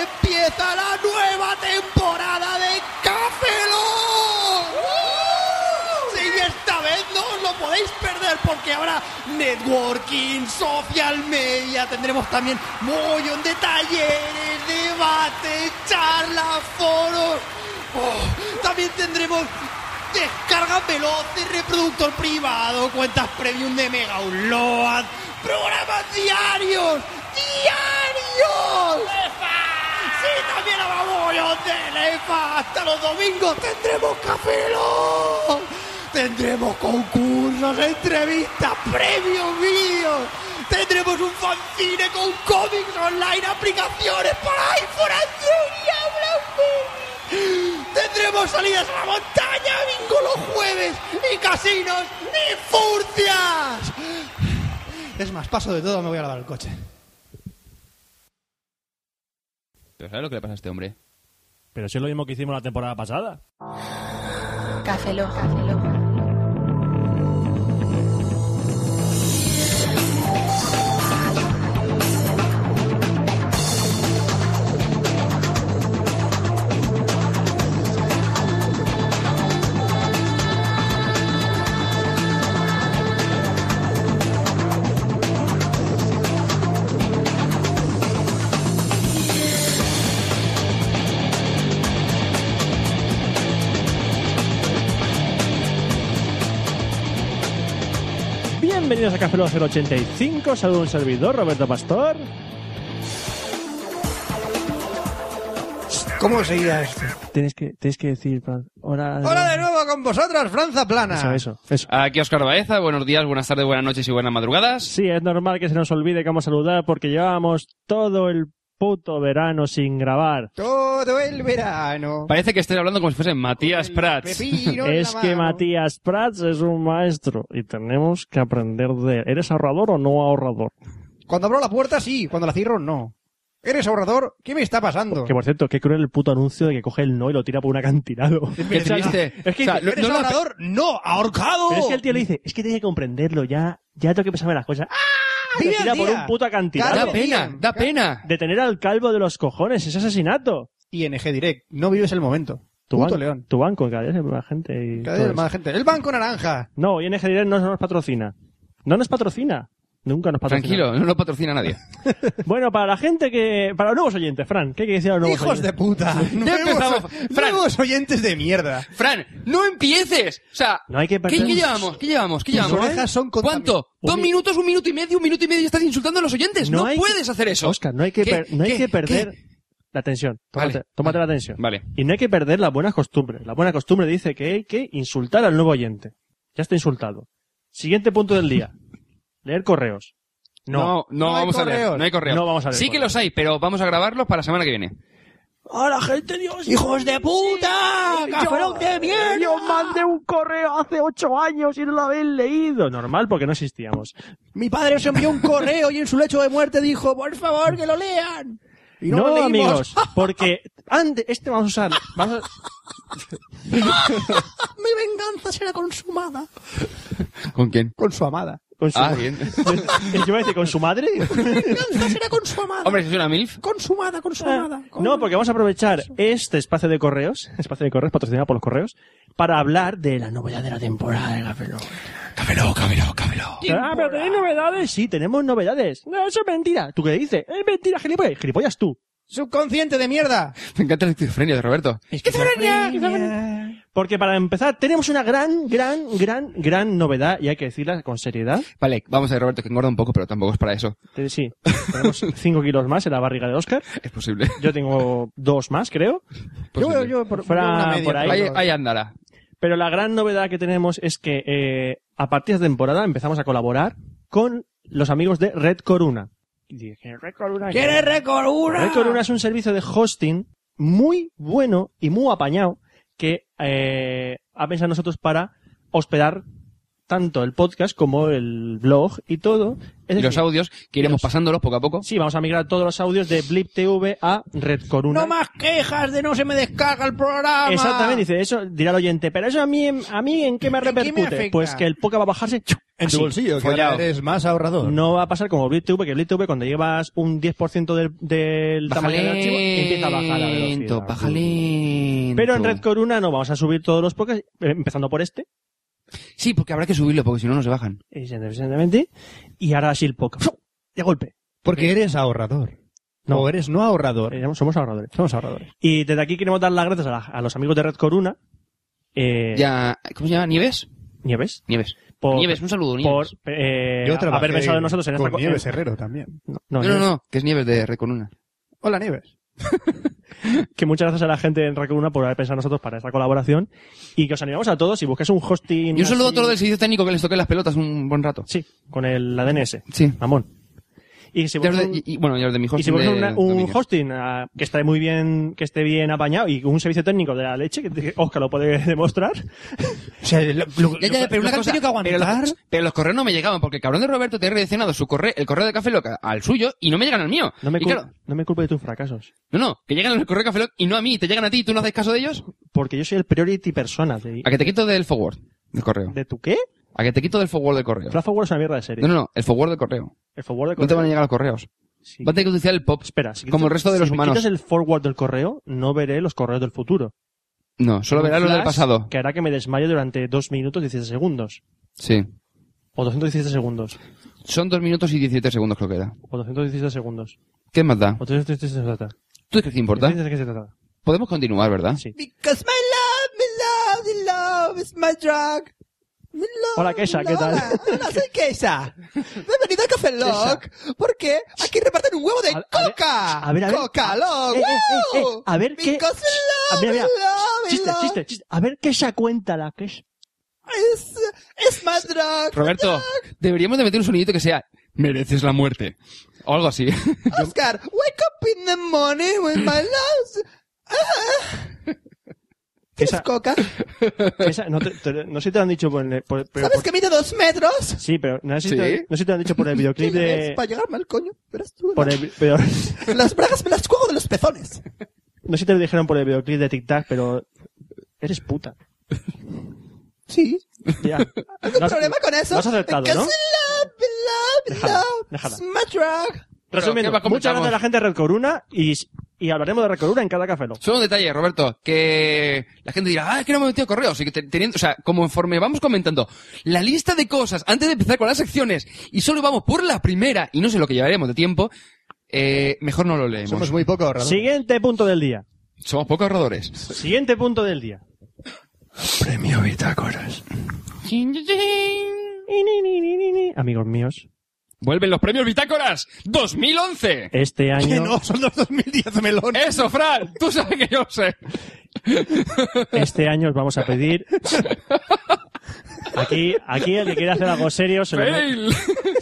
empieza la nueva temporada de Cafelón. Sí, y esta vez no os lo podéis perder porque ahora networking, social media, tendremos también mogollón de talleres, debates, charlas, foros. Oh, también tendremos descarga veloces, reproductor privado, cuentas premium de Mega Unload, programas diarios, diarios. Sí, también habrá mogollón de lefa. Hasta los domingos tendremos cafelón. Tendremos concursos, entrevistas, premios, vídeos. Tendremos un fanzine con cómics online, aplicaciones para iPhone, Android y Blackberry. Tendremos salidas a la montaña, bingo los jueves, y casinos, y furcias. Es más, paso de todo, me voy a lavar el coche. Pero ¿sabes lo que le pasa a este hombre? Pero si es lo mismo que hicimos la temporada pasada. Café Lock. Bienvenidos a Café Lock 085. Saludo a un servidor, Roberto Pastor. ¿Cómo seguirá esto? Tienes que, tienes que decir, Fran, Hola. Hola de nuevo con vosotras, Franza Plana. Eso, eso, eso. Aquí Oscar Baeza, buenos días, buenas tardes, buenas noches y buenas madrugadas. Sí, es normal que se nos olvide cómo saludar porque llevábamos todo el puto verano sin grabar. Todo el verano. Parece que estés hablando como si fuese Matías Prats. Pepino en es la que mano. Matías Prats es un maestro y tenemos que aprender de él. ¿Eres ahorrador o no ahorrador? Cuando abro la puerta, sí. Cuando la cierro, no. ¿Eres ahorrador? ¿Qué me está Oh. pasando? Que por cierto, qué cruel el puto anuncio de que coge el no y lo tira por un acantilado. Qué triste. Es que O sea, dice, no- ¿Eres no la- ahorrador? No, ahorcado. Pero es que el tío le dice, es que tiene que comprenderlo, ya, ya tengo que pensarme las cosas. ¡Ah! Dile Le al tira por día. un puto acantilado. Claro. Da pena, da pena. Detener al calvo de los cojones, es asesinato. ING Direct. No vives el momento. Tu, Puto banco- león. tu banco, cada vez hay más gente. Y Cada todo vez eso. más gente. El Banco Naranja. No, ING Direct no nos patrocina. No nos patrocina. Nunca nos patrocina. Tranquilo, no lo patrocina nadie. Bueno, para la gente que... Para los nuevos oyentes, Fran, ¿qué hay que decir a los nuevos Hijos de oyentes? puta. Nuevos, empezamos. Fran. nuevos oyentes de mierda. Fran, no empieces. O sea, No hay que ¿qué, perder- qué llevamos? ¿Qué llevamos? ¿Qué Tus llevamos? orejas son contamin- ¿Cuánto? ¿Dos Oye. minutos, un minuto y medio, un minuto y medio y estás insultando a los oyentes? No, hay que- puedes hacer eso. Oscar, no hay que, ¿Qué? per- no hay ¿Qué? que perder ¿Qué? la tensión. Tómate, Vale, tómate vale. la tensión. Vale. Y no hay que perder las buenas costumbres. La buena costumbre dice que hay que insultar al nuevo oyente. Ya está insultado. Siguiente punto del día. Leer correos. No. No, no, No hay vamos a leer. correos. No hay correo. No vamos a leer Sí que correos. los hay, pero vamos a grabarlos para la semana que viene. ¡Ah, la gente, Dios! ¡Hijos de puta! ¡Cafelón de mierda! Yo mandé un correo hace ocho años y no lo habéis leído. Normal, porque no existíamos. Mi padre os envió un correo y en su lecho de muerte dijo, por favor, que lo lean. Y No, no, lo leímos. amigos, porque ande, este vamos a usar. Vamos a- "Ah, Mi venganza será consumada. ¿Con quién? Con su amada. con su, Ah, bien. Yo iba a decir, con su madre. Mi venganza será consumada. Hombre, si es una MILF. Consumada, consumada. No, porque vamos a aprovechar este espacio de correos, espacio de correos patrocinado por los correos, para hablar de la novedad de la temporada de Café Lock. Cámelo, cámelo, cámelo. Ah, pero tenéis novedades. Sí, tenemos novedades. No, eso es mentira. ¿Tú qué dices? Es mentira, gilipollas. Gilipollas tú. Subconsciente de mierda. Me encanta la esquizofrenia de Roberto. Porque para empezar, tenemos una gran, gran, gran, gran novedad, y hay que decirla con seriedad. Vale, vamos a ver, Roberto, que engorda un poco, pero tampoco es para eso. Eh, Sí, tenemos 5 kilos más en la barriga de Oscar. Es posible. Yo tengo dos más, creo. Yo, Posible. yo, por, Fuera yo una media, por ahí. Ahí, favor. ahí andará. Pero la gran novedad que tenemos es que eh, a partir de temporada empezamos a colaborar con los amigos de Red Corona. Y dije, Red Corona? ¿Quieres récord una? Red Corona es un servicio de hosting muy bueno y muy apañado que eh, ha pensado en nosotros para hospedar tanto el podcast como el blog y todo. Es Y los decir, audios que iremos los- pasándolos poco a poco. Sí, vamos a migrar todos los audios de Blip TV a Red Corona. No más quejas de no se me descarga el programa. Exactamente, dice eso, dirá el oyente, pero eso a mí, a mí ¿en qué me ¿En qué me repercute? afecta? pues que el poca va a bajarse ¡chu! En tu así. bolsillo, que ahora follao. eres más ahorrador. No va a pasar como BlipTV, que BlipTV cuando llevas un 10% del, del tamaño del archivo empieza a bajar la velocidad. Bajalento, bajalento. Pero en Red Corona no vamos a subir todos los podcasts, eh, empezando por este, Sí, porque habrá que subirlo, porque si no, no se bajan. evidentemente, y ahora sí el podcast. ¡Fu! De golpe. Porque eres ahorrador. eh. No. O eres no ahorrador. Eh, Somos ahorradores. Somos ahorradores. Y desde aquí queremos dar las gracias a, la- a los amigos de Red Corona. Eh, Ya, ¿Cómo se llama? ¿Nieves? Nieves. Nieves. Por, Nieves, un saludo, por Nieves. eh, Yo trabajé haber pensado en nosotros en con esta co- Nieves en- Herrero también. No, eh. No, no, Nieves. no, que es Nieves de Red Corona. Hola, Nieves. que muchas gracias a la gente en Racuna por haber pensado en nosotros para esta colaboración y que os animamos a todos si buscáis un hosting Y un saludo a así- todos los del servicio técnico que les toqué las pelotas un buen rato. sí con el ADNS Sí. mamón y si Ya os buscáis de- un, y, y- bueno, ya os de mi y hosting si buscáis de una- un dominios. hosting ah, que esté muy bien que esté bien apañado y un servicio técnico de la leche que- que Oscar lo puede demostrar O sea, lo- lo- Ya, ya, lo- pero una lo cosa, tenido que pero, aguantar. los, pero los correos no me llegaban porque el cabrón de Roberto te ha redireccionado su correo, el correo de Café Lock al suyo y no me llegan al mío. no me, Y cul- claro, no me culpe de tus fracasos no, no, que llegan al correo de Café Lock y no a mí, te llegan a ti y tú no haces caso de ellos. porque yo soy el priority persona de, A que te quito del forward del correo. ¿de tu qué? A que te quito del forward del correo. Flash Forward es una mierda de serie No, no, no, el forward del correo. el forward del No te correo van a llegar los correos. sí. Va a tener que utilizar el pop. espera si como el quitas- resto de los si me humanos. quitas el forward del correo no veré los correos del futuro No, solo Un verás los del flash pasado. Que hará que me desmaye durante 2 minutos 17 segundos. Sí. O 217 segundos. Son dos minutos y 17 segundos creo que da. O 217 segundos. ¿Qué más da? O 317 segundos. ¿Tú crees que te importa? ¿De qué se trata? Podemos continuar, ¿verdad? Sí. Because my love, my love, my love is my drug. My love, Hola, Keisha, ¿qué tal? Hola, hola, soy Keisha. Bienvenido a Café Lock. Porque aquí reparten un huevo de A- a ver, coca. a ver, a ver. Coca, lock. Eh, eh, eh, eh, wow. a ver qué- Because Ah, love, mira, mira. love, Chiste, love chiste, chiste. A ver qué se cuenta la que es. Is, is my drug. Ah, Roberto, deberíamos de meter un sonidito que sea mereces la muerte. O algo así. Oscar, wake up in the morning with my love. ¿Tienes Esa- coca? Esa- no, te- te- no sé si te lo han dicho por el... por- pero ¿Sabes por- que mide dos metros? Sí, pero no sé, si ¿Sí? te, no sé si te lo han dicho por el videoclip de... Para llegarme al coño, verás tú. Por el, vi- pero, Las bragas me las cuelgo de los pezones. no sé si te lo dijeron por el videoclip de Tic Tac, pero... Eres puta. Sí. Ya. ¿Algún No has- problema con eso? Lo has aceptado, Because ¿no? love, love, Déjala, love, déjala. smash rock. Resumiendo, Pero, ¿qué más muchas gracias a la comentamos? gente de Red Coruna y, y hablaremos de Red Coruna en cada café. Lock. Solo un detalle, Roberto, que la gente dirá, ah, es que no hemos metido correos. Y que te- teniendo, o sea, conforme vamos comentando la lista de cosas antes de empezar con las secciones y solo vamos por la primera y no sé lo que llevaremos de tiempo, eh, mejor no lo leemos. Somos muy poco ahorradores. Siguiente punto del día. Somos pocos ahorradores. Siguiente punto del día. Premio Bitácoras. Ni, ni, ni, ni, ni, ni. Amigos míos, Vuelven los premios Bitácoras 2011. Eh. este Que año, no, son los 2010 melones. Eso, Fran, tú sabes que yo sé. este año os vamos a pedir. Aquí, aquí el que quiere hacer algo serio, se lo met- Fail.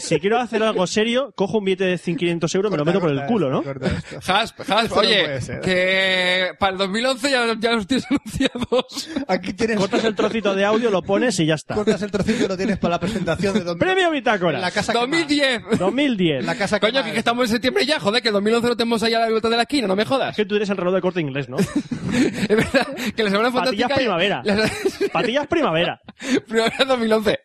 si quiero hacer algo serio, cojo un billete de 100, 500 euros, me lo meto por el culo, ¿no? Hasp, hasp, Eso no oye, puede ser. que para el 2011 ya, ya los tienes anunciados. Aquí tienes. Cortas el trocito de audio, lo pones y ya está. Cortas el trocito y lo tienes para la presentación de 2000. Premio En la Bitácora, casa que 2010. más. 2010. La casa Coño, que, más. que estamos en septiembre ya, joder, que el 2011 lo tenemos ahí a la vuelta de la esquina, no me Es jodas. que tú eres el reloj de corte inglés, ¿no? Es verdad que la semana fantástica... Patillas primavera. La, Patillas primavera. primavera de 2011.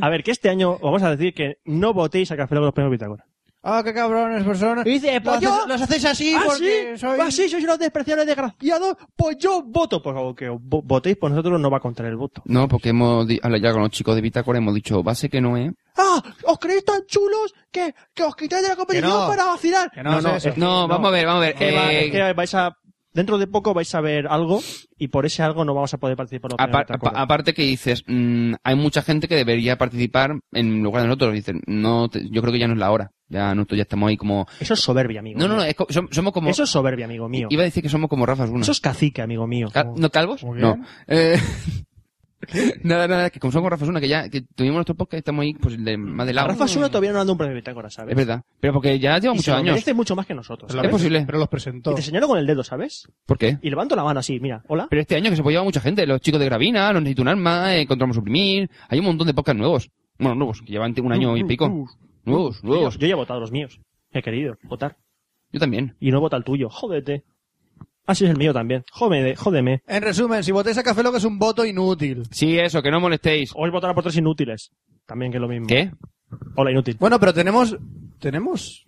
A ver, que este año vamos a decir que no votéis a Café Lock con los premios Bitácora. Ah, qué cabrones, personas. dice, "Pues Los haces- los haces así porque soy- Ah, sí, sois unos despreciables desgraciados. Pues yo voto. Pues aunque os vo- votéis por nosotros no va a contar el voto. No, porque hemos hablado ya con los chicos de Bitácora, hemos dicho base que no ¿eh?". es. ¡Ah! ¿Os creéis tan chulos que, que os quitáis de la competición Que no. para vacilar? Que no, es eso. es- No, vamos a ver, vamos a ver. es que va- eh, es que vais a... Dentro de poco vais a ver algo y por ese algo no vamos a poder participar. en los apar- primeros, ¿te acuerdas? apa- aparte que dices, mm, hay mucha gente que debería participar en lugar de nosotros. Dicen, no, te- yo creo que ya no es la hora. Ya nosotros ya estamos ahí como... Eso es soberbia, amigo. No, no, no, mío. es co- som- somos como... Eso es soberbia, amigo mío. Iba a decir que somos como Rafa Osuna. Eso es cacique, amigo mío. Cal- ¿No calvos? Muy No. bien. Eh, Nada, nada, que como somos Rafa Osuna, que ya que tuvimos nuestro podcast, estamos ahí pues, de, más de lado. Rafa Suna todavía no anda un premio Bitácora, ¿sabes? Es verdad. Pero porque ya lleva Y se muchos lo años. merece mucho más que nosotros. Pero la Es vez- posible. Pero los presentó. Y te señalo con el dedo, ¿sabes? ¿Por qué? Y levanto la mano así, mira, hola. Pero este año que se puede llevar mucha gente. Los chicos de Gravina, los Necesito un Arma, eh, Controlamos Suprimir. Hay un montón de podcasts nuevos. Bueno, nuevos, que llevan un año y pico. Nuevos, Yo, nuevos. yo ya he votado los míos. He querido votar. Yo también. Y no vota el tuyo. Jódete. Así es el mío también. Jódeme, jódeme. En resumen, si votáis a Café Lock es un voto inútil. Sí, eso, que no molestéis. Hoy votará por tres inútiles. También que es lo mismo. ¿Qué? Hola, inútil. Bueno, pero tenemos... ¿Tenemos?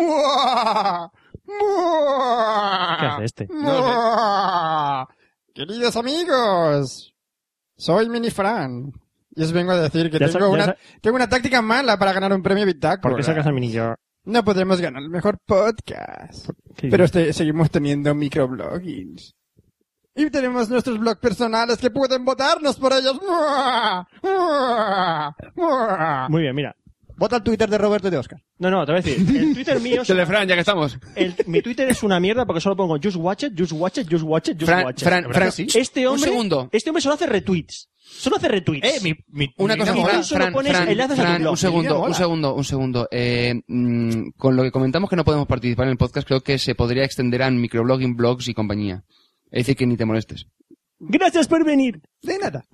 ¡Mua! ¡Mua! ¿Qué hace este? ¡Mua! Queridos amigos, soy Mini Fran. Y os vengo a decir que Ya sa- tengo ya una, sa- tengo una táctica mala para ganar un premio Bitácora. ¿Por qué sacas al minillo? No podremos ganar el mejor podcast. ¿Qué Pero dices? este- seguimos teniendo microbloggings. Y tenemos nuestros blogs personales que pueden votarnos por ellos. ¡Mua! ¡Mua! ¡Mua! Muy bien, mira. Vota el Twitter de Roberto y de Oscar. No, no, te voy a decir. El Twitter mío es- Fran, ya que estamos. el- mi Twitter es una mierda porque solo pongo just watch it, just watch it, just watch it, just Fran, watch it. Fran, Fran, Este hombre, Un segundo. Eh, este hombre solo hace retweets. Solo hace retweets. Una cosa, Y tú Fran, solo Fran, pones Fran, enlaces a tu Fran, blog. un Mi vida segundo, mola. un segundo, un segundo. Eh, mm, con lo que comentamos que no podemos participar en el podcast, creo que se podría extender a microblogging, blogs y compañía. Es decir, que ni te molestes. Gracias por venir. De nada.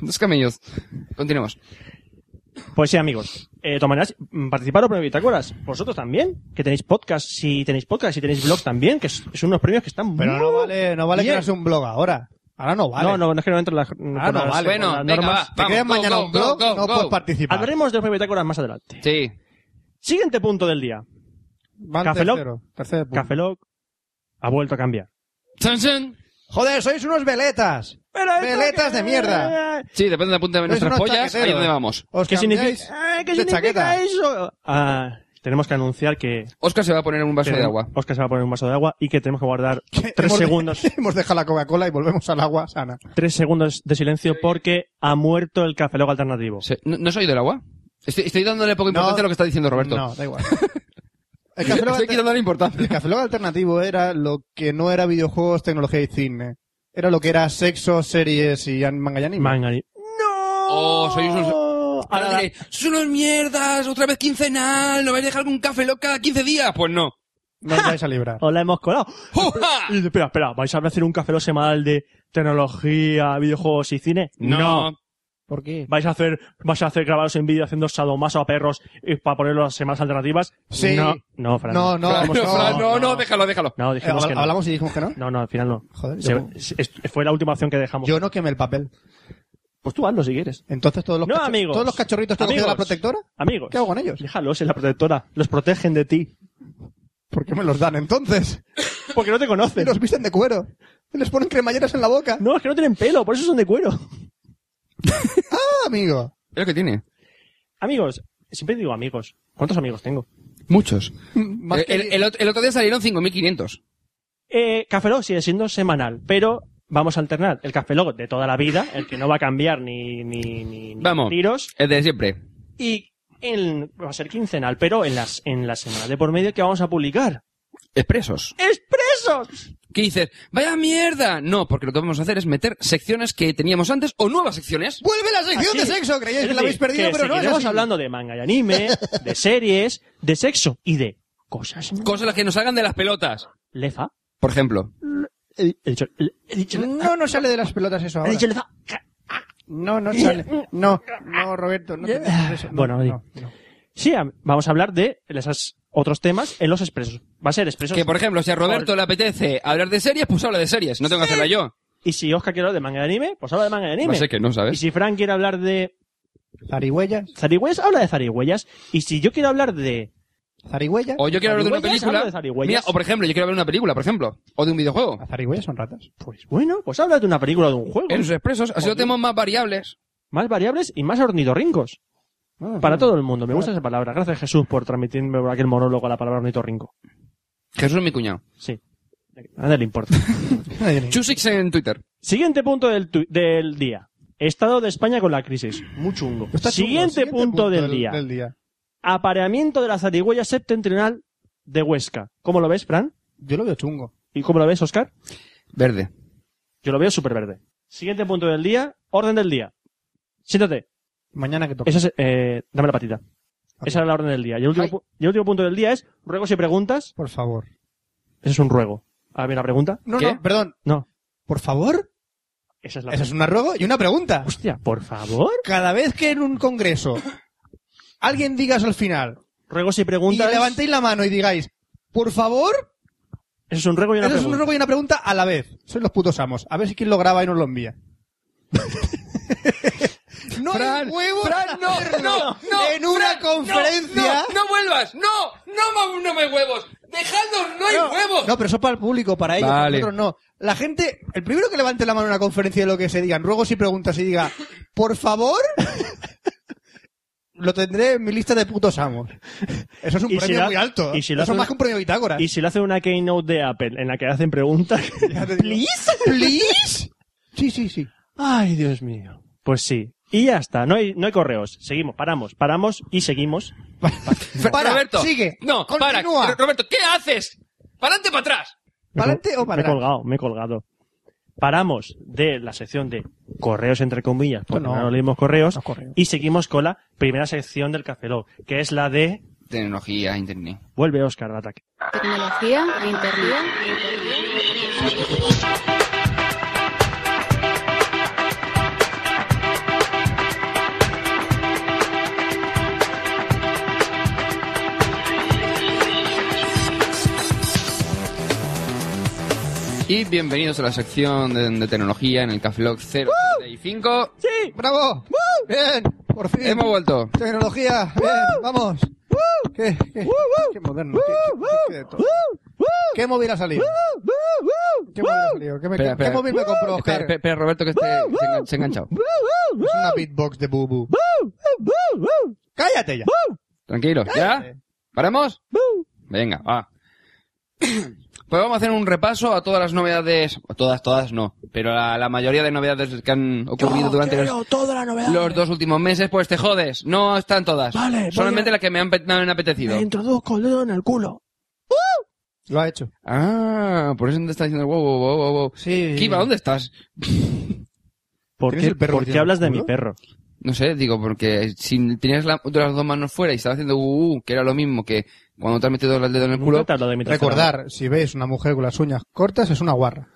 Dos camellos. Continuemos. Pues sí, amigos. Eh, de todas maneras, mm, participaros por el Bitácoras. Vosotros también, que tenéis podcast, si tenéis podcast, si tenéis blog también, que es, es unos premios que están Pero muy- no vale, no vale Bien. crearse un blog ahora. Ahora no vale. Ah, No, no, no es que no entro en las, por no las- vale. por Bueno, las venga, normas. va. Te Vamos, creas go, mañana go, un blog, go, go, no go. puedes participar. Hablaremos de los premios Bitácoras más adelante. Sí. Siguiente punto del día. Van Café Lock. tercero, tercer punto. Café Lock ha vuelto a cambiar. Chan, chan. Joder, sois unos veletas. Veletas de mierda. Sí, depende de la punta de Sois nuestras unos pollas, chaqueteros. ahí es donde vamos. Os ¿Qué cambiáis significa, Ah, ¿qué de significa chaqueta. eso? Ah, tenemos que anunciar que Oscar se va a poner un vaso de agua. Oscar se va a poner un vaso de agua y que tenemos que guardar tres Hemos de- segundos, hemos dejado la Coca-Cola y volvemos al agua sana. tres segundos de silencio porque ha muerto el Café Lock alternativo. Se- ¿No, no has oído el agua? Estoy, estoy dándole poca importancia a lo que está diciendo Roberto. No, da igual. El Café Lock Estoy alter- quitándole el importancia. Café Lock alternativo era lo que no era videojuegos, tecnología y cine. Era lo que era sexo, series y an- manga y anime. Manga y- Oh, sois unos... Ahora Ahora diréis, ¡Sois unos mierdas! ¡Otra vez quincenal! ¿No vais a dejar con café loca cada 15 días? Pues no. No os vais a librar. Os la hemos colado. Ah. ¡Juja! Y dice, espera, espera, ¿vais a hacer un café Lock semanal de tecnología, videojuegos y cine? ¿Por qué? ¿Vais a hacer, vais a hacer grabados en vídeo haciendo sadomaso a perros eh, para ponerlos las semanas alternativas? Sí. No, no, Fran. No, no, Fran, vamos, no, Fran, no. no, no. no, déjalo, déjalo. No, Eh, dijimos que habl- no. Hablamos y dijimos que no. No, no, al final no. Joder, Se- yo- se- es- fue la última opción que dejamos. Yo no quemé el papel. Pues tú hazlo si quieres. Entonces todos los, No, cacho- amigos. todos los cachorritos que ha cogido Amigos. la protectora, Amigos. ¿qué hago con ellos? Déjalos en la protectora. Los protegen de ti. ¿Por qué me los dan entonces? Porque no te Y conocen. los visten de cuero. Y les ponen cremalleras en la boca. No, es que no tienen pelo, por eso son de cuero. Ah, amigo. Es lo que tiene. Amigos. Siempre digo amigos. ¿Cuántos amigos tengo? Muchos. Más Eh, El, que- el- el otro- el otro día salieron 5.500. Eh, Café Lock sigue siendo semanal, pero vamos a alternar el Café Lock de toda la vida, el que no va a cambiar ni, ni, ni, ni Vamos. tiros. Es de siempre. y en- va a ser quincenal, pero en las en la semana de por medio que vamos a publicar. Expresos. ¡Expresos! ¿Qué dices? ¡Vaya mierda! No, porque lo que vamos a hacer es meter secciones que teníamos antes o nuevas secciones. ¡Vuelve la sección de Así. sexo! Creíais Ah, Es que la habéis decir, perdido, que pero no es seguiremos así. hablando de manga y anime, de series, de sexo y de cosas. Cosas que nos hagan de las pelotas. Lefa. Mm, Por ejemplo. He dicho, he dicho lefa. No, no sale de las pelotas He eso ahora. dicho lefa. No, no sale. No, no, Roberto, no te digas eso. No, Bueno, no, no. Sí, am- vamos a hablar de esos otros temas en los expresos. Va a ser expresos. Que, por ejemplo, si a Roberto le apetece hablar de series, pues habla de series. No tengo que hacerla yo. Y si Oscar quiere hablar de manga y anime, pues habla de manga y Va anime. a ser que no, Y ¿sabes? si Frank quiere hablar de Zarigüeyas, zarigüeyas, habla de zarigüeyas. Y si yo quiero hablar de zarigüeyas. O yo quiero hablar de una Zarigüeyas, hablo de película. zarigüeyas. Mira, o por ejemplo, yo quiero hablar de una película, por ejemplo. O de un videojuego. Las zarigüeyas son ratas. Pues bueno, pues habla de una película o de un juego. En sus expresos, así lo tenemos más variables. Más variables y más ornitorrincos. Ah, Para bueno. todo el mundo. Me gusta esa palabra. Gracias, Jesús, por transmitirme por aquel monólogo la palabra ornitorrinco. Jesús es mi cuñado. Sí. A nadie le importa. Nadie ni- Chusix en Twitter. siguiente punto del, tu- del día. Estado de España con la crisis. Muy chungo. Está chungo. Siguiente, punto, del, día. del día. Apareamiento de la zarigüeya septentrional de Huesca. ¿Cómo lo ves, Fran? Yo lo veo chungo. ¿Y cómo lo ves, Oscar? Verde. Yo lo veo súper verde. Siguiente punto del día. Orden del día. Siéntate. Mañana que toca. Eso es, eh, dame la patita. Ok. Esa era la orden del día. Y el, último, Ay. pu- y el último punto del día es ruegos y preguntas. Por favor. Ese es un ruego. A ver, la pregunta. No, ¿Qué? no, perdón. No. Por favor. Esa es la Eso es un arrobo y una pregunta. Hostia, por favor. Cada vez que en un congreso alguien diga eso al final Ruegos y y preguntas. levantéis la mano y digáis, por favor, Eso es un ruego y una eso es pregunta. un robo y una pregunta a la vez. Sois los putos amos. A ver si quien lo graba y nos lo envía. no Fran, hay huevo Fran, no, no, no. en una Fran, conferencia. No, no, no vuelvas, no, no, ma- no me huevos. Dejadnos, no hay huevos. No, pero eso para el público, para ellos, Vale. para nosotros no. La gente, el primero que levante la mano en una conferencia de lo que se digan, ruegos y preguntas y diga, por favor, lo tendré en mi lista de putos amos. Eso es un Y si premio lo ha- muy alto. ¿eh? y si lo hace eso es más un- que un premio bitácora. Y si le hacen una keynote de Apple en la que hacen preguntas. Ya te digo. ¿Please? Sí, sí, sí. Ay, Dios mío. Pues sí. Y ya está. No hay, no hay correos. Seguimos, paramos, paramos y seguimos. Para, Roberto, sigue. No, Continúa. para. Roberto, ¿qué haces? Para adelante, para atrás. ¿Para adelante o Me he para atrás? colgado, me he colgado. Paramos de la sección de correos, entre comillas, porque No, no, leímos correos, no correo. y seguimos con la primera sección del Café Lock, que es la de Tecnología, internet. Vuelve Oscar al ataque. Tecnología e internet. Y bienvenidos a la sección de, de tecnología en el Café Lock 035. ¡Sí! ¡Bravo! ¡Bien! Por fin. Hemos vuelto. Tecnología, bien, vamos. ¿Qué, qué, qué moderno, qué, qué- qué de todo. ¿Qué móvil ha salido? ¿Qué móvil ha salido? ¿Qué, me- Espera, qué- qué espera. móvil me compró Espera, Oscar? espera, espera, Roberto, que este- se, engan- se ha enganchado. Es una beatbox de Bubu. ¡Cállate ya! Tranquilo, ¿ya? ¿Paramos? Venga, va. Pues vamos a hacer un repaso a todas las novedades, a todas, todas no, pero a la mayoría de novedades que han ocurrido durante los, toda la novedad. los dos últimos meses, pues te jodes, no están todas. Vale, voy Solamente a- las que me han, pe- me han apetecido. introduzco el dedo en el culo. Lo ha hecho. Ah, por eso te está diciendo wow, wow, wow, wow, wow. Sí. Kiva, ¿dónde estás? ¿Por ¿Tienes qué, el perro por metido qué en hablas el de mi culo? perro? No sé, digo, porque si tenías la- las dos manos fuera y estabas haciendo uh, uh, que era lo mismo que cuando te has metido el dedo en el Nunca culo. te hablo de mi tercera Recordar, si veis una mujer con las uñas cortas, es una guarra.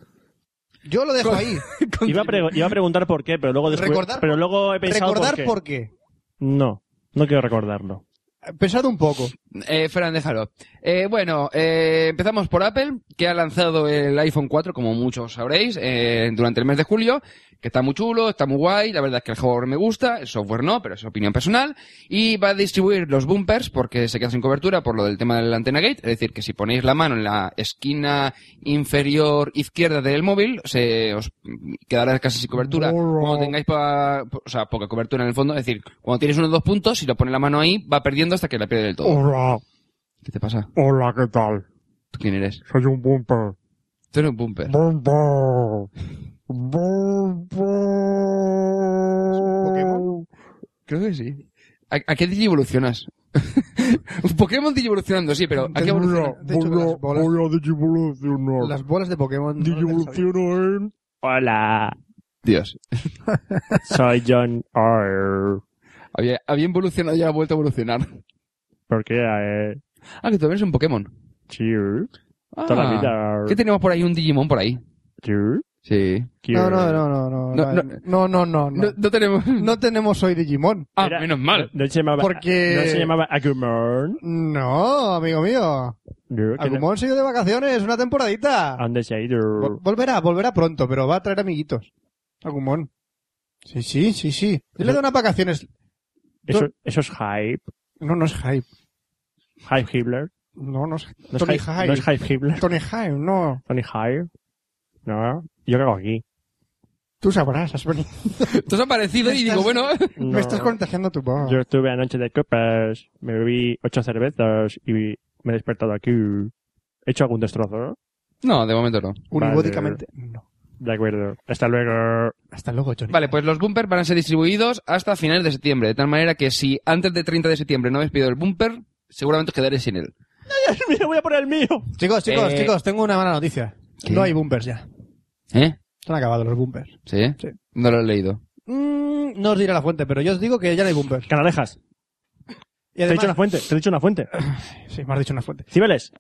Yo lo dejo ahí. mano. Iba a, pre- iba a preguntar por qué, pero luego descubrí- Recordar- pero luego he pensado por Recordar qué. por qué. No, no quiero recordarlo. Pensad un poco. Eh, Fran, déjalo. Eh, bueno, eh, empezamos por Apple, que ha lanzado el iPhone 4, como muchos sabréis, eh, durante el mes de julio, que está muy chulo, está muy guay, la verdad es que el hardware me gusta, el software no, pero es opinión personal, y va a distribuir los bumpers, porque se queda sin cobertura por lo del tema de la antena gate, es decir, que si ponéis la mano en la esquina inferior izquierda del móvil, se os quedará casi sin cobertura. Burro. Cuando tengáis pa- o sea, poca cobertura en el fondo, es decir, cuando tienes unos dos puntos, si lo pones la mano ahí, va perdiendo hasta que la pierde del todo. Hola, ¿Qué te pasa? hola, ¿qué tal? ¿Tú quién eres? Soy un bumper. Tú eres un bumper. Bumper. Bumper. Pokémon? Creo que sí. ¿A, a qué evolucionas? un Pokémon evolucionando, sí, pero ¿a qué Voy evoluciona? a, De hecho, las voy bolas- a, voy a digivolucionar. Las bolas de Pokémon. no las sabía. Digivoluciono en... Hola, Dios. soy John R. Había, había evolucionado y ha vuelto a evolucionar. ¿Por qué? eh? Ah, que tú eres un Pokémon. Cheer. Ah. Toda la vida. ¿Qué tenemos por ahí? Un Digimon por ahí. Cheer. Sí. No, no, no, no, no, No, no, no, no, no, No, no tenemos... No tenemos hoy Digimon. Ah, Era- menos mal. No se llamaba, Porque- Ah, no se llamaba Agumon. No, amigo mío. No, Ah, que no- Agumon se ha ido de vacaciones una temporadita. ¿A dónde se ha ido? Vol- Volverá, volverá pronto, pero va a traer amiguitos. Agumon. Sí, sí, sí, sí. Yo le doy unas vacaciones. Eso, eso es hype. No, no es hype. Hype Hitler. No, no es No es Tony hype, Hyde. no es hype Hitler. Tony Hype, no. Tony Hype. No. Yo qué hago aquí. Tú sabrás, has venido. Entonces ha aparecido y digo, bueno... No. Me estás contagiando tu voz. Yo estuve anoche de copas. Me bebí ocho cervezas y me he despertado aquí. ¿He hecho algún destrozo? No, de momento no. Unibódicamente. No. De acuerdo. Hasta luego. Hasta luego, Johnny. Vale, pues los bumpers van a ser distribuidos hasta finales de septiembre, de tal manera que si antes de 30 de septiembre no habéis pedido el bumper, seguramente os quedaréis sin él. Mira, voy a por el mío. Chicos, chicos, Eh, chicos, tengo una mala noticia. ¿Qué? No hay bumpers ya. ¿Eh? Se han acabado los bumpers. ¿Sí? Sí. No lo he leído. Mm, no os diré la fuente, pero yo os digo que ya no hay boomers. Canalejas. Y Te he además, dicho una fuente. Te he dicho una fuente. sí, me has dicho una fuente. Cibeles.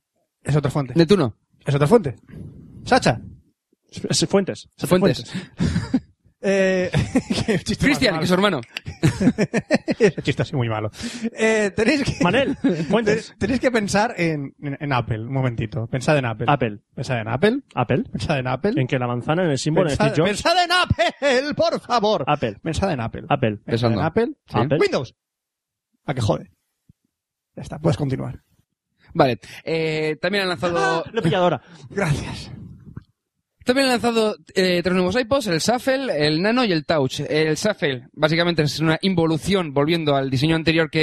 Es otra fuente. Neptuno. Es otra fuente. Sacha. S- Fuentes. Fuentes. Eh, qué chiste más Cristian, malo. que es su hermano. Ese chiste así muy malo. Eh, tenéis que... Manel. Fuentes. Ten- Tenéis que pensar en, en- en Apple, un momentito. Pensad en Apple. Apple. Pensad en Apple. Apple. Pensad en Apple. En que la manzana en el símbolo en pensad, Steve Jobs. pensad en Apple, por favor. Apple. Pensad en Apple. Apple. Pensad en Pensando. Apple. Sí. Apple. Windows. A que jode. Ya está, puedes continuar. Vale. Eh, también han lanzado, Lo he pillado ahora. Gracias. también han lanzado eh, tres nuevos iPods, el Shuffle, el Nano y el Touch. El Shuffle, básicamente, es una involución, volviendo al diseño anterior que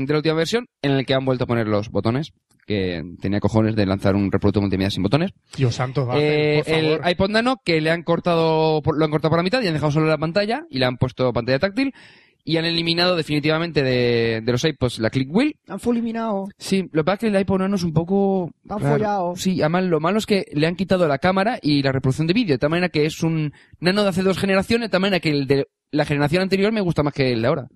de la última versión, en el que han vuelto a poner los botones, que tenía cojones de lanzar un reproductor multimedia sin botones. Dios santo, Eh, Apple, por favor. el iPod Nano que le han cortado, por- lo han cortado por la mitad y han dejado solo la pantalla y le han puesto pantalla táctil y han eliminado definitivamente de, de los iPods la click wheel. Han fulminado. Sí, lo que pasa es que el iPod Nano es un poco Tan raro. follado. Sí, además lo malo es que le han quitado la cámara y la reproducción de vídeo de tal manera que es un Nano de hace dos generaciones, de tal manera que el de la generación anterior me gusta más que el de ahora.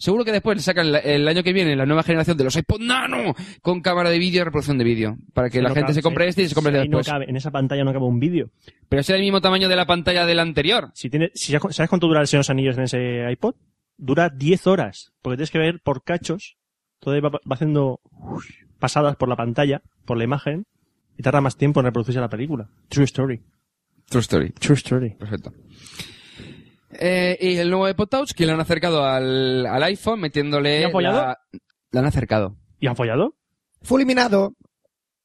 Seguro que después le sacan la- el año que viene la nueva generación de los iPod Nano con cámara de vídeo y reproducción de vídeo para que Sí, la no gente cabe, se compre sí. este y se compre el de Sí, no después. cabe. En esa pantalla no cabe un vídeo. Pero es el mismo tamaño de la pantalla del anterior. Si tiene, si ya- ¿Sabes cuánto dura el Señor de los Anillos en ese iPod? Dura 10 horas. Porque tienes que ver por cachos. Todo va, va haciendo uff, pasadas por la pantalla, por la imagen. Y tarda más tiempo en reproducirse la película. True story. True story. True story. Perfecto. Eh, y el nuevo iPod Touch, que le han acercado al, al iPhone metiéndole... ¿Le han follado? La, le han acercado. ¿Y han follado? Fulminado.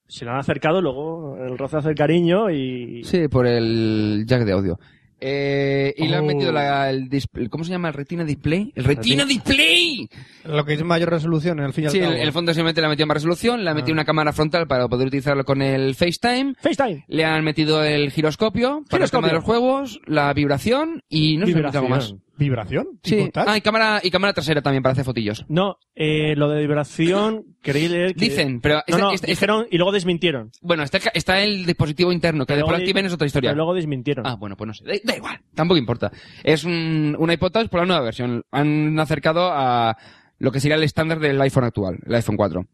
Se la han acercado, luego el roce hace el cariño y... Sí, por el jack de audio. Eh, y le han Oh. metido la, el display... ¿Cómo se llama? ¿El Retina Display? ¡El Retina Display! Lo que es mayor resolución en el fin y al Sí, el, cabo. el fondo simplemente le ha metido más resolución, le ha metido Ah. una cámara frontal para poder utilizarlo con el FaceTime, FaceTime. le han metido el giroscopio para el tema Giroscopio. de los juegos, la vibración y no sé si me algo más. ¿Vibración? ¿Sin Sí. contar? Ah, y cámara, y cámara trasera también para hacer fotillos. No, eh, lo de vibración, creí leer que... Dicen, pero No, este- no, este- este- dijeron y luego desmintieron. bueno, está, está el dispositivo interno, que Pero después lo luego- activen es otra historia. Pero luego desmintieron. Ah, bueno, pues no sé. Da, da igual, tampoco importa. Es un, una hipótesis por la nueva versión. Han acercado a lo que sería el estándar del iPhone actual, el iPhone 4.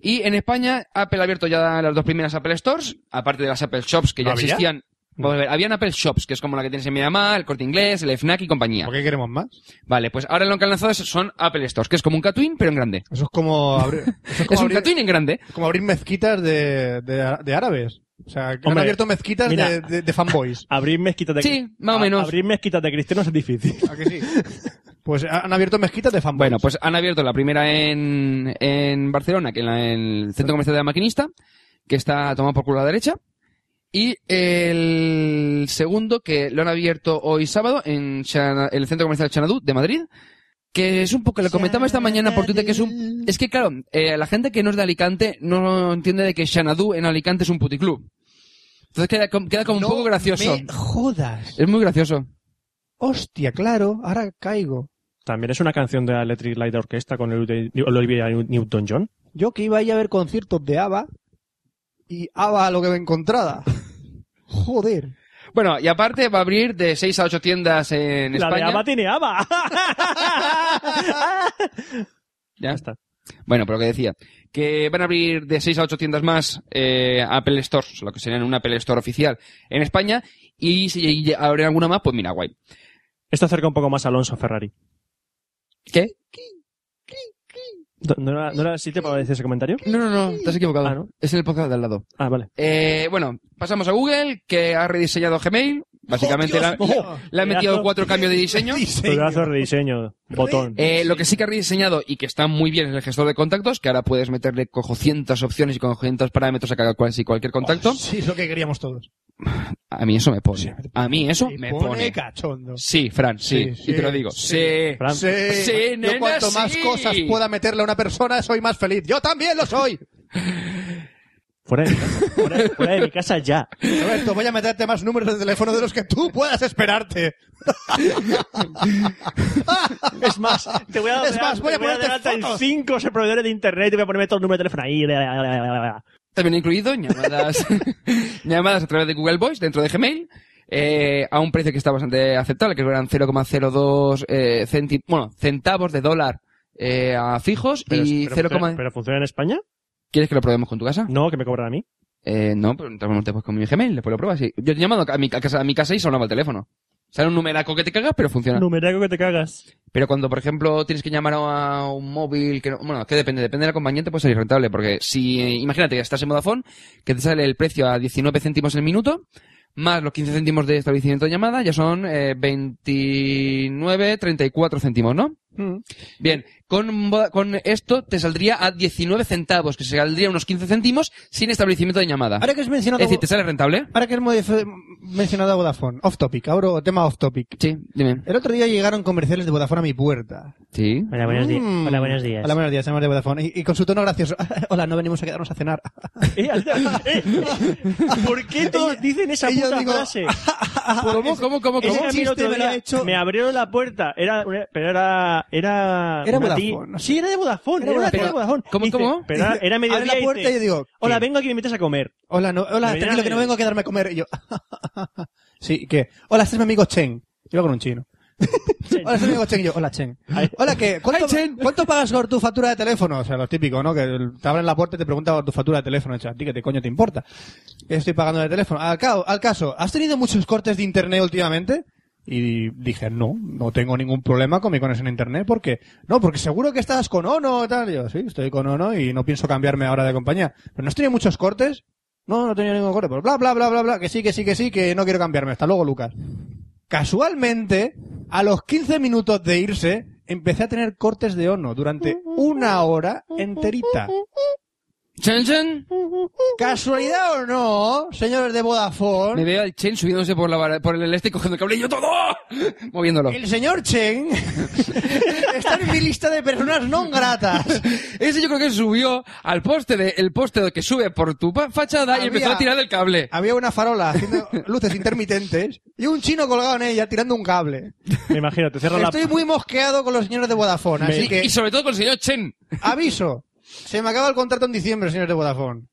Y en España, Apple ha abierto ya las dos primeras Apple Stores, aparte de las Apple Shops que ya ¿Había? existían. Vamos a ver, habían Apple Shops, que es como la que tienes en Miramar, el Corte Inglés, el FNAC y compañía. ¿Por qué queremos más? Vale, pues ahora lo que han lanzado es- son Apple Stores, que es como un Catwin, pero en grande. Eso es como abrir, eso es como Es un abrir, Catwin en grande. como abrir mezquitas de, de, de árabes. O sea, que han Hombre, abierto mezquitas mira. de, de- de fanboys. Abrir mezquitas de... Sí, más o Ah, a- menos. Abrir mezquitas de cristianos es difícil. ¿A que sí? Pues han abierto mezquitas de fanboys. Bueno, pues han abierto la primera en, en Barcelona, que en, la- en el centro comercial de la maquinista, que está tomado por culo a la derecha. Y el segundo, que lo han abierto hoy sábado en Xana- el centro comercial Chanadú de Madrid, que es un poco, lo comentaba esta mañana por Twitter, que es un... Es que claro, eh, la gente que no es de Alicante no entiende de que Xanadu en Alicante es un puticlub. Entonces queda, com- queda como No un poco gracioso. me jodas. Es muy gracioso. Hostia, claro, ahora caigo. También es una canción de la Electric Light Orchestra con el el Olivia Newton-John. Yo que iba a ir a ver conciertos de ABBA y ABBA a lo que me encontrada. Joder. Bueno, y aparte va a abrir de 6 a 8 tiendas en La España. de ABBA tiene ABBA. Ya. Ya está. Bueno, pero lo que decía, que van a abrir de 6 a 8 tiendas más eh, Apple Store, lo que serían un Apple Store oficial en España, y si lle- abren alguna más, pues mira, guay. Esto acerca un poco más a Alonso Ferrari. ¿Qué? ¿No era, no era el sitio para decir ese comentario? No, no, no, te has equivocado. Ah, ¿no? Es en el podcast de al lado. Ah, vale. Eh, bueno, pasamos a Google, que ha rediseñado Gmail. Básicamente ¡Oh, le ha- Dios mío! le han metido Pedazo. cuatro cambios de diseño. Pedazo de diseño. Botón. Eh, lo que sí que ha rediseñado y que está muy bien es el gestor de contactos, que ahora puedes meterle cojocientas opciones y cojocientas parámetros a cada cual si cualquier contacto. Sí, es lo que queríamos todos. A mí eso me pone. A mí eso Se me pone. cachondo. Sí, Fran, sí. Sí, sí, y te lo digo. sí. Sí. Fran, Sí, Yo nena, cuanto más sí. cosas pueda meterle a una persona, soy más feliz. Yo también lo soy. fuera, de mi casa, fuera, fuera de mi casa ya. Roberto, voy a meterte más números de teléfono de los que tú puedas esperarte. Es más, te voy a dar Es más, voy a ponerte fotos. en cinco proveedores de internet y te voy a ponerme todo el número de teléfono ahí. bla, bla, bla, bla, bla. También he incluido llamadas, llamadas a través de Google Voice dentro de Gmail. eh, a un precio que está bastante aceptable, que eran 0,02 eh, centi- bueno, centavos de dólar eh, a fijos Pero- y pero 0, funciona- ¿Pero funciona en España? ¿Quieres que lo probemos con tu casa? No, que me cobran a mí. Eh, no, pero entramos después con mi Gmail, después lo pruebas. sí. Yo te he llamado a mi, ca- casa, a mi casa y sonaba el teléfono. Sale un numeraco que te cagas, pero funciona. Numeraco que te cagas. Pero cuando, por ejemplo, tienes que llamar a un móvil, que no- bueno, es que depende, depende de la compañía, te puede salir rentable, porque si, eh, imagínate, estás en Vodafone, que te sale el precio a 19 céntimos el minuto, más los 15 céntimos de establecimiento de llamada, ya son eh, 29, 34 céntimos, ¿no? Mm. Bien, con, Voda- con esto te saldría a 19 centavos, que se saldría unos 15 céntimos sin establecimiento de llamada. Ahora que has Es mencionado, decir, ¿te sale rentable? ahora que has modif- mencionado a Vodafone, off topic, ahora tema off topic. Sí, dime. El otro día llegaron comerciales de Vodafone a mi puerta. Sí. Hola, buenos, di- Mm. hola, buenos días. Hola, buenos días, somos de Vodafone. Y, y con su tono gracioso. Hola, no venimos a quedarnos a cenar. Eh, alta- eh, ¿Por qué todos dicen esa y yo puta digo- frase? Ah, ¿Cómo, cómo, cómo, cómo? Ese que a mí el chiste otro me lo ha día hecho- me abrieron la puerta. Era, una- pero era, era. Era una ti- Vodafone. Sí, era de Vodafone. Era Era, una Vodafone. tía de Vodafone. ¿Cómo, Dice, cómo? Pero era, era mediodía. Abre la y puerta dice, y yo digo, Hola, ¿qué? vengo aquí que me invites a comer. Hola, no, hola, Me tranquilo dirás, que no eh. vengo a quedarme a comer. Y yo, sí, ¿qué? Hola, este es mi amigo Chen. Iba con un chino. Hola, este es mi amigo Chen. Y yo, hola, Chen. Ay. Hola, ¿qué? ¿Cuánto, Ay, Chen. cuánto pagas por tu factura de teléfono? O sea, lo típico, ¿no? Que el- te abren la puerta y te preguntan por tu factura de teléfono. Y dices, ¿a ti qué te coño te importa? Que estoy pagando de teléfono. Al, cao- al caso, ¿has tenido muchos cortes de internet últimamente? Y dije, no, no tengo ningún problema con mi conexión a internet porque, no, porque seguro que estás con Ono y tal. Y yo, sí, estoy con Ono y no pienso cambiarme ahora de compañía. Pero no has tenido muchos cortes. No, no tenía ningún corte. Pues bla, bla, bla, bla, bla, que sí, que sí, que sí, que no quiero cambiarme. Hasta luego, Lucas. Casualmente, a los 15 minutos de irse, empecé a tener cortes de Ono durante una hora enterita. Chen, chen. ¿Casualidad o no, señores de Vodafone? Me veo al Chen subiéndose por, la, vara- por el este y cogiendo el cable y yo todo moviéndolo. El señor Chen está en mi lista de personas no gratas. Ese yo creo que subió al poste de, el poste que sube por tu pa- fachada y Había- empezó a tirar del cable. Había una farola haciendo luces intermitentes y un chino colgado en ella tirando un cable. Me imagino, te cierran la Estoy muy mosqueado con los señores de Vodafone, así Y- que Y sobre todo con el señor Chen. aviso. Se me acaba el contrato en diciembre, señores de Vodafone.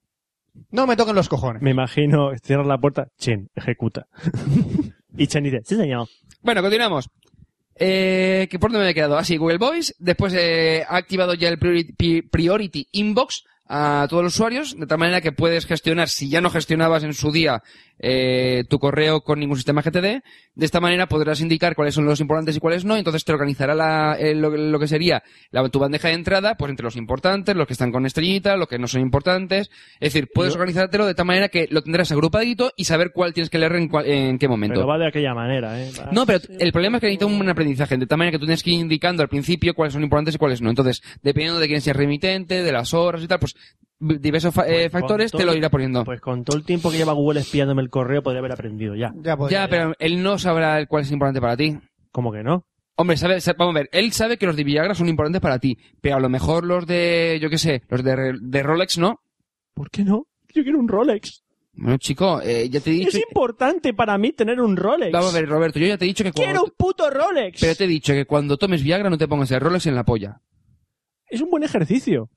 No me toquen los cojones. Me imagino, cierran la puerta. Chen, ejecuta. y Chen dice, sí, señor. Bueno, continuamos. Eh, ¿qué- ¿Por dónde me he quedado? Así, Google Voice. Después eh, ha activado ya el priori- pi- Priority Inbox a todos los usuarios, de tal manera que puedes gestionar, si ya no gestionabas en su día eh, tu correo con ningún sistema GTD, de esta manera podrás indicar cuáles son los importantes y cuáles no, y entonces te organizará la, eh, lo, lo que sería la, tu bandeja de entrada, pues entre los importantes, los que están con estrellita, los que no son importantes, es decir, puedes organizártelo de tal manera que lo tendrás agrupadito y saber cuál tienes que leer en, cuál- en qué momento. Pero va de aquella manera, ¿eh? Va. No, pero el problema es que necesita un aprendizaje, de tal manera que tú tienes que ir indicando al principio cuáles son importantes y cuáles no. Entonces, dependiendo de quién sea el remitente, de las horas y tal, pues diversos fa- eh, Pues con factores te todo- lo irá poniendo. Pues con todo el tiempo que lleva Google espiándome el correo, podría haber aprendido ya. Ya, podría, ya, pero él no sabrá el cuál es importante para ti. ¿Cómo que no? Hombre, sabe, sa- vamos a ver, él sabe que los de Viagra son importantes para ti, pero a lo mejor los de, yo qué sé, los de, Re- de Rolex no. ¿Por qué no? Yo quiero un Rolex. Bueno, chico, eh, ya te he Es dicho... importante para mí tener un Rolex. Vamos a ver, Roberto, yo ya te he dicho que cuando... ¡Quiero un puto Rolex! Pero te he dicho que cuando tomes Viagra no te pongas el Rolex en la polla. Es un buen ejercicio.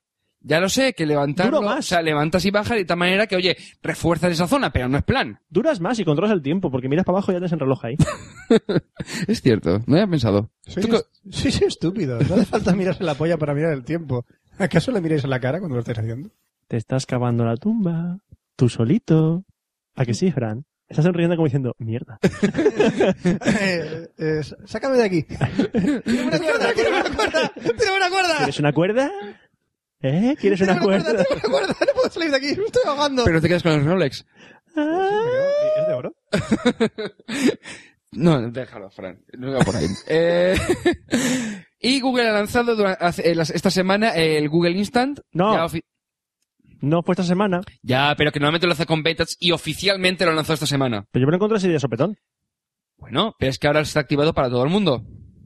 Ya lo sé, que levantarlo, Duro más. o sea, levantas y bajas de tal manera que, oye, refuerzas esa zona, pero no es plan. Duras más y controlas el tiempo, porque miras para abajo y ya tienes el reloj ahí. Es cierto, no había pensado. Sois, Tú co- sois estúpidos. No hace falta mirarse la polla para mirar el tiempo. ¿Acaso le miráis a la cara cuando lo estáis haciendo? Te estás cavando la tumba, tú solito. ¿A que sí, Fran? Estás sonriendo como diciendo, mierda. Eh, eh, sácame de aquí. Tírame una cuerda, tírame una cuerda, tírame una cuerda. ¿Quieres una cuerda? ¿Eh? ¿Quieres Tírame una cuerda? Tírame una cuerda, no puedo salir de aquí, me estoy ahogando. Pero te quedas con el Rolex. Ah. Pues ¿Es de oro? No, déjalo, Fran. No iba por ahí. Eh, y Google ha lanzado dura- hace- eh, las- esta semana el Google Instant. No. Ya, ofi- No fue esta semana, Ya, pero que normalmente lo hace con betas y oficialmente lo lanzó esta semana. pero yo me lo encontré ese día sopetón. Bueno, pero es que ahora está activado para todo el mundo.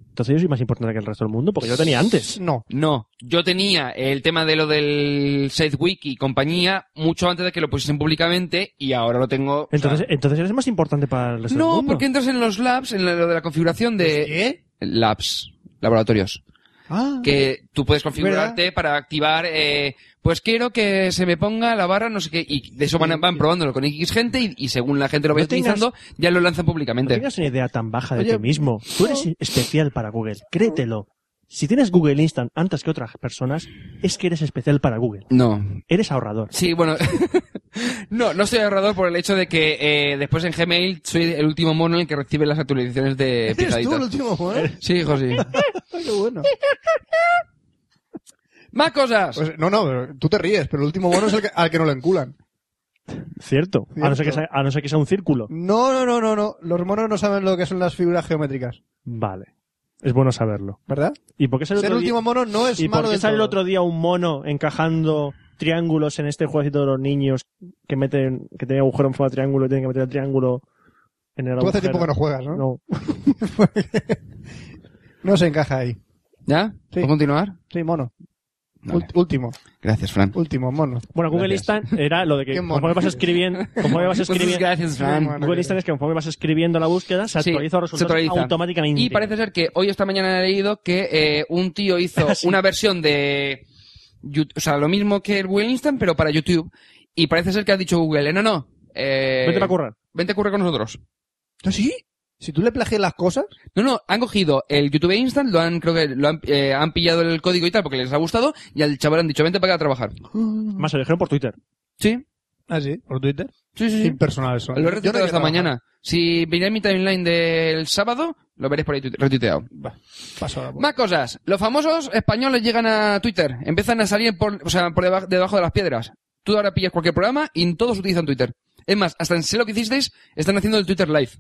Entonces yo soy más importante que el resto del mundo porque yo lo tenía antes. Pues No. No, yo tenía el tema de lo del SafeWiki y compañía mucho antes de que lo pusiesen públicamente y ahora lo tengo. o sea, Entonces, entonces eres más importante para el resto del No, mundo. Eh, porque entras en los labs, en lo de la configuración de... ¿Qué? Labs, laboratorios. Ah. que tú puedes configurarte para activar, eh, pues quiero que se me ponga la barra, no sé qué, y de eso van, van probándolo con X gente y, y según la gente lo vaya No tengas- utilizando, ya lo lanzan No públicamente. tengas una idea tan baja de Oye, ti mismo. Tú eres especial para Google. Créetelo. Si tienes Google Instant antes que otras personas, es que eres especial para Google. No. Eres ahorrador. Sí, bueno. no, no soy ahorrador por el hecho de que eh, después en Gmail soy el último mono en el que recibe las actualizaciones de ¿Eres tú el picaditas. último joder? Sí, José. Ay, qué bueno. Más cosas. Pues, no, no, pero tú te ríes, pero el último mono es el que- al que no lo enculan. Cierto. A, no ser que sea, a no ser que sea un círculo. No, no, no, no, no. Los monos no saben lo que son las figuras geométricas, Vale. Es bueno saberlo. ¿verdad? ¿Y por qué sale Ser el otro día- último mono no es ¿Y por malo qué del sale el todo. otro día un mono encajando triángulos en este jueguecito de los niños que meten, que tiene agujero en forma de triángulo y tienen que meter el triángulo en el Tú agujero? hace tiempo que no juegas, ¿no? No. No se encaja ahí. ¿Ya? Sí. ¿Puedo continuar? Sí, mono. Vale. Ult- último, Gracias, Fran. último, mono. Bueno, Google Gracias. Instant era lo de que Qué mono Pues conforme vas eres. escribiendo, conforme vas Muchas escribiendo, Pues, gracias, Fran. Google Instant es que conforme vas escribiendo la búsqueda, se Sí, actualiza se el resultado actualiza. automáticamente. Y parece ser que hoy esta mañana he leído que eh, un tío hizo una versión de... Yout- O sea, lo mismo que el Google Instant, pero para YouTube. Y parece ser que ha dicho Google, eh, no, no. Eh, Vete para currar. Vente a currar con nosotros. ¿Tú ¿Ah, sí? Si tú le plagias las cosas, No, no, han cogido el YouTube Instant, lo han, creo que lo han, eh, han pillado el código y tal porque les ha gustado y al chaval han dicho, vente para acá a trabajar. Más se lo dijeron por Twitter. Sí, ah, sí, por Twitter. sí, sí. sí. Impersonal son. Lo he Yo no retuiteado quiero esta trabajar. mañana. Si miráis mi timeline del sábado, lo veréis por ahí tuite- retuiteado. Paso ahora, por- Más cosas. Los famosos españoles llegan a Twitter. Empiezan a salir por, o sea, por deba- debajo de las piedras. Tú ahora pillas cualquier programa y todos utilizan Twitter. Es más, hasta en Sé lo que hicisteis, están haciendo el Twitter Live.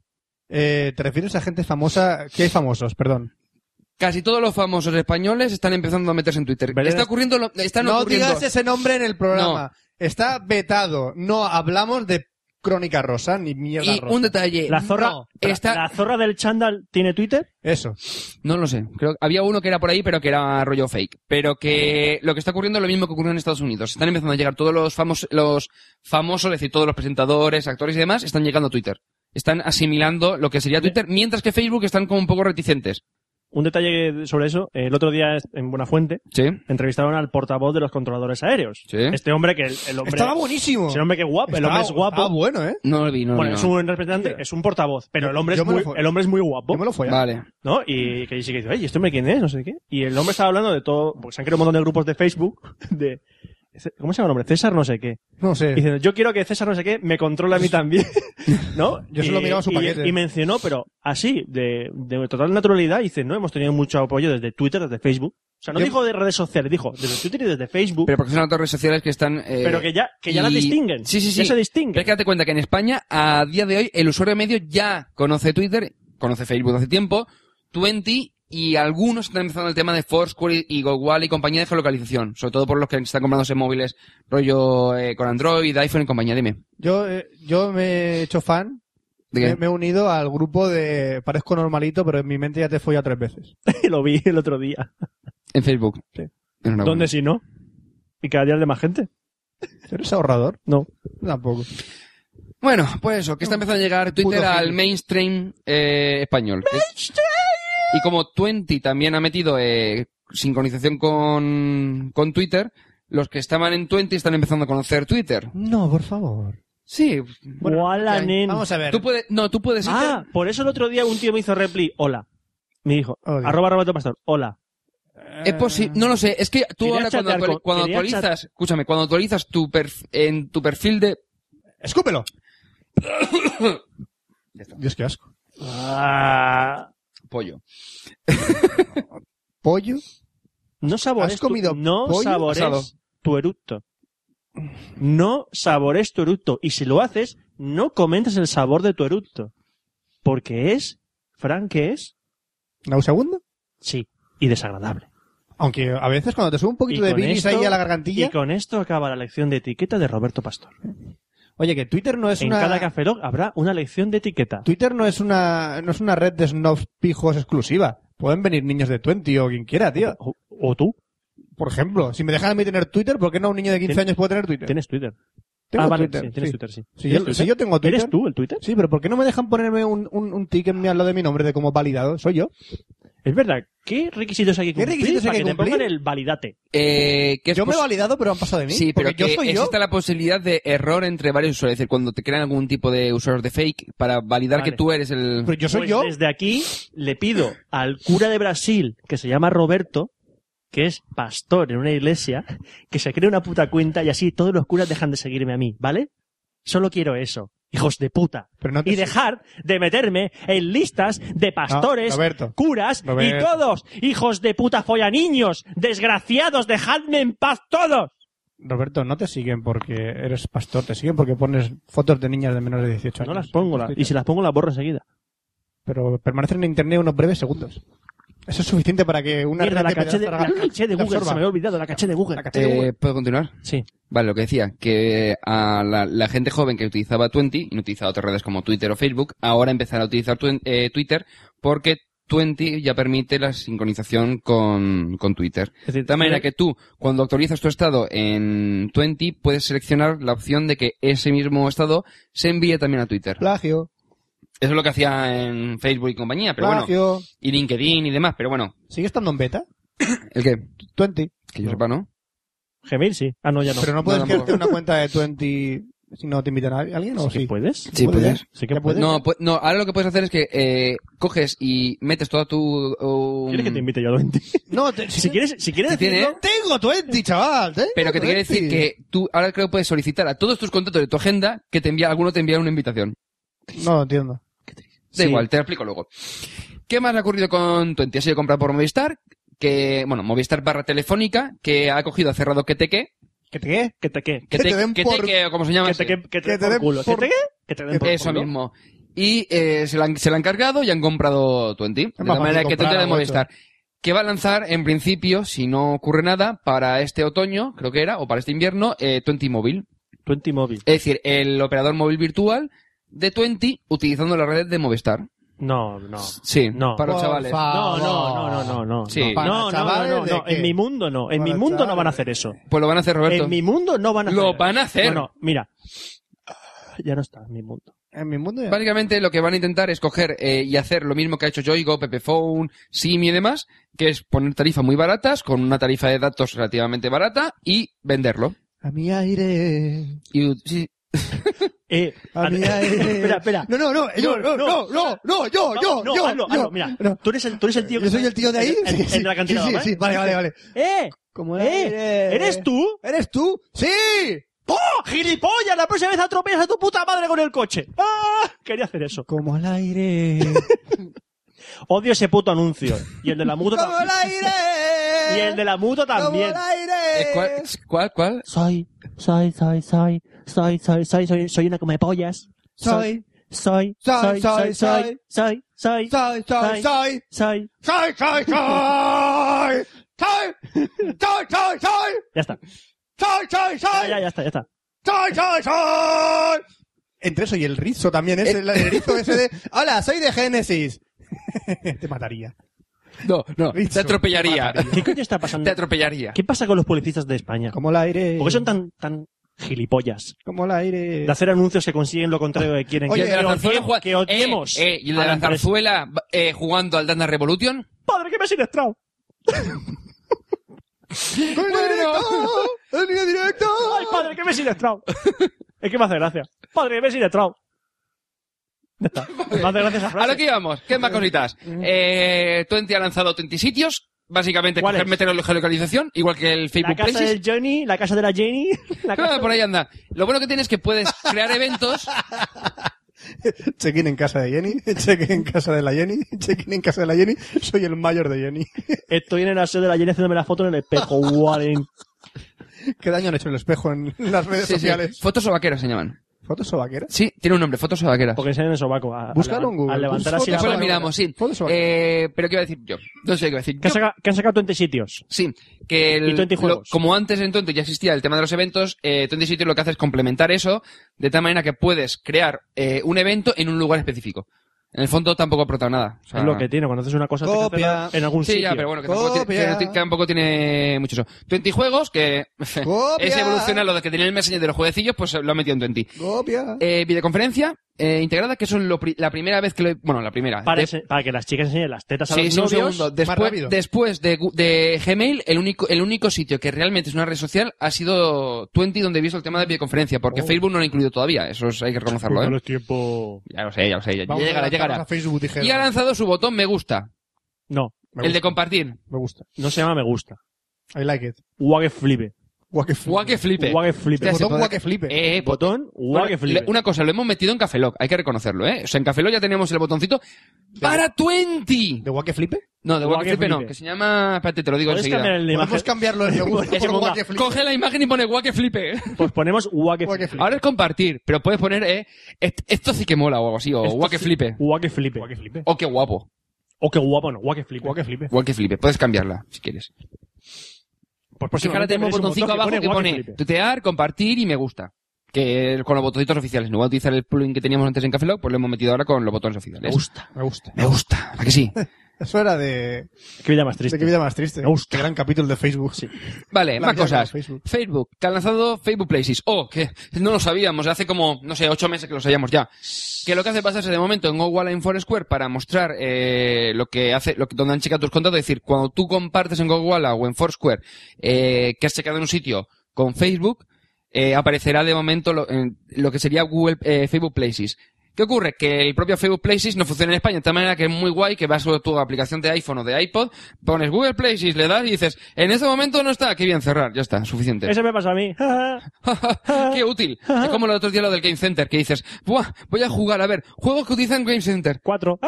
Eh, ¿Te refieres a gente famosa? ¿Qué hay famosos? Perdón. Casi todos los famosos españoles están empezando a meterse en Twitter. Belén Está es- ocurriendo, lo- están No ocurriendo. digas ese nombre en el programa. Está vetado. No hablamos de Crónica Rosa ni mierda Y rosa. un detalle. La zorra, Eh, No, la- está- la zorra del chándal tiene Twitter. Eso. No lo sé. Creo que había uno que era por ahí, pero que era rollo fake. Pero que lo que está ocurriendo es lo mismo que ocurrió en Estados Unidos. Están empezando a llegar todos los famosos, los famosos, es decir, todos los presentadores, actores y demás, están llegando a Twitter. Están asimilando lo que sería Twitter, mientras que Facebook están como un poco reticentes. Un detalle sobre eso, el otro día en Buenafuente Sí. entrevistaron al portavoz de los controladores aéreos. Sí. Este hombre que el, el hombre, Estaba buenísimo. ese hombre que es guapo, el hombre es Estaba- estaba guapo. bueno, ¿eh? No lo vi, no lo Bueno, vi, es no. un representante, es un portavoz, pero el hombre Yo es me lo muy, fue- el hombre es muy guapo. Yo me lo follaba. Vale. ¿no? Y que dice que dice, oye, ¿este hombre quién es? No sé qué. Y el hombre estaba hablando de todo, porque se han creado un montón de grupos de Facebook, de, ¿cómo se llama el hombre? César no sé qué. No Y sé. diciendo, yo quiero que César no sé qué me controle a mí también, ¿no? Yo solo Y- miraba su y- paquete. Y mencionó, pero así, de, de total naturalidad, dice, no, hemos tenido mucho apoyo desde Twitter, desde Facebook. O sea, no Yo- dijo de redes sociales, dijo desde Twitter y desde Facebook, Pero pero, porque son las dos redes sociales que están... eh, que ya, que ya y- las distinguen. Sí, sí, sí. Ya se distinguen. Pero es que date cuenta que en España, a día de hoy, el usuario medio ya conoce Twitter, conoce Facebook hace tiempo, Twenty y algunos están empezando el tema de Foursquare y GoWall y compañía de geolocalización. Sobre todo por los que están comprándose móviles rollo eh, con Android, iPhone y compañía. Dime. Yo, eh, yo me he hecho fan. ¿De qué? Me, me he unido al grupo de Parezco normalito, pero en mi mente ya te he follado tres veces. Lo vi el otro día. En Facebook. Sí. Enhorabuena. ¿Dónde si no? Y cada día de más gente. ¿Eres ahorrador? No. Tampoco. Bueno, pues eso, que está empezando a llegar Twitter Puto al genio. mainstream eh, español. Y como Twenty también ha metido eh, sincronización con, con Twitter, los que estaban en Twenty están empezando a conocer Twitter. No, por favor. Sí. Bueno, ¿qué hay? Vamos a ver. Tú puedes, no, tú puedes irte- Ah, por eso el otro día un tío me hizo repli. Hola. Me dijo, Odio. arroba Roberto Pastor. Hola. Es posi- no lo sé, es que tú Quería ahora cuando, chatear actuali- con- cuando quería actualizas, escúchame, cuando actualizas tu perf- en tu perfil de... ¡Escúpelo! Dios, qué asco. Ah, Pollo. ¿Pollo? no sabores. ¿Has comido tu, no pollo sabores asado? tu eructo. No sabores tu eructo. Y si lo haces, no comentes el sabor de tu eructo. Porque es, Frank, que es, ¿Nauseabundo? sí, y desagradable. Aunque a veces cuando te sube un poquito Y de con bilis esto- ahí a la Y gargantilla... con esto acaba la lección de etiqueta de Roberto Pastor. Oye, que Twitter no es en una... cada Café Lock habrá una lección de etiqueta. Twitter no es una no es una red de snobs pijos exclusiva. Pueden venir niños de 20 o quien quiera, tío. O, o tú, Por ejemplo, si me dejan a mí tener Twitter, ¿por qué no un niño de 15 Tien- años puede tener Twitter? tienes Twitter. Tengo ah, vale, Twitter, sí, tienes sí. Twitter, sí. Si ¿Tienes yo, si Twitter? yo tengo Twitter. ¿Eres tú el Twitter? Sí, pero ¿por qué no me dejan ponerme un, un, un tick en mi al lado de mi nombre de como validado? Soy yo. Es verdad, ¿qué requisitos hay que ¿Qué cumplir requisitos hay para que te cumplir? pongan el validate? Eh, que es Yo me he pos- validado, pero han pasado de mí. Sí, pero porque yo que soy yo. existe la posibilidad de error entre varios usuarios. Es decir, cuando te crean algún tipo de usuarios de fake para validar Vale. que tú eres el... Eh, Pero yo soy Pues yo. Desde aquí le pido al cura de Brasil, que se llama Roberto, que es pastor en una iglesia, que se cree una puta cuenta y así todos los curas dejan de seguirme a mí, ¿vale? Solo quiero eso, hijos de puta. Pero no te- Y dejar de meterme en listas de pastores, Ah, Roberto. curas y Roberto. todos, hijos de puta folla niños, desgraciados, dejadme en paz todos. Roberto, no te siguen porque eres pastor, te siguen porque pones fotos de niñas de menores de 18 No años. las pongo, la- y si las pongo las borro enseguida. Pero permanecen en internet unos breves segundos. Eso es suficiente para que una Mierda, red la caché de, la pedazo- caché de te Google, absorba. se me había olvidado, la caché de Google. La caché de Google. Eh, ¿Puedo continuar? Sí. Vale, lo que decía, que a la, la gente joven que utilizaba Twenty y no utilizaba otras redes como Twitter o Facebook, ahora empezará a utilizar Twen- eh, Twitter porque Twenty ya permite la sincronización con, con Twitter. Es decir, De tal manera eh, que tú, cuando actualizas tu estado en Twenty, puedes seleccionar la opción de que ese mismo estado se envíe también a Twitter. Plagio, Eso es lo que hacía en Facebook y compañía, pero bueno, plagio. y LinkedIn y demás, pero bueno, ¿Sigue estando en beta? el que, 20. que yo No. sepa, ¿no? Gmail sí. Ah, no, ya no. Pero no puedes no, crearte tampoco. una cuenta de 20 si no te invitan a alguien o Sí pues. que sí. puedes. Sí, ¿Puedes? puedes. Sí que puedes. Ya puedes. No, pues, no, ahora lo que puedes hacer es que eh, coges y metes toda tu... um, ¿Quieres que te invite Mm. yo a 20? No, te- Si quieres, si quieres Si tiene- decirlo, Tengo 20, chaval. tengo Pero que te quiere decir 20. que tú ahora creo que puedes solicitar a todos tus contactos de tu agenda que te envía, alguno te envía una invitación. No lo entiendo. Da Sí. igual, te lo explico luego. ¿Qué más ha ocurrido con Twenty? Ha sido comprado por Movistar, que, bueno, Movistar barra telefónica, que ha cogido, ha cerrado que teque, ¿Que te qué? que te que. que Que te te, den que por- teque, o como se llama. Que ese. te que. Que te Que te den den por culo. Que por- te que. Que te den por Eso culo. mismo. Y eh, se, la han, se la han cargado y han comprado 20. De más la fácil manera que comprar trata de algo Movistar. Que va a lanzar, en principio, si no ocurre nada, para este otoño, creo que era, o para este invierno, eh, 20 móvil. 20 móvil. Es decir, el operador móvil virtual de 20 utilizando la red de Movistar. No, no. Sí, No. para los Por chavales. No, favor. no, no, no, no, no. Ah, Sí. No, Para no, no, chavales no, de no. qué? En mi mundo no. En Para mi mundo no van a chavales. hacer eso. Pues lo van a hacer, Roberto. En mi mundo no van a hacer Lo eso. van a hacer. No, no, mira. Ah, Ya no está en mi mundo. En mi mundo ya. Básicamente lo que van a intentar es coger eh, y hacer lo mismo que ha hecho Yoigo, Pepephone, Simi y demás, que es poner tarifas muy baratas con una tarifa de datos relativamente barata y venderlo. A mi aire. Y, sí, Eh. A mi Ad- aire. Espera, espera. No, no, no. Yo, no, no, no, no, yo, yo, no, yo. hazlo, yo, hazlo, mira. no. Tú eres el, tú eres el tío que. Yo soy el tío de ahí. En, Sí, en sí, la cantina. Sí, sí, ¿vale? sí. Vale, vale, vale. ¡Eh! Como el ¡Eh! aire. ¿Eres tú? ¿Eres tú? ¡Sí! ¡Oh, gilipollas! La próxima vez atropellas a tu puta madre con el coche. ¡Ah! Quería hacer eso. Como el aire. Odio ese puto anuncio. Y el de la mutua Como el también. aire. Y el de la mutua también. Como el aire. Eh, ¿Cuál, cuál, cuál? Soy, soy, soy, soy, soy, soy, soy, soy, soy una comepollas. Soy, soy, Soy, soy, soy, soy, soy, soy, soy, soy, soy, Soy. soy, soy. soy, soy, soy, soy, soy, soy, soy, Ya está. soy, soy, Ya, soy, ya, ya está, ya está. soy, soy, soy. Entre eso y el rizo también, es el, el rizo ese de, hola, soy de Génesis. Te mataría. No, no, te Rizo, atropellaría. ¿Qué coño está pasando? Te atropellaría. ¿Qué pasa con los publicistas de España? Como el aire. ¿Por qué son tan, tan gilipollas? Como el aire. De hacer anuncios que consiguen lo contrario de quieren. Oye, Y el Eh. de la que, zarzuela odie- jugando- que odiemos. Eh, eh, y el de a la la empresa. zarzuela eh, jugando al Dance Revolution. Padre, que me has siniestrado. ¡El niño directo! ¡El niño directo! ¡Ay, padre, que me he siniestrado! es que me hace gracia. ¡Padre, que me he siniestrado! Ya está. Me hace gracia esa A frase. lo que íbamos, ¿qué más cositas? Eh, Twenty ha lanzado 20 sitios, básicamente ¿Cuáles? coger meter la geolocalización, igual que el La Facebook casa Places. del Johnny, la casa de la Jenny, la Ah, casa por ahí anda. Lo bueno que tienes es que puedes crear eventos. Check-in en casa de Jenny, check-in en casa de la Jenny, check-in en casa de la Jenny. Soy el mayor de Jenny. Estoy en el aseo de la Jenny haciéndome la foto en el espejo. Warren. ¿Qué daño han hecho el espejo en las redes Sí, sí. sociales? Fotos o vaqueras se llaman. ¿Fotos o vaqueras? Sí, tiene un nombre, fotos o vaqueras. Porque enseñan el sobaco. A, a Búscalo levan- en Google. A levantar Búscalo así la Después lo en Fotos mano. o miramos, sí. Fotos o Eh, pero ¿qué iba a decir yo? No sé qué iba a decir. Que Yo- han sacado, que han sacado 20 sitios. Sí, que el- Y 20 lo- juegos. como antes entonces ya existía el tema de los eventos, eh, 20 Sitio lo que hace es complementar eso de tal manera que puedes crear eh, un evento en un lugar específico. En el fondo tampoco aporta nada. O sea, Es Ah. lo que tiene. Cuando haces una cosa, te Copia. en algún Sí, sitio. ya, pero bueno, que tampoco, tiene, Copia. que tampoco tiene mucho eso. 20 juegos, que Copia. es evolucionar lo de que tenía el Messenger de los jueguecillos, pues lo ha metido en 20. Copia. Eh, videoconferencia, eh, integrada, que eso es lo pri- la primera vez que lo... he- Bueno, la primera. Para, De- ense- para que las chicas enseñen las tetas a Sí, los sí, un novios. segundo. rápido. Después, después de, Gu- de Gmail, el único, el único sitio que realmente es una red social ha sido Twenty, donde he visto el tema de videoconferencia, porque Facebook no lo ha incluido todavía. Eso es- hay que reconocerlo, Con ¿eh? los tiempo... Ya lo sé, ya lo sé. Ya Vamos llegará, a llegará. adelantarnos a Facebook, dijeron. Y ha lanzado su botón me gusta, No, Me el gusta, de compartir. Me gusta. no se llama me gusta. I like it. Wague flipe. Guaque flipe. Guau, que flipe. Wague flipe. Hostia, se Botón podrá- guaque flipe. Eh, eh, Botón, wague Bueno, flipe. le- una cosa, lo hemos metido en Cafeloc, hay que reconocerlo, ¿eh? O sea, en Cafeloc ya tenemos el botoncito para Twenty. ¿De guaque flipe? No, de Guau, Wacky que Flipe no, flipe. que se llama... Espérate, te lo digo ¿Puedes enseguida. cambiar el Podemos imagen? cambiarlo de me gusta Que se por ponga- guaque flipe. Coge la imagen y pone Wacky Flipe. Pues ponemos wague Guaque flipe. flipe. Ahora es compartir, pero puedes poner, eh, est- esto sí que mola o algo así, o Esto guau que sí- Oh, flipe. Wague flipe. Guaque flipe. O qué guapo, O qué guapo, no. Wague flipe. Guaque flipe. guau que flipe. Puedes cambiarla, si quieres. Pues Porque ahora próximamente tenemos tenéis un botoncito abajo que wague pone flipe. tutear, compartir y me gusta. Que con los botoncitos oficiales. No voy a utilizar el plugin que teníamos antes en Cafeloc, pues lo hemos metido ahora con los botones Me oficiales. gusta. Me gusta. Me gusta, ¿a que sí? Eso era de... Qué vida más De triste. qué vida más triste. Me gusta. Qué gran capítulo de Facebook. Sí. Vale, La más vida de cosas. Facebook. Facebook. que ha lanzado Facebook Places. Oh, que no lo sabíamos, hace como, no sé, ocho meses que lo sabíamos ya. Que lo que hace pasarse de momento en Google en Foursquare para mostrar eh, lo que hace, lo que, donde han checado tus contactos. Es decir, cuando tú compartes en Google o en Foursquare eh, que has checado en un sitio con Facebook, eh, aparecerá de momento lo, en lo que sería Google eh, Facebook Places. ¿Qué ocurre? Que el propio Facebook Places no funciona en España, de tal manera que es muy guay que vas a tu aplicación de iPhone o de iPod, pones Google Places, le das y dices, en este momento no está, qué bien cerrar, ya está, suficiente. Eso me pasó a mí. qué útil. Es como el otro día lo del Game Center, que dices, Buah, voy a jugar, a ver, juegos que utilizan Game Center. Cuatro.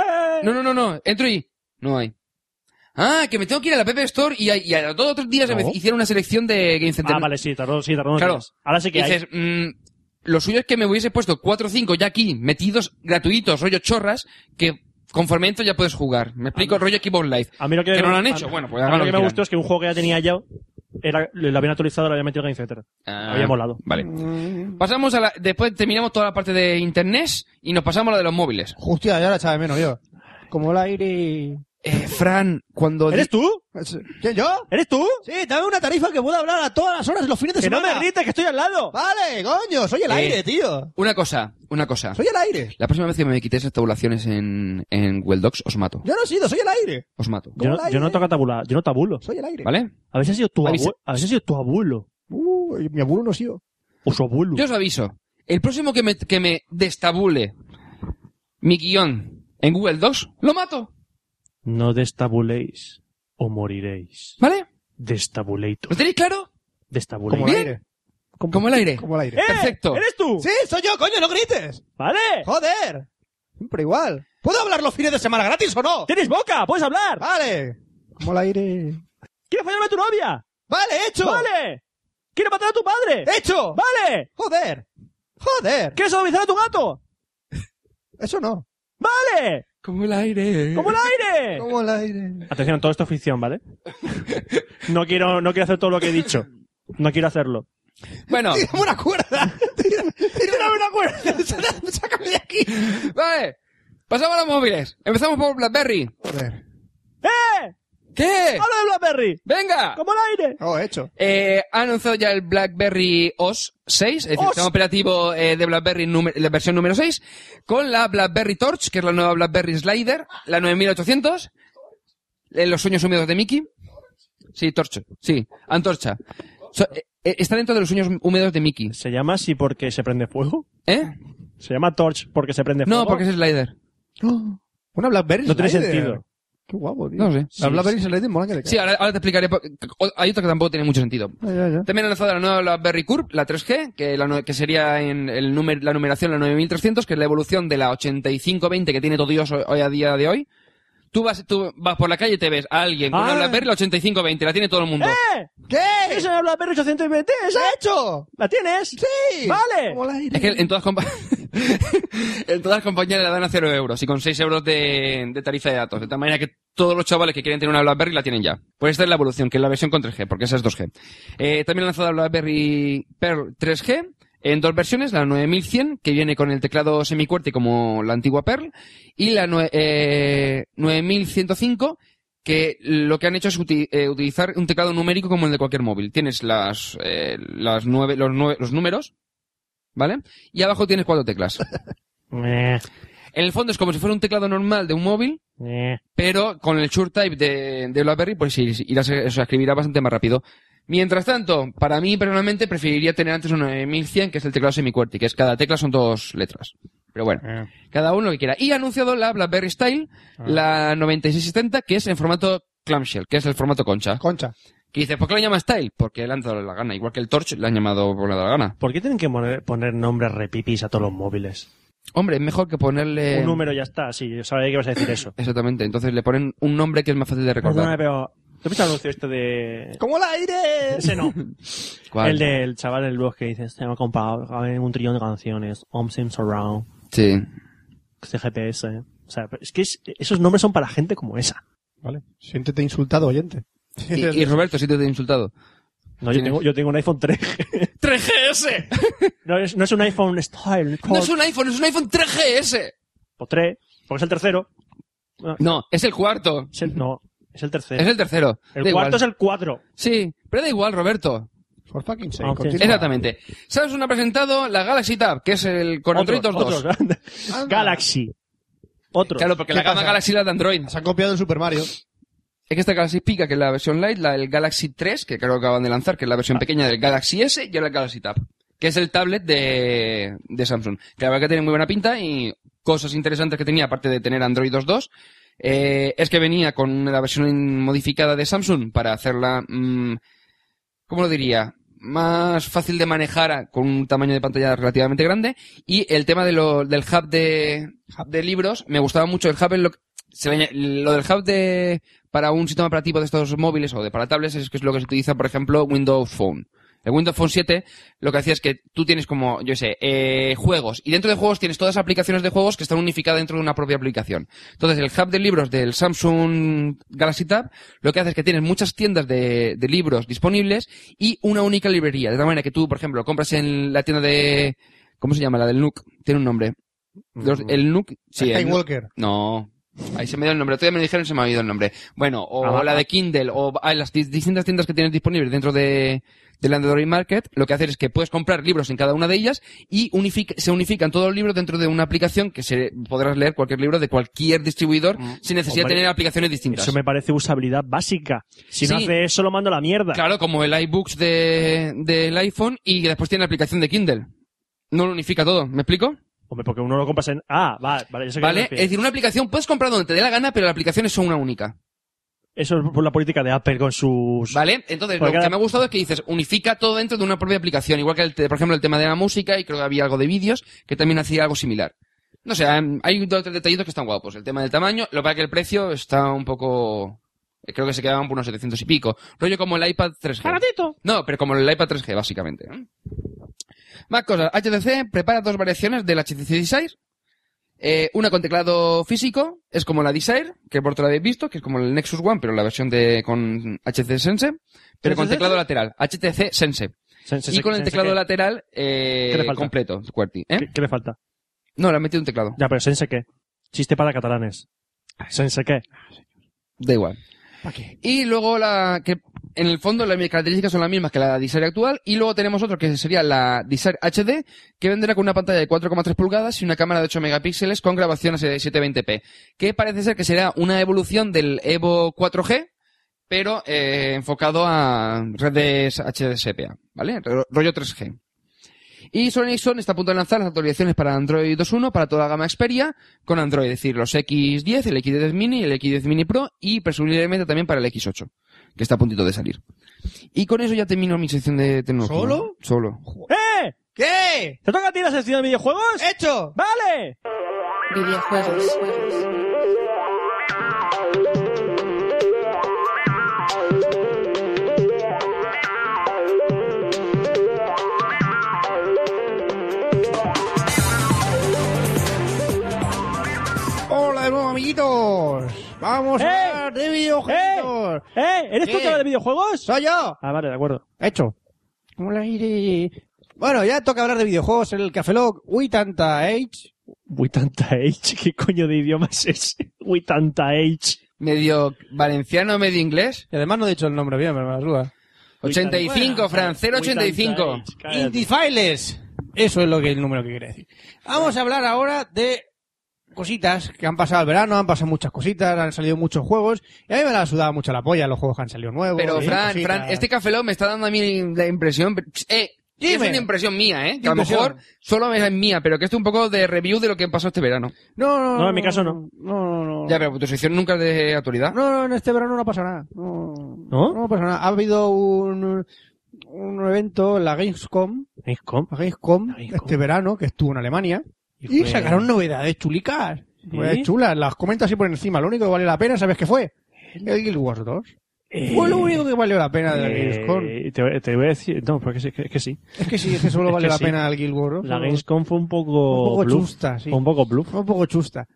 No, no, no, no, entro y no hay. Ah, que me tengo que ir a la Pepe Store y a, y a los dos o tres días No. me hicieron una selección de Game Center. Ah, vale, sí, tardó, sí, tardó unos Claro. días. Ahora sí que hay. dices, mm, lo suyo es que me hubiese puesto 4 o 5 ya aquí, metidos, gratuitos, rollo chorras, que conforme entro ya puedes jugar. Me explico, rollo Xbox Live. A mí lo que, ¿Que no lo han a- hecho? Bueno, pues a mí hagan lo lo que que me quieran. gustó es que un juego que ya tenía ya era, lo habían actualizado, lo habían metido en Game Center. Ah, Había molado. Vale. Pasamos a la, después terminamos toda la parte de internet y nos pasamos a la de los móviles. Hostia, ya la echaba de menos yo. Como el aire... Eh, Fran, cuando... Pues di- ¿Eres tú? ¿Quién, yo? ¿Eres tú? Sí, dame una tarifa que pueda hablar a todas las horas de los fines de Que no semana. me grites, que estoy al lado. Vale, coño, soy el Eh. aire, tío. Una cosa, una cosa. Soy el aire. La próxima vez que me quites esas tabulaciones en, en Google Docs, os mato. Yo no he sido, soy el aire. Os mato. Yo no, Hola, yo no Irene. toco tabula, yo no tabulo. Soy el aire. ¿Vale? A veces ha sido tu Avisa- abuelo, a veces ha sido tu abuelo, Uh, mi abuelo no ha sido. o su abuelo. Yo os aviso. El próximo que me, que me destabule mi guión en Google Docs, lo mato. No destabuléis o moriréis. ¿Vale? Destabuleito. ¿Lo tenéis claro? Como Destabuléis. el Bien. aire. Como el aire. Como el aire. Eh. ¡Eh! Perfecto. ¿Eres tú? Sí, soy yo, coño, no grites. ¿Vale? Joder. Siempre igual. ¿Puedo hablar los fines de semana gratis o no? ¿Tienes boca? ¿Puedes hablar? Vale. Como el aire. ¿Quieres fallarme a tu novia? Vale, hecho. ¡Vale! ¿Quieres matar a tu padre? Eh. Hecho. ¡Vale! Joder. Joder. ¿Quieres sodomizar a tu gato? Eso no. ¡Vale! Como el aire. ¡Como el aire! Como el aire. Atención, todo esto es ficción, ¿vale? No quiero, no quiero hacer todo lo que he dicho. No quiero hacerlo. Bueno, Tírame una cuerda. Tírame, tírame una cuerda. Sácame de aquí. vale. Pasamos a los móviles. Empezamos por BlackBerry. Joder. ¡Eh! ¿Qué? ¡Habla de Blackberry! ¡Venga! ¡Como el aire! Oh, hecho. Eh, ha anunciado ya el BlackBerry OS 6, es decir, OS. el sistema operativo eh, de BlackBerry, número- la versión número 6, con la BlackBerry Torch, que es la nueva BlackBerry Slider, la 9800, eh, los sueños húmedos de Mickey. Sí, Torch, sí, antorcha. So- eh, eh, está dentro de los sueños húmedos de Mickey. ¿Se llama así porque se prende fuego? ¿Eh? ¿Se llama Torch porque se prende fuego? No, porque es Slider. Una Blackberry No tiene Slider. sentido. Qué guapo, tío. No sé. La Sí, Blackberry Slider mola que le Sí, ahora, ahora te explicaré. por- o- Hay otra que tampoco tiene mucho sentido. cae. Ya, ya, ya. También han lanzado la nueva BlackBerry Curve, la 3G, que, la no- que sería en el número, la numeración la 9300, que es la evolución de la 8520 que tiene todo Dios hoy, hoy a día de hoy. Tú vas, tú vas por la calle y te ves a alguien con Ah. una BlackBerry la 8520, la tiene todo el mundo. ¡Eh! ¿Qué? ¿Es una Blackberry 820? ¿Esa? hecho? ¿La tienes? Sí. ¡Vale! Como el aire. Es que en todas, compa- en todas las compañías le dan a 0 euros y con 6 euros de, de tarifa de datos. De tal manera que todos los chavales que quieren tener una BlackBerry la tienen ya. Pues esta es la evolución, que es la versión con 3G, porque esa es 2G. Eh, también ha lanzado la BlackBerry Pearl 3G en dos versiones, la 9100, que viene con el teclado semicuerte como la antigua Pearl, y la nue- eh, 9105, que lo que han hecho es uti- eh, utilizar un teclado numérico como el de cualquier móvil. Tienes las, eh, las nueve, los, nueve, los números, ¿vale? Y abajo tienes cuatro teclas. Meh, En el fondo es como si fuera un teclado normal de un móvil, meh. pero con el SureType de, de BlackBerry, pues sí, sí, irás, o sea, escribirá bastante más rápido. Mientras tanto, para mí personalmente preferiría tener antes un 9100, que es el teclado semicuerti, que es cada tecla son dos letras. Pero bueno, Eh. cada uno lo que quiera. Y ha anunciado la BlackBerry Style, la 9670, que es en formato clamshell, que es el formato concha. Concha. Que dice, ¿por qué lo llama Style? Porque le han dado la gana, igual que el Torch le han llamado por la dado la gana. ¿Por qué tienen que poner, poner nombres repipis a todos los móviles? Hombre, es mejor que Eh. ponerle... Un número ya está, sí, yo sabía que ibas a decir eso. Exactamente, entonces le ponen un nombre que es más fácil de recordar. Perdóname, pero... ¿Tú viste el anuncio este de...? ¡Como el aire! Ese no. ¿Cuál? El del chaval del blog que dice, este me ha comprado un trillón de canciones, Om Sims Around, Sí. CGPS. O sea, es que es- esos nombres son para gente como esa. Vale. Siéntete insultado, oyente. Y, y Roberto, si te he insultado. No, yo Tienes- tengo, yo tengo un iPhone 3G. ¡3GS! No es, no es un iPhone Style, No es un iPhone, es un iPhone 3GS. o 3, porque es el tercero. No, es el cuarto. Es el- no, es el tercero. Es el tercero. El Da cuarto igual. es el 4. Sí, pero da igual, Roberto. For fucking sake. Ah, ok. continúa. Exactamente. Samsung ha presentado la Galaxy Tab, que es el con Android 2.2. Galaxy. Otro. Claro, porque ¿Qué la gama pasa? Galaxy la de Android. Se han copiado el Super Mario. Es que esta Galaxy Pica, que es la versión Lite, la del Galaxy 3, que creo que acaban de lanzar, que es la versión pequeña del Galaxy S, y ahora el Galaxy Tab, que es el tablet de, de Samsung. Que la verdad que tiene muy buena pinta y cosas interesantes que tenía, aparte de tener Android 2.2, eh, es que venía con la versión modificada de Samsung para hacerla, mm, ¿cómo lo diría? Más fácil de manejar a- con un tamaño de pantalla relativamente grande. Y el tema de lo- del hub de, de libros, me gustaba mucho el hub en lo que- se le aña- lo del hub de para un sistema operativo de estos móviles o de para tablets es que es lo que se utiliza, por ejemplo, Windows Phone. El Windows Phone 7 lo que hacía es que tú tienes como, yo sé, eh, juegos. Y dentro de juegos tienes todas las aplicaciones de juegos que están unificadas dentro de una propia aplicación. Entonces, el hub de libros del Samsung Galaxy Tab lo que hace es que tienes muchas tiendas de, de libros disponibles y una única librería. De tal manera que tú, por ejemplo, compras en la tienda de... ¿Cómo se llama? La del Nook. Tiene un nombre. Los- el Nook... Sí, el Nook- Skywalker. no. Ahí se me dio el nombre. Todavía me dijeron y se me ha ido el nombre. Bueno, o Ah, la ah. de Kindle, o ah, las dis- distintas tiendas que tienes disponibles dentro de del Android Market, lo que hacer es que puedes comprar libros en cada una de ellas y unific- se unifican todos los libros dentro de una aplicación que se podrás leer cualquier libro de cualquier distribuidor sin necesidad Mm, hombre, de tener aplicaciones distintas. Eso me parece usabilidad básica. Si no Sí. hace eso, lo mando a la mierda. Claro, como el iBooks de, del iPhone y que después tiene la aplicación de Kindle. No lo unifica todo, ¿me explico? Hombre, porque uno lo compras en... Ah, vale, vale. ya sé que ¿Vale? me Es refieres. decir, una aplicación puedes comprar donde te dé la gana, pero las aplicaciones son una única. Eso es por la política de Apple con sus... Vale, entonces lo Porque cada- que me ha gustado es que dices, unifica todo dentro de una propia aplicación, igual que, el, te- por ejemplo, el tema de la música y creo que había algo de vídeos que también hacía algo similar. No sé, em, hay dos o tres detallitos que están guapos. El tema del tamaño, lo que pasa es que el precio está un poco... eh, Creo que se quedaban por unos 700 y pico. Rollo como el iPad 3G. No, pero como el iPad 3G, básicamente. ¿eh? Más cosas. HTC prepara dos variaciones del HTC Desire. Eh, una con teclado físico, es como la Desire, que por otro la habéis visto, que es como el Nexus One, pero la versión de con HTC Sense, pero con ¿HTC? teclado lateral. HTC Sense. Se- se- Y se- con se- el se- teclado ¿qué? lateral ¿Qué le eh, falta? completo, QWERTY. ¿eh? ¿Qué, qué le falta? No, le han metido un teclado. Ya, pero Sense qué. Chiste para catalanes. Sense qué. Da igual. Y luego la que en el fondo las características son las mismas que la Desire actual y luego tenemos otro que sería la Desire HD que vendrá con una pantalla de 4,3 pulgadas y una cámara de 8 megapíxeles con grabación a 720p, que parece ser que será una evolución del Evo 4G pero eh, enfocado a redes HDSPA, ¿vale? Ro- Rollo 3G. Y Sony Ericsson está a punto de lanzar las actualizaciones para Android 2.1 para toda la gama Xperia con Android, es decir, los X10, el X10 Mini, el X10 Mini Pro y presumiblemente también para el X8, que está a puntito de salir. Y con eso ya termino mi sección de tecnología. ¿Solo? Solo. ¡Eh! ¿Qué? ¿Te toca a ti la sección de videojuegos? ¡Hecho! ¡Vale! Videojuegos. Hola de nuevo, amiguitos. Vamos ¡Eh! a hablar de videojuegos. ¡Eh! ¿Eres tú ¿Qué? que habla de videojuegos? ¡Soy yo! Ah, vale, de acuerdo. Hecho. Hola, Iri. Bueno, ya toca hablar de videojuegos en el Café Lock. Uy, tanta H. 80H, ¿qué coño de idioma es ese? 80H. Medio valenciano, medio inglés. Y además no he dicho el nombre bien, me la duda. 85, Fran, 085. Indie Files. Eso es lo que el número que quiere decir. Vamos a hablar ahora de cositas que han pasado el verano, han pasado muchas cositas, han salido muchos juegos. Y a mí me la sudaba mucho la polla los juegos que han salido nuevos. Pero, y Fran, cositas. Fran, este Café Lock me está dando a mí la impresión... Eh, Dime. es una impresión mía, ¿eh? Que a lo Impresión. mejor solo es mía, pero que esto es un poco de review de lo que pasó este verano. No, no, No, en mi caso no. No, no, no. Ya, pero tu sección nunca es de actualidad. No, no, en este verano no pasa nada. No, ¿No? no pasa nada. Ha habido un, un evento, la Gamescom, Gamescom. la Gamescom, La Gamescom. este verano, que estuvo en Alemania, y, fue- sacaron novedades chulicas. Novedades chulas, las comento así por encima. Lo único que vale la pena, ¿sabes qué fue? El Guild Wars 2. Eh, Fue lo único que valió la pena de la eh, Gamescom. te, te voy a decir, no, porque es que, es que sí. Es que sí, es que solo es vale que la sí. pena el Guild Wars 2. La Gamescom fue un poco, Un poco bluff. chusta, sí. Fue un poco bluff. Fue un poco chusta.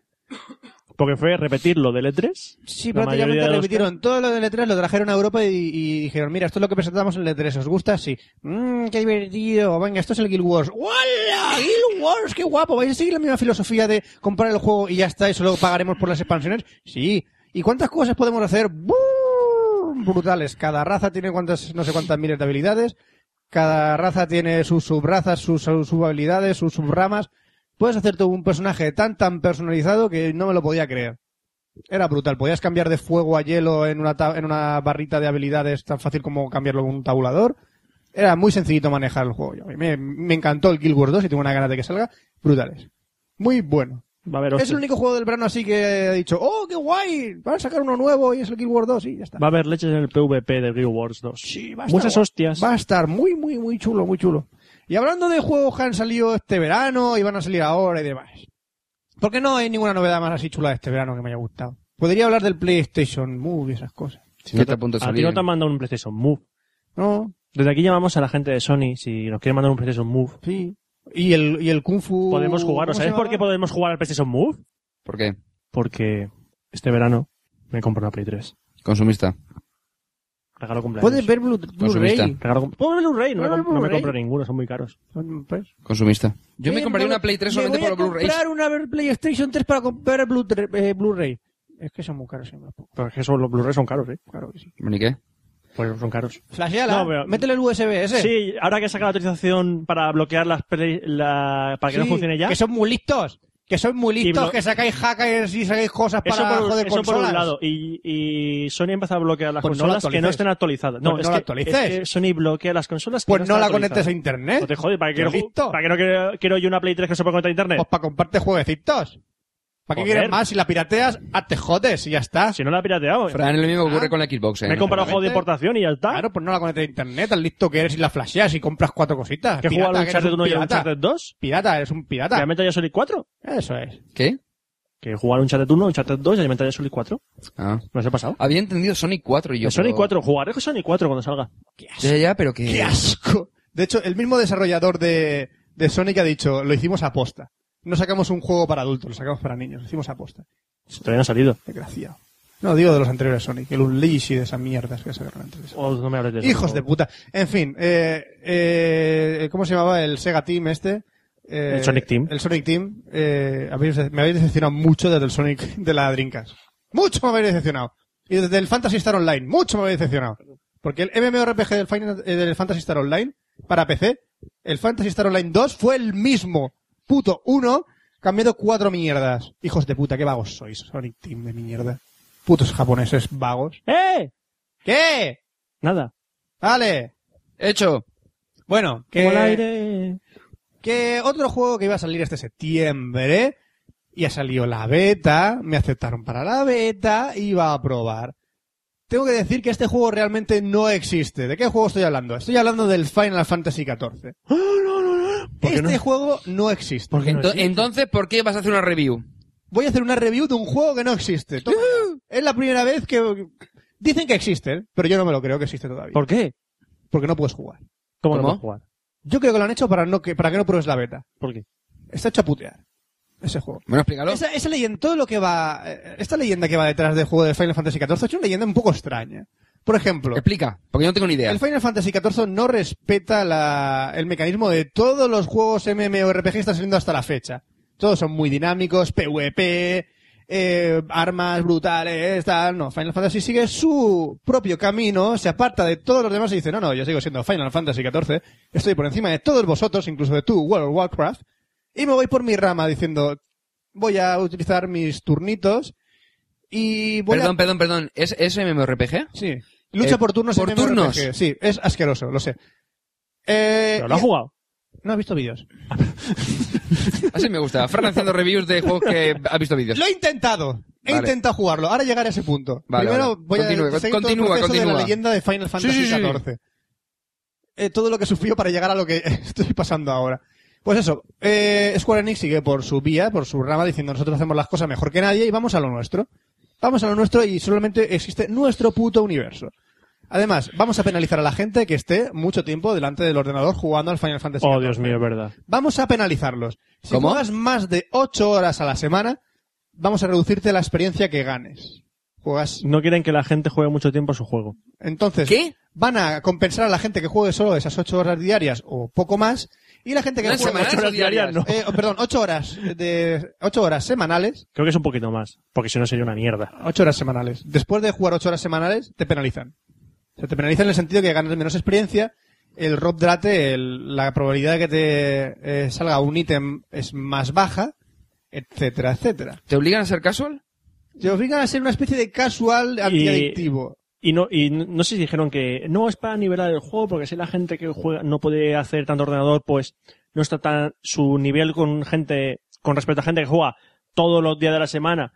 Porque fue repetir lo del E E3. Sí, La mayoría prácticamente de los repitieron todo lo del E3, lo trajeron a Europa y, y dijeron, mira, esto es lo que presentamos en el E3, ¿os gusta? Sí. Mmm, qué divertido, venga, esto es el Guild Wars. ¡Wala! Guild Wars, qué guapo. ¿Vais a seguir la misma filosofía de comprar el juego y ya está, y solo pagaremos por las expansiones? Sí. ¿Y cuántas cosas podemos hacer? ¡Bum! Brutales. Cada raza tiene cuantas, no sé cuántas miles de habilidades. Cada raza tiene sus subrazas, sus sus subhabilidades, sus subramas. Puedes hacerte un personaje tan, tan personalizado que no me lo podía creer. Era brutal. Podías cambiar de fuego a hielo en una, ta- en una barrita de habilidades tan fácil como cambiarlo con un tabulador. Era muy sencillito manejar el juego. A mí Me, me encantó el Guild Wars 2 y tengo una ganas de que salga. Brutales. Muy bueno. Va a haber Es el único juego del verano así que he dicho, oh, qué guay, van a sacar uno nuevo y es el Guild Wars 2 y ya está. Va a haber leches en el PvP de Guild Wars 2. Sí, va a estar Muchas guay. hostias. Va a estar muy, muy, muy chulo, muy chulo. Y hablando de juegos que han salido este verano y van a salir ahora y demás. Porque no hay ninguna novedad más así chula de este verano que me haya gustado. Podría hablar del PlayStation Move y esas cosas. Si no está a punto de A ti salir. no te han mandado un PlayStation Move. No, Desde aquí llamamos a la gente de Sony si nos quieren mandar un PlayStation Move. sí. Y el, y el Kung Fu. Podemos jugar. Uh, ¿cómo se ¿Sabes por llamaba? qué podemos jugar al PlayStation Move? ¿Por qué? Porque este verano me compro una Play 3. Consumista. Regalo cumpleaños. Puedes ver Blu- Blu-ray. Consumista. Regalo cum- Puedo ver Blu-ray. No, me Puedo ver comp- no me Blu-ray. compro ninguno, son muy caros. Pues, Consumista. Yo me eh, compraría voy a- una Play 3 me solamente voy por a los Blu-rays. comprar una PlayStation 3 para comprar Blu- eh, Blu-ray. es que son muy caros siempre. Pero es que son- los Blu-ray son caros, ¿eh? Claro que sí. Bueno, ¿y qué? Pues son caros. Flasheala. No, pero- Métele el USB ese. Sí, ahora que saca la autorización para bloquear las play- la- para que no Sí, funcione ya. Que son muy listos. Que son muy listos, blo- que sacáis hackers y sacáis cosas Eso para por, un- joder eso por consolas. un lado. Y, y Sony ha empezado a bloquear las Pues no la consolas que no actualices. estén actualizadas. No, Pues es no la que- actualices. es que Sony bloquea las consolas que Pues no, están la actualizadas. conectes a internet. No Pues te jodes, ¿para qué, Qué quiero, listo. ¿para qué no quiero, quiero yo una Play 3 que se pueda conectar a internet? Pues para comprarte jueguecitos. ¿Para qué Joder. quieres más? Si la pirateas, ah, te jodes y ya está. si no la he pirateado. eh. Fran, es lo mismo que Ah, ocurre con la Xbox. ¿eh? me he comprado claramente. juego de importación y ya está. Claro, pues no la conectes a internet, tan listo que eres y la flasheas y compras cuatro cositas. que he jugado Pirata, al que eres Uncharted un 1 y al pirata. Uncharted 2. Pirata, eres un Y a pirata. Metal Gear Solid 4. Eso es. ¿Qué? Que he jugado al Uncharted 1, Uncharted 2 y a Metal Gear Solid 4. Ah. No se ha pasado. Había entendido Sonic 4 y yo. Yo Sony pero- 4, jugaré con Sony 4 cuando salga. Ya, ya, pero que. ¡Qué asco! De hecho, el mismo desarrollador de, de Sonic ha dicho, lo hicimos a posta. No sacamos un juego para adultos, lo sacamos para niños, lo hicimos a posta. Todavía no ha salido. Desgraciado. No, digo de los anteriores Sonic, el Unleash y de esas mierdas que sacaron antes de eso. Oh, no me hables de eso. Hijos por de favor. puta. En fin, eh, eh, ¿cómo se llamaba el Sega Team este? Eh, El Sonic Team. El Sonic Team. Eh, habéis- me habéis decepcionado mucho desde el Sonic de la Dreamcast. Mucho me habéis decepcionado. Y desde el Fantasy Star Online, mucho me habéis decepcionado. Porque el MMORPG del, Final- eh, del Fantasy Star Online, para PC, el Fantasy Star Online 2 fue el mismo. Puto uno, cambiado cuatro mierdas. Hijos de puta, qué vagos sois, Sonic Team de mierda. Putos japoneses vagos. ¡Eh! ¿Qué? Nada. Vale. Hecho. Bueno, Como el que, aire. que otro juego que iba a salir este septiembre, ya salió la beta, me aceptaron para la beta, iba a probar. Tengo que decir que este juego realmente no existe. ¿De qué juego estoy hablando? Estoy hablando del Final Fantasy XIV. ¿Por qué Este ¡Ah, no? juego no existe. ¿Por qué no Ento- existe? Entonces, ¿por qué vas a hacer una review? Voy a hacer una review de un juego que no existe. Toma ¡Ah! ya. Es la primera vez que... Dicen que existe, ¿eh? pero yo no me lo creo que existe todavía. ¿Por qué? Porque no puedes jugar. ¿Cómo, no ¿Cómo? puedo jugar? Yo creo que lo han hecho para, no que, para que no pruebes la beta. ¿Por qué? Está hecho a putear. Ese juego. Bueno, explícalo. Esa, esa leyenda, todo lo que va, eh, esta leyenda que va detrás del juego de Final Fantasy XIV es una leyenda un poco extraña. Por ejemplo, Explica, porque yo no tengo ni idea. el Final Fantasy XIV no respeta la- el mecanismo de todos los juegos MMORPG que están saliendo hasta la fecha. Todos son muy dinámicos, PvP, eh, armas brutales, tal. No, Final Fantasy sigue su propio camino, se aparta de todos los demás y dice, no, no, yo sigo siendo Final Fantasy XIV, estoy por encima de todos vosotros, incluso de tú, World of Warcraft, y me voy por mi rama diciendo, voy a utilizar mis turnitos y voy Perdón, a... perdón, perdón. ¿Es, es MMORPG? Sí. Lucha Eh, por turnos por en MMORPG. turnos. Sí, es asqueroso, lo sé. Eh, ¿Pero lo has jugado? No he visto vídeos. Así me gusta. Fran haciendo reviews de juegos que ha visto vídeos. Lo he intentado. He Vale. intentado jugarlo. Ahora llegar a ese punto. Vale, Primero vale. voy Continúe, a seguir continúa, todo el proceso de continúa. la leyenda de Final Fantasy sí, sí. XIV. Eh, todo lo que sufrió para llegar a lo que estoy pasando ahora. Pues eso, eh, Square Enix sigue por su vía, por su rama, diciendo nosotros hacemos las cosas mejor que nadie y vamos a lo nuestro. Vamos a lo nuestro y solamente existe nuestro puto universo. Además, vamos a penalizar a la gente que esté mucho tiempo delante del ordenador jugando al Final Fantasy Oh, XIV. Dios mío, es verdad. Vamos a penalizarlos. Si ¿Cómo? juegas más de 8 horas a la semana, vamos a reducirte la experiencia que ganes. Juegas. No quieren que la gente juegue mucho tiempo a su juego. Entonces, ¿Qué? van a compensar a la gente que juegue solo esas 8 horas diarias o poco más y la gente que ¿No juegue semanales ocho o horas diarias? diarias- eh, oh, perdón, 8 horas de 8 horas semanales, Creo que es un poquito más, porque si no sería una mierda. 8 horas semanales. Después de jugar 8 horas semanales te penalizan. O sea, te penalizan en el sentido que ganas menos experiencia, el rob drate, el- la probabilidad de que te eh, salga un ítem es más baja, etcétera, etcétera. ¿Te obligan a ser casual? Te obligan a ser una especie de casual antiadictivo. Y no, y no- no sé si dijeron que no es para nivelar el juego, porque si la gente que juega no puede hacer tanto ordenador, pues no está tan su nivel con gente, con respecto a gente que juega todos los días de la semana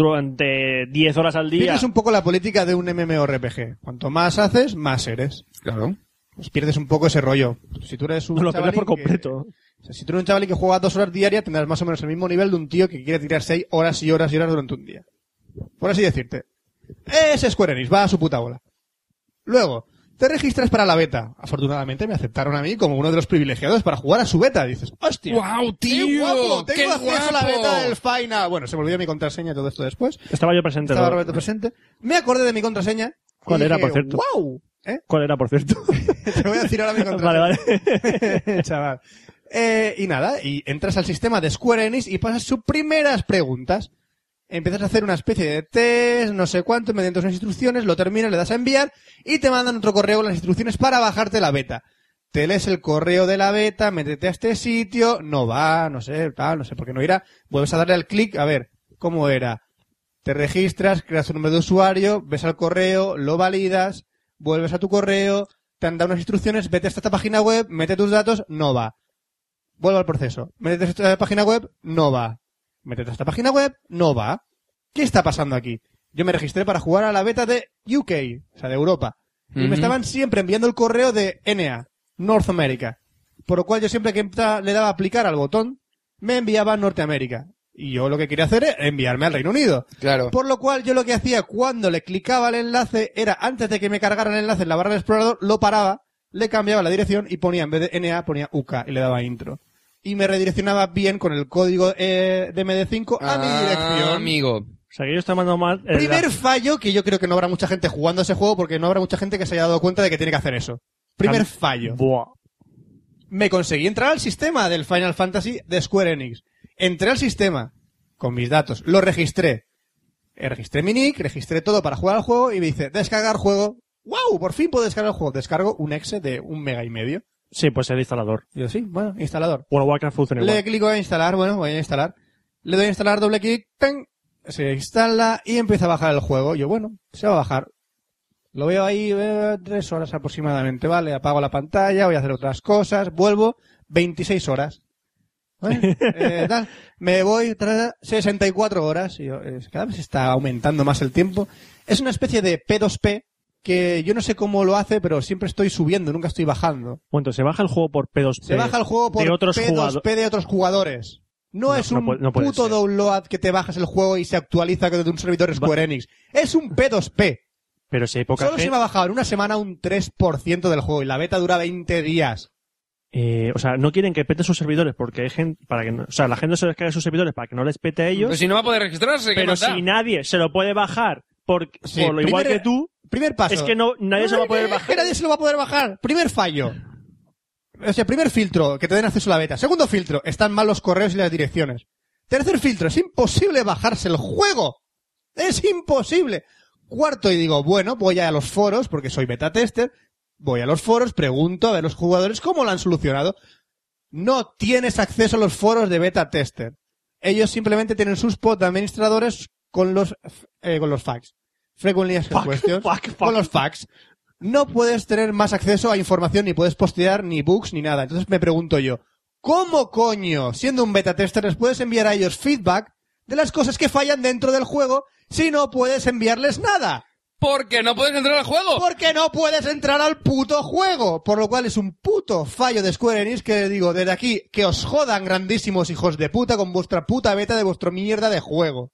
durante 10 horas al día. Pierdes un poco la política de un MMORPG. Cuanto más haces, más eres. Claro. Pues pierdes un poco ese rollo. Si tú eres un No lo chaval pierdes por completo. o sea, si tú eres un chaval que juega dos horas diarias, tendrás más o menos el mismo nivel de un tío que quiere tirarse ahí horas y horas y horas durante un día. Por así decirte. Es Square Enix, va a su puta bola. Luego, te registras para la beta. Afortunadamente me aceptaron a mí como uno de los privilegiados para jugar a su beta. Dices, hostia. ¡Guau, tío! ¡Qué guapo! ¡Qué Tengo acceso a la guapo! beta del Final. Bueno, se me olvidó mi contraseña y todo esto después. Estaba yo presente. Estaba ¿no? Roberto presente. Me acordé de mi contraseña. y ¿Cuál era, dije, por cierto? ¡Wow! ¿Eh? ¿Cuál era, por cierto? Te voy a decir ahora mi contraseña. vale, vale. Chaval. Eh, y nada, y entras al sistema de Square Enix y pasas sus primeras preguntas. Empiezas a hacer una especie de test, no sé cuánto, mediante unas instrucciones, lo terminas, le das a enviar y te mandan otro correo con las instrucciones para bajarte la beta. Te lees el correo de la beta, métete a este sitio, no va, no sé, tal, no sé por qué no irá. Vuelves a darle al clic, a ver, ¿cómo era? Te registras, creas tu nombre de usuario, ves al correo, lo validas, vuelves a tu correo, te han dado unas instrucciones, vete hasta esta página web, mete tus datos, no va. Vuelvo al proceso. Métete a esta página web, no va. Métete a esta página web, no va. ¿Qué está pasando aquí? Yo me registré para jugar a la beta de UK, o sea, de Europa. Y Ujú. me estaban siempre enviando el correo de NA, North America. Por lo cual yo siempre que entra- le daba a aplicar al botón, me enviaba a Norteamérica. Y yo lo que quería hacer era enviarme al Reino Unido. Claro. Por lo cual, yo lo que hacía cuando le clicaba el enlace era, antes de que me cargara el enlace en la barra del explorador, lo paraba, le cambiaba la dirección y ponía, en vez de NA, ponía UK y le daba intro. Y me redireccionaba bien con el código eh, de MD5 a mi Ah, dirección. amigo. O sea, que yo estaba mandando mal. eh, Primer la- fallo que yo creo que no habrá mucha gente jugando a ese juego porque no habrá mucha gente que se haya dado cuenta de que tiene que hacer eso. Primer Cam- fallo Buah. me conseguí entrar al sistema del Final Fantasy de Square Enix. Entré al sistema con mis datos, lo registré. Eh, Registré mi nick, registré todo para jugar al juego y me dice, descargar juego. ¡Wow! Por fin puedo descargar el juego. Descargo un exe de un mega y medio. Sí, pues el instalador. Y yo, sí, bueno, instalador. Bueno, Warcraft funciona Le igual. clico a instalar, bueno, voy a instalar. Le doy a instalar, doble clic, ¡tang! se instala y empieza a bajar el juego. Yo, bueno, se va a bajar. Lo veo ahí eh, tres horas aproximadamente, ¿vale? Apago la pantalla, voy a hacer otras cosas, vuelvo, 26 horas. Bueno, eh, tal. me voy, tra- 64 horas. Y yo, eh, cada vez está aumentando más el tiempo. Es una especie de P2P que yo no sé cómo lo hace, pero siempre estoy subiendo, nunca estoy bajando. Bueno, se baja el juego por P2P. Se baja el juego por Eh, de otros P2P jugadores. de otros jugadores. No, No, es no un puede- no puede puto ser. download que te bajas el juego y se actualiza desde un servidor Square Enix. Es un P2P. Pero si hay poca Solo gente. se me ha bajado en una semana un 3% del juego y la beta dura 20 días. eh, o sea, no quieren que pete sus servidores porque hay gente. Para que no- o sea, la gente no se descarga sus servidores para que no les pete a ellos. Pero Pues si no va a poder registrarse, ¿qué pero maldad? si nadie se lo puede bajar por, Sí, por lo igual primero- que tú, Primer paso. es que no, nadie se lo va a poder Es que bajar. nadie se lo va a poder bajar. Primer fallo. O sea, primer filtro, que te den acceso a la beta. Segundo filtro, están mal los correos y las direcciones. Tercer filtro, es imposible bajarse el juego. Es imposible. Cuarto, y digo, bueno, voy a los foros, porque soy beta tester, voy a los foros, pregunto a ver los jugadores cómo lo han solucionado. No tienes acceso a los foros de beta tester. Ellos simplemente tienen sus pod administradores con los, eh, con los facts. Frequently asked questions. Con los facts. No puedes tener más acceso a información, ni puedes postear, ni books, ni nada. Entonces me pregunto yo, ¿cómo coño, siendo un beta tester, les puedes enviar a ellos feedback de las cosas que fallan dentro del juego si no puedes enviarles nada? Porque no puedes entrar al juego. Porque no puedes entrar al puto juego. Por lo cual es un puto fallo de Square Enix que digo desde aquí que os jodan grandísimos hijos de puta con vuestra puta beta de vuestro mierda de juego.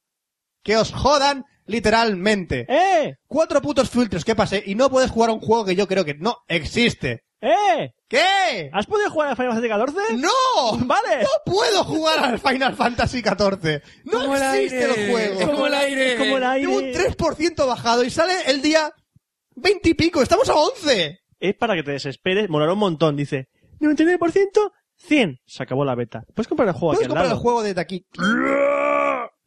Que os jodan literalmente. ¡Eh! Cuatro putos filtros que pasé y no puedes jugar a un juego que yo creo que no existe. ¡Eh! ¿Qué? Ah, ¿Has podido jugar a Final Fantasy XIV? ¡No! Vale. ¡No puedo jugar al Final Fantasy XIV! ¡No Como el existe aire. el juego! Es como el aire. Es como el aire. Tengo un 3% bajado y sale el día 20 y pico. ¡Estamos a 11! Es para que te desesperes, molará un montón. Dice, 99%, 100. Se acabó la beta. Puedes comprar el juego aquí Puedes al comprar el lado. juego desde aquí.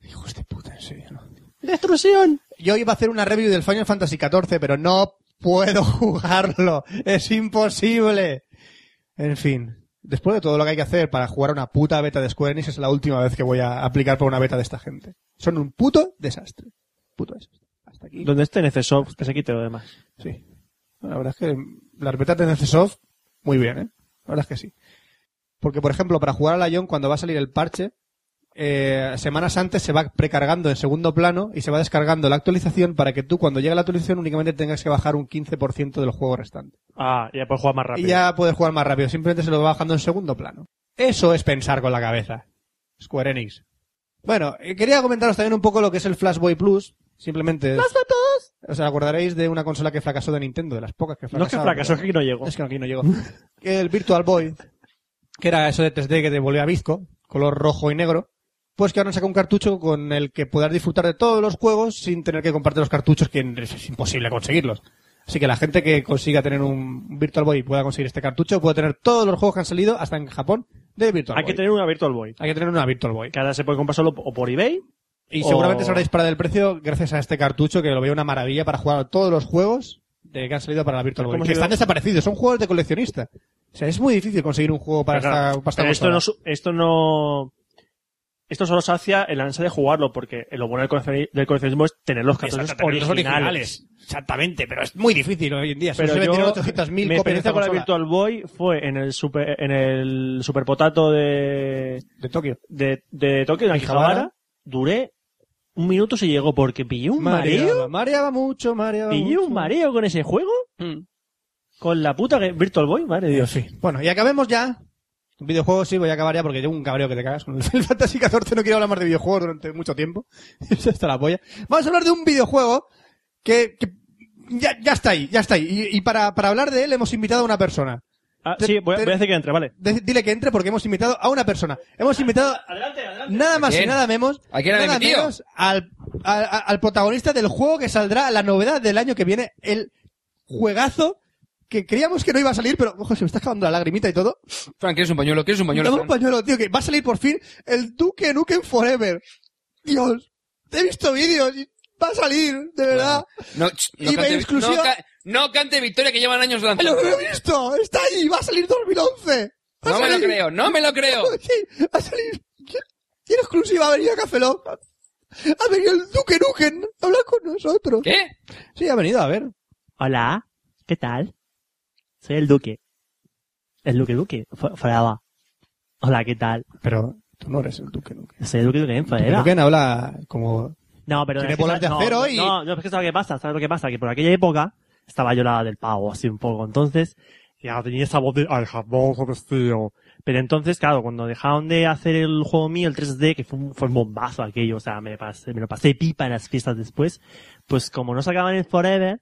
Hijos de puta, en serio. ¿no? ¡Destrucción! Yo iba a hacer una review del Final Fantasy XIV, pero no puedo jugarlo. Es imposible. En fin. Después de todo lo que hay que hacer para jugar a una puta beta de Square Enix, es la última vez que voy a aplicar por una beta de esta gente. Son un puto desastre. Puto desastre. Hasta aquí. Donde esté Necesoft, que se quite lo demás. Sí. La verdad es que las betas de Necesoft, muy bien, ¿eh? La verdad es que sí. Porque, por ejemplo, para jugar a la Ion, cuando va a salir el parche, eh, semanas antes se va precargando en segundo plano y se va descargando la actualización para que tú, cuando llegue la actualización, únicamente tengas que bajar un 15% del juego restante. Ah, ya puedes jugar más rápido. Y ya puedes jugar más rápido, simplemente se lo va bajando en segundo plano. Eso es pensar con la cabeza. Square Enix. Bueno, eh, quería comentaros también un poco lo que es el Flashboy Plus. Simplemente. es- Os acordaréis de una consola que fracasó de Nintendo, de las pocas que No es fracasaron. que fracasó, es pero- que no llegó. es que aquí no llegó. El Virtual Boy, que era eso de 3D que te volvía bizco, color rojo y negro, pues que ahora saca un cartucho con el que podrás disfrutar de todos los juegos sin tener que compartir los cartuchos, que es imposible conseguirlos. Así que la gente que consiga tener un Virtual Boy y pueda conseguir este cartucho, puede tener todos los juegos que han salido hasta en Japón de Virtual Hay Boy. que tener una Virtual Boy. Hay que tener una Virtual Boy. Que ahora se puede comprar solo o por eBay. Y O- seguramente se habrá disparado el precio gracias a este cartucho que lo veo una maravilla para jugar a todos los juegos de que han salido para la Virtual Pero Boy. ¿cómo Que se están llama? desaparecidos, son juegos de coleccionista. O sea, es muy difícil conseguir un juego para Pero claro, esta, para esta pero esto consola. no, su- esto no, esto solo sacia el ansia de jugarlo, porque lo bueno del coleccioni- del coleccionismo es tener los cartuchos Exactamente, originales. los Exactamente, pero es muy difícil hoy en día. Pero Solo se yo, vendieron 800.000 mi copias de experiencia esta con la consola. Virtual Boy fue en el super, en el super potato de, de Tokio. de, de Tokio, en Akihabara, Akihabara. duré un minuto se llegó, porque pillé un mareo, Mareaba, mareaba mucho, mareaba pillé mucho. un mareo con ese juego, con la puta que- Virtual Boy, madre de Dios. Bueno, y acabemos ya. Videojuegos sí, voy a acabar ya porque tengo un cabreo que te cagas con el Final Fantasy XIV. No quiero hablar más de videojuegos durante mucho tiempo. Eso está la polla. Vamos a hablar de un videojuego que, que ya, ya está ahí, ya está ahí. Y, y para, para hablar de él hemos invitado a una persona. Ah, Te- sí, voy a, te- voy a decir que entre, vale. De- dile que entre porque hemos invitado a una persona. Hemos invitado Adelante, adelante. nada más y quién? nada menos, ¿A quién han nada invitado? menos al, al, al protagonista del juego que saldrá, la novedad del año que viene, el juegazo que creíamos que no iba a salir, pero ojo, se me está acabando la lagrimita y todo. Frank, ¿quieres un pañuelo? ¿Quieres un pañuelo? Dame un Fran? pañuelo, tío, que va a salir por fin el Duke Nukem Forever. Dios, he visto vídeos y va a salir, de verdad. No, ch, no Y cante, me exclusiva- no ca- no cante victoria que llevan años ¡Lo lanzando. he visto! ¡Está ahí! ¡Va a salir 2011! Va a No me lo salir. creo, no me lo creo. Sí, va a salir. Y en exclusiva ha venido a Café Lock. Ha venido el Duque Nuken a hablar con nosotros. ¿Qué? Sí, ha venido, a ver. Hola, ¿qué tal? Soy el Duque. El Duque Duque, Fo- Forever. Hola, ¿qué tal? Pero tú no eres el Duque Nuken. Soy el Duque ¿eh? Duque, El Forever. Duque habla como... No, pero... Tiene es que bolas de no, acero no, y- No, no, es que ¿sabes qué pasa? ¿Sabes lo que pasa? Que por aquella época estaba yo la del pavo, así un poco. Entonces, ya tenía esa voz de... I have balls of steel. Pero entonces, claro, cuando dejaron de hacer el juego mío, el 3D, que fue un, fue un bombazo aquello, o sea, me, pasé, me lo pasé pipa en las fiestas después, pues como no sacaban el Forever,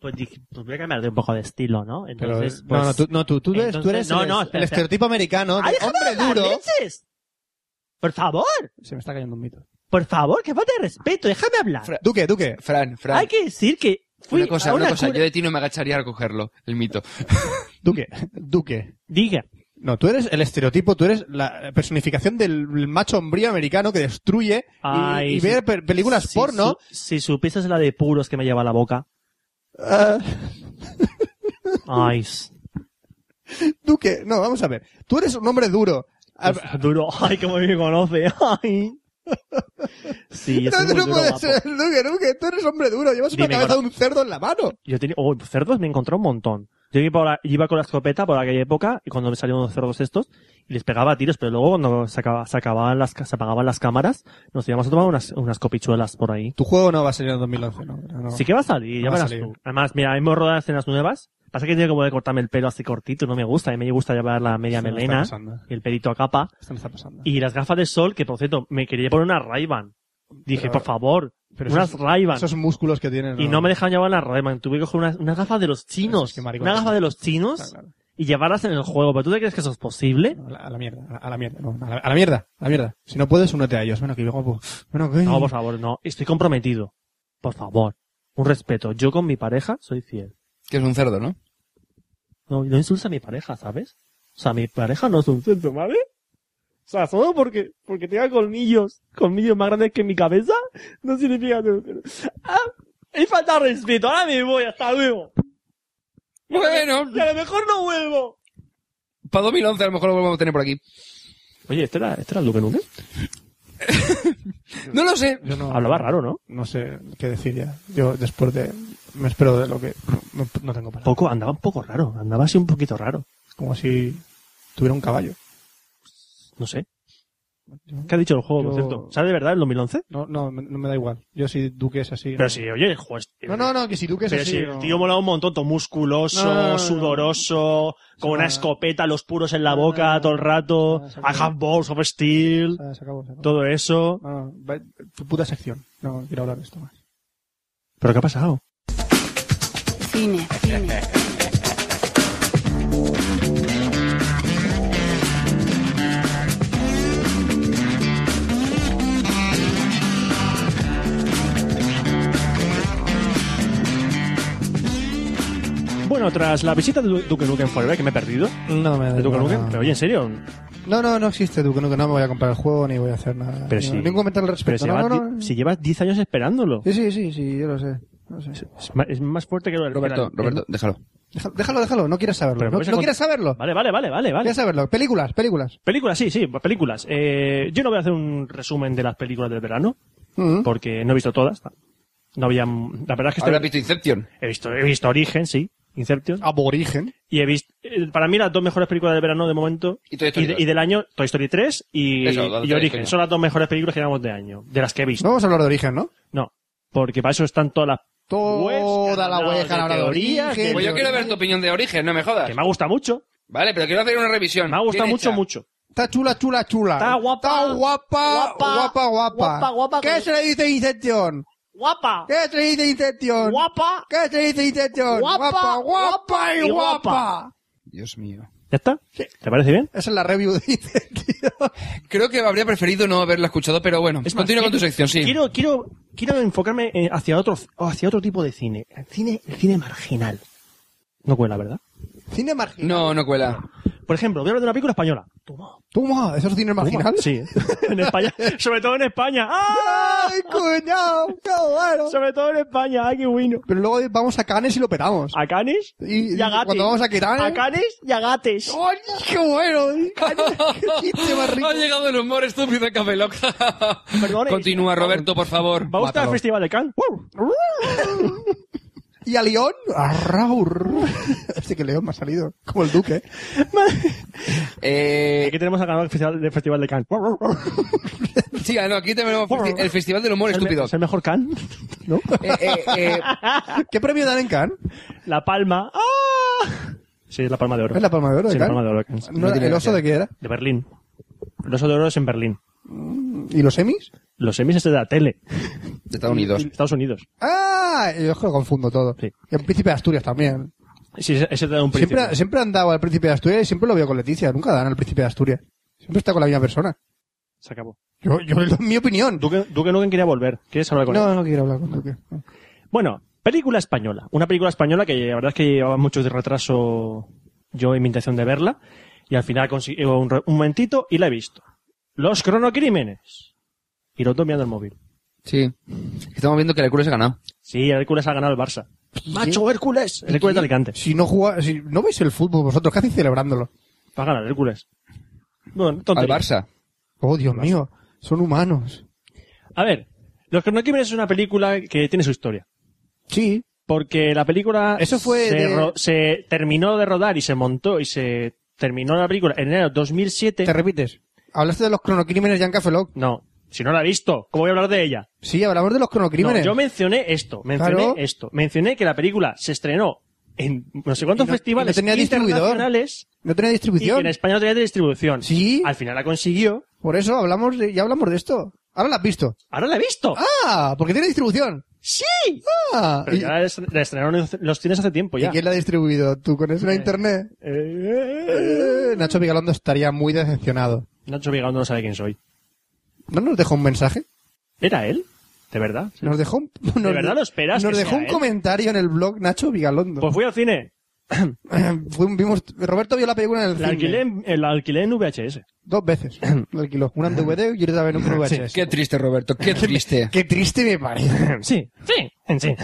pues dije, pues voy a cambiar de un poco de estilo, ¿no? Pero, Entonces, no, pues- no, tú, no, tú, tú eres, entonces- tú eres no, el, no, el espera, espera. estereotipo americano de ¡Ah, déjame hombre hablar, duro. leches! Por favor, Se me está cayendo un mito. por favor, que falta de respeto, déjame hablar. Fra- Duque, Duque. Fran, Fran. Hay que decir que fui una cosa, a una una cosa. cura- Yo de ti no me agacharía a recogerlo, el mito. Duque. Duque. Diga, No, tú eres el estereotipo, tú eres la personificación del macho hombrío americano que destruye y- Ay, y, sí. ve pe- películas Si porno. su- si supieses la de puros que me lleva a la boca. Ah, Ay, s- tú que, no, vamos a ver. Tú eres un hombre duro. Ah, duro. Ay, cómo me conoce. Ay. Sí, yo soy no, muy no duro, puede guapo. ser, Duque, Duque, tú eres hombre duro, llevas una Dime, cabeza de Gora. un cerdo en la mano. Yo tenía, oh, cerdos me encontré un montón. Yo iba, por la- iba con la escopeta por aquella época y cuando me salieron los cerdos estos y les pegaba a tiros, pero luego cuando se, acaba- se acababan las, ca- se apagaban las cámaras, nos íbamos a tomar unas, unas copichuelas por ahí. Tu juego no va a salir en 2011, ¿no? no. Sí que va a salir, ya Va a verás salir. tú. Además, mira, hemos rodado escenas nuevas. Pasa que tiene como de cortarme el pelo así cortito, no me gusta. A mí me gusta llevar la media Esto no está melena pasando. y el pelito a capa. Esto no está pasando. Y las gafas de sol, que por cierto, me quería poner una Ray-Ban. Dije, Pero- por favor, pero unas esos- Ray-Ban. Esos músculos que tienes. Y no me dejaban llevar las Ray-Ban. Tuve que coger unas, unas gafas de los Pues es chinos. que maricón. una gafa de los Está chinos claro. y llevarlas en el juego. ¿Pero tú te crees que eso es posible? A la, a la mierda, a la, a la mierda, no, a, la, a la mierda, a la mierda. Si no puedes, únete a ellos. Bueno, que luego, pues, bueno, que... No, por favor, no. Estoy comprometido. Por favor. Un respeto. Yo con mi pareja soy fiel. Que es un cerdo, ¿no? No, no insulta a mi pareja, ¿sabes? O sea, mi pareja no es un centro, ¿vale? O sea, solo porque, porque tenga colmillos, colmillos más grandes que mi cabeza, no significa que... pero- ¡Ah! He faltado al respeto, ahora me voy, hasta luego. Bueno, Y a lo mejor no vuelvo. para 2011 a lo mejor lo vamos a tener por aquí. Oye, ¿este era, este era el Duque Nukem? No lo sé. Yo no, Hablaba raro, ¿no? No sé qué decir ya. Yo después de... Me espero de lo que... No, no tengo palabras. Poco, andaba un poco raro, andaba así un poquito raro. Como si tuviera un caballo. No sé. ¿Qué ha dicho el juego, por Yo- cierto? ¿Sale de verdad el 2011? No, no, me- no me da igual. Yo si Duque es así... Pero no. sí, oye, el juego es... No, no, no, que si Duque es Pero así... si el no. tío mola un montón, todo musculoso, No, no, no, no. sudoroso, con No, una no. escopeta, los puros en la No, no, boca no. todo el rato, No, eso I no. have balls of steel, Ah, se acabó, se acabó. todo eso. No, no, va- tu puta sección. No quiero hablar de esto más. ¿Pero qué ha pasado? Cine, cine, Bueno, tras la visita de Du- Duke Nukem Forever, que me he perdido, No me da de Duke igual, Nukem, no. pero oye, en serio, No, no, no existe Duke Nukem. No me voy a comprar el juego ni voy a hacer nada. Pero Ni- si- Ningún comentario pero al respecto. si, No, llevas no, di- no. si llevas 10 años esperándolo, Sí, sí, sí, sí, yo lo sé. Lo sé. es ma- es más fuerte que lo del Roberto, que la- Roberto, déjalo. Déjalo, déjalo, déjalo, no quieres saberlo. Pero no puedes no encont- quieres saberlo. Vale, vale, vale, vale, vale. Quieres saberlo. Películas, películas. Películas, sí, sí, películas. Eh, yo no voy a hacer un resumen de las películas del verano, Mm. porque no he visto todas. No había, la verdad es que este- Habrás visto Ah. Inception. He visto, he visto Origen, sí, Inception. Aborigen. Y he visto, eh, para mí las dos mejores películas del verano de momento Y Toy Story de- dos. del año, Toy Story 3 y, Eso, y Toy Story, Origen. coño. Son las dos mejores películas que llevamos de año, de las que he visto. No vamos a hablar de origen, ¿no? No, porque para eso están todas las... Pues, Toda la hablado hueja de habrá de teorías, origen. de- Pues yo quiero ver tu opinión de origen, no me jodas. Que me ha gustado mucho, Vale, pero quiero hacer una revisión. me ha gustado Bien mucho, hecha. mucho. Está chula, chula, chula. Está guapa. Está guapa, Guapa. guapa, guapa. Guapa, guapa, ¿Qué con- se le dice Inception? ¡Guapa! ¿Qué se le dice Inception? ¡Guapa! ¿Qué se le dice Inception? Guapa, guapa, guapa y y guapa. guapa. Dios mío. ¿Ya está? ¿Te parece bien? Esa es la review de Inception. Creo que habría preferido no haberla escuchado, pero bueno. Es más, Continúa con tu quiero- sección, sí. Quiero, quiero, quiero enfocarme eh, hacia otro, hacia otro tipo de cine. El cine, el cine marginal. No cuela, ¿verdad? Cine marginal. No, no cuela. Por ejemplo, voy a hablar de una película española. Toma. Toma, ¿eso es cine marginal? Sí, ¿eh? en España, sobre todo en España. ¡Ah! ¡Ay, cuñado! ¡Qué bueno! Sobre todo en España, ¡ay, qué bueno! Pero luego vamos a Cannes y lo petamos. A Canes Y- y, y a Gates. cuando vamos a Canes- Canes y a Gates. ¡Ay, qué bueno! ¡Qué chiste más rico! Ha llegado el humor estúpido de Café Lock. Perdone. Continúa, Roberto, por favor. eh, ¿Va usted al Mátalo. Festival de Cannes? ¡Wow! ¿Y a León? ¡Arraur! Este que León me ha salido, como el duque. Eh, Eh, Aquí tenemos al ganador del Festival, del Festival de Cannes. ¡Wow! sí, ah, no, aquí tenemos el Festival del Humor ¿Es el me- Estúpido. ¿Es el mejor Cannes? ¿No? Eh, eh, eh, ¿Qué premio dan en Cannes? La Palma. ¡Ah! Sí, es la Palma de Oro. ¿Es la Palma de Oro de Sí, la Cannes? Palma de Oro de Cannes. No, ¿El oso de qué era? De Berlín. El oso de oro es en Berlín. ¿Y los semis? Los semis es de la tele. de Estados Unidos. Estados Unidos. ¡Ah! Yo es que lo confundo todo. Sí. Y el príncipe de Asturias también. Sí, ese- ese te da un príncipe. Siempre, siempre han dado al príncipe de Asturias y siempre lo veo con Leticia. Nunca dan al príncipe de Asturias. Siempre está con la misma persona. Se acabó. Yo, yo, mi opinión. Duque, Duque Nukem quería volver. ¿Quieres hablar con él? No, no quiero hablar con Duque. Bueno, película española. Una película española que la verdad es que llevaba mucho de retraso yo en mi intención de verla. Y al final consigo un, re- un momentito y la he visto. Los cronocrímenes. Y los dos mirando el móvil. Sí. Estamos viendo que el Hércules ha ganado. Sí, el Hércules ha ganado el Barça. ¡Macho Hércules! El Hércules de Alicante. Si no juega, si no veis el fútbol vosotros, casi celebrándolo. Va a ganar el Hércules. Bueno, Al tontería. Barça. Oh, Dios mío, son humanos. A ver, Los cronocrímenes es una película que tiene su historia. Sí. Porque la película Eso fue se, de- ro- se terminó de rodar y se montó y se terminó la película en enero de 2007. Te repites. Hablaste de los cronocrímenes ya en Café Lock. No, si no la he visto, ¿cómo voy a hablar de ella? Sí, hablamos de los No, cronocrímenes. yo mencioné esto, mencioné Claro. esto, mencioné que la película se estrenó en no sé cuántos Y no- festivales y no tenía distribuidor. internacionales No tenía y que en distribución. España no tenía distribución. Sí. Al final la consiguió. Por eso hablamos de- ya hablamos de esto. Ahora la has visto. Ahora la he visto. ¡Ah! Porque tiene distribución. Sí. ¡Ah! Pero ¿Y, ya la est- la estrenaron en los cines hace tiempo y ya. quién la ha distribuido? ¿Tú con eso en internet? Eh, Nacho Vigalondo estaría muy decepcionado. Nacho Vigalondo no sabe quién soy. ¿No nos dejó un mensaje? ¿Era él? ¿De verdad? Nos dejó un, nos verdad lo esperas Nos que dejó sea un él? comentario en el blog Nacho Vigalondo. Pues fui al cine. Fuimos- vimos, Roberto vio la película en el La cine. alquilé, en- eh, la alquilé en VHS. Dos veces. La alquiló. Una en DVD y otra en un VHS. Qué triste, Roberto, qué triste. Qué triste me parece. Sí, sí, en sí.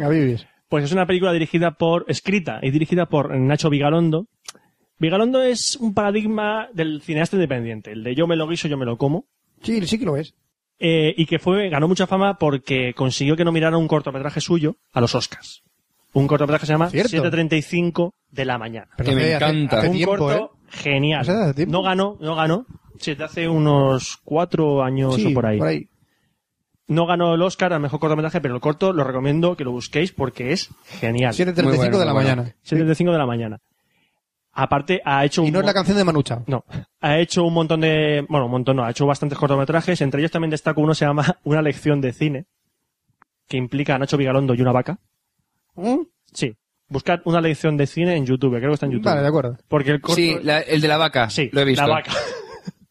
A vivir. Pues es una película dirigida por, escrita y dirigida por Nacho Vigalondo. Vigalondo es un paradigma del cineasta independiente, el de yo me lo guiso, yo me lo como, Sí, sí que lo es. eh, y que fue, ganó mucha fama porque consiguió que nominaran un cortometraje suyo a los Oscars. Un cortometraje que se llama Cierto. 7.35 de la mañana. Pero Que me hace- hace- encanta. hace un tiempo, corto ¿eh? genial. O sea, hace tiempo. No ganó, no ganó. Se te hace unos cuatro años Sí, o por ahí. No ganó el Oscar al mejor cortometraje, pero el corto lo recomiendo que lo busquéis porque es genial. 7.35 Muy bueno, de la muy bueno. mañana. 7.35 de la mañana. Aparte, ha hecho un... Y no es la mon- canción de Manucha. no, ha hecho un montón de... Bueno, un montón no, ha hecho bastantes cortometrajes. Entre ellos también destaco uno que se llama Una lección de cine, que implica a Nacho Vigalondo y una vaca. ¿Mm? Sí. Buscad Una lección de cine en YouTube, creo que está en YouTube. Vale, de acuerdo. Porque el corto... Sí, la- el de la vaca. Sí, lo he visto. La vaca.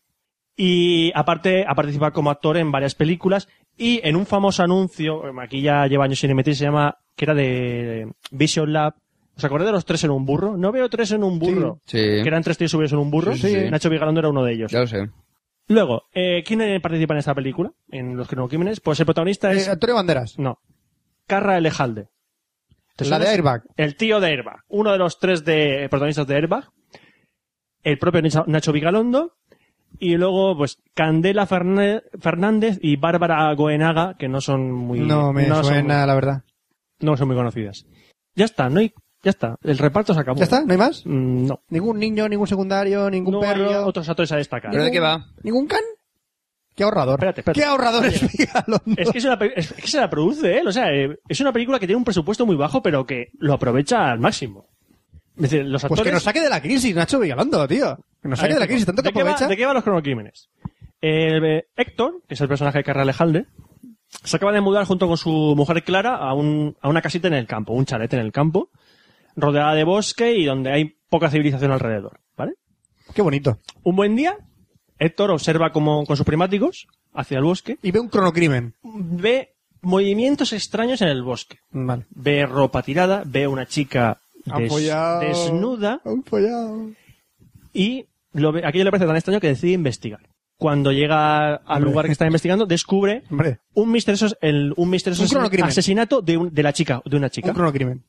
y aparte ha participado como actor en varias películas y en un famoso anuncio, em, aquí ya lleva años sin emitir, se llama, que era de Vision Lab. ¿Os acordáis de los tres en un burro? No veo tres en un burro. Sí, Que eran tres tíos subidos en un burro. Sí, sí, sí. Nacho Vigalondo era uno de ellos. ya lo sé. Luego, eh, ¿quién eh, participa en esta película? En Los Crímenes. Pues el protagonista es... Eh, Antonio Banderas. No. Carra Elejalde. ¿Te La de suena? Airbag. El tío de Airbag. Uno de los tres de, protagonistas de Airbag. El propio Nacho- Nacho Vigalondo. Y luego, pues, Candela Ferne- Fernández y Bárbara Goenaga, que no son muy... No me son suena, muy- la verdad. no son muy conocidas. Ya está, no hay... Ya está. El reparto se acabó. ¿Ya está? ¿No hay más? Mm, no. Ningún niño, ningún secundario, ningún no hay perro. otros actores a destacar. ¿Pero de qué va? ¿Ningún can? ¿Qué ahorrador? Espérate, espérate. ¿Qué ahorrador es Vigalondo? Es que, es, una pe- es que se la produce él. O sea, eh, es una película que tiene un presupuesto muy bajo, pero que lo aprovecha al máximo. Es decir, los Pues actores... que nos saque de la crisis, Nacho Vigalondo, tío. Que nos A ver, saque de la chico, crisis, tanto que ¿de qué va- aprovecha. ¿De qué van los cronocrímenes? El, eh, Héctor, que es el personaje de Carra Alejalde, se acaba de mudar junto con su mujer Clara a, un- a una casita en el campo, un chalet en el campo, rodeada de bosque y donde hay poca civilización alrededor, ¿vale? Qué bonito. Un buen día, Héctor observa como con sus primáticos hacia el bosque, Y ve un cronocrimen. ve movimientos extraños en el bosque. Vale. Ve ropa tirada, ve una chica des- Apoyado. desnuda Un follado. y lo ve- aquello le parece tan extraño que decide investigar. Cuando llega al lugar que está investigando, descubre Hombre, un misterioso, el- un misterioso Un cronocrimen. asesinato de, un- de la chica, de una un chica. cronocrimen.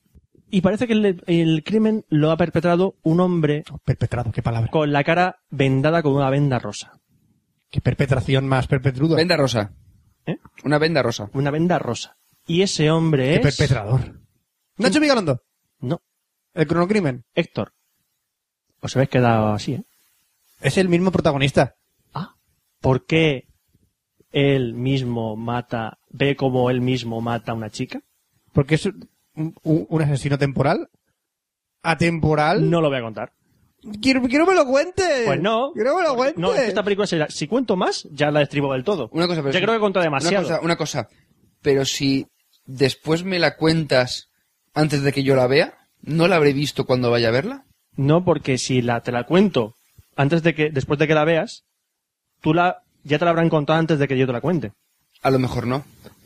Y parece que el, el crimen lo ha perpetrado un hombre Perpetrado, qué palabra. con la cara vendada con una venda rosa. Qué perpetración más perpetrudo. Venda rosa. ¿Eh? Una venda rosa. Una venda rosa. Y ese Qué hombre es... perpetrador. Nacho Vigalondo, No, el cronocrimen. Héctor. Os habéis quedado así, ¿eh? Es el mismo protagonista. ¿Por qué él mismo mata, ve como él mismo mata a una chica? Porque es un, un- un asesino temporal. ¿Atemporal? No lo voy a contar. Quiero, quiero que me lo cuentes. Pues no. Quiero que me lo Porque- cuentes. No, es que esta película, será- si cuento más, ya la destribo del todo. Una cosa, pero Ya si- creo que conto demasiado. Una cosa, una cosa. Pero si después me la cuentas antes de que yo la vea, ¿no la habré visto cuando vaya a verla? No, porque si la, te la cuento antes de que, después de que la veas, tú la, ya te la habrán contado antes de que yo te la cuente. Eh, A lo mejor no.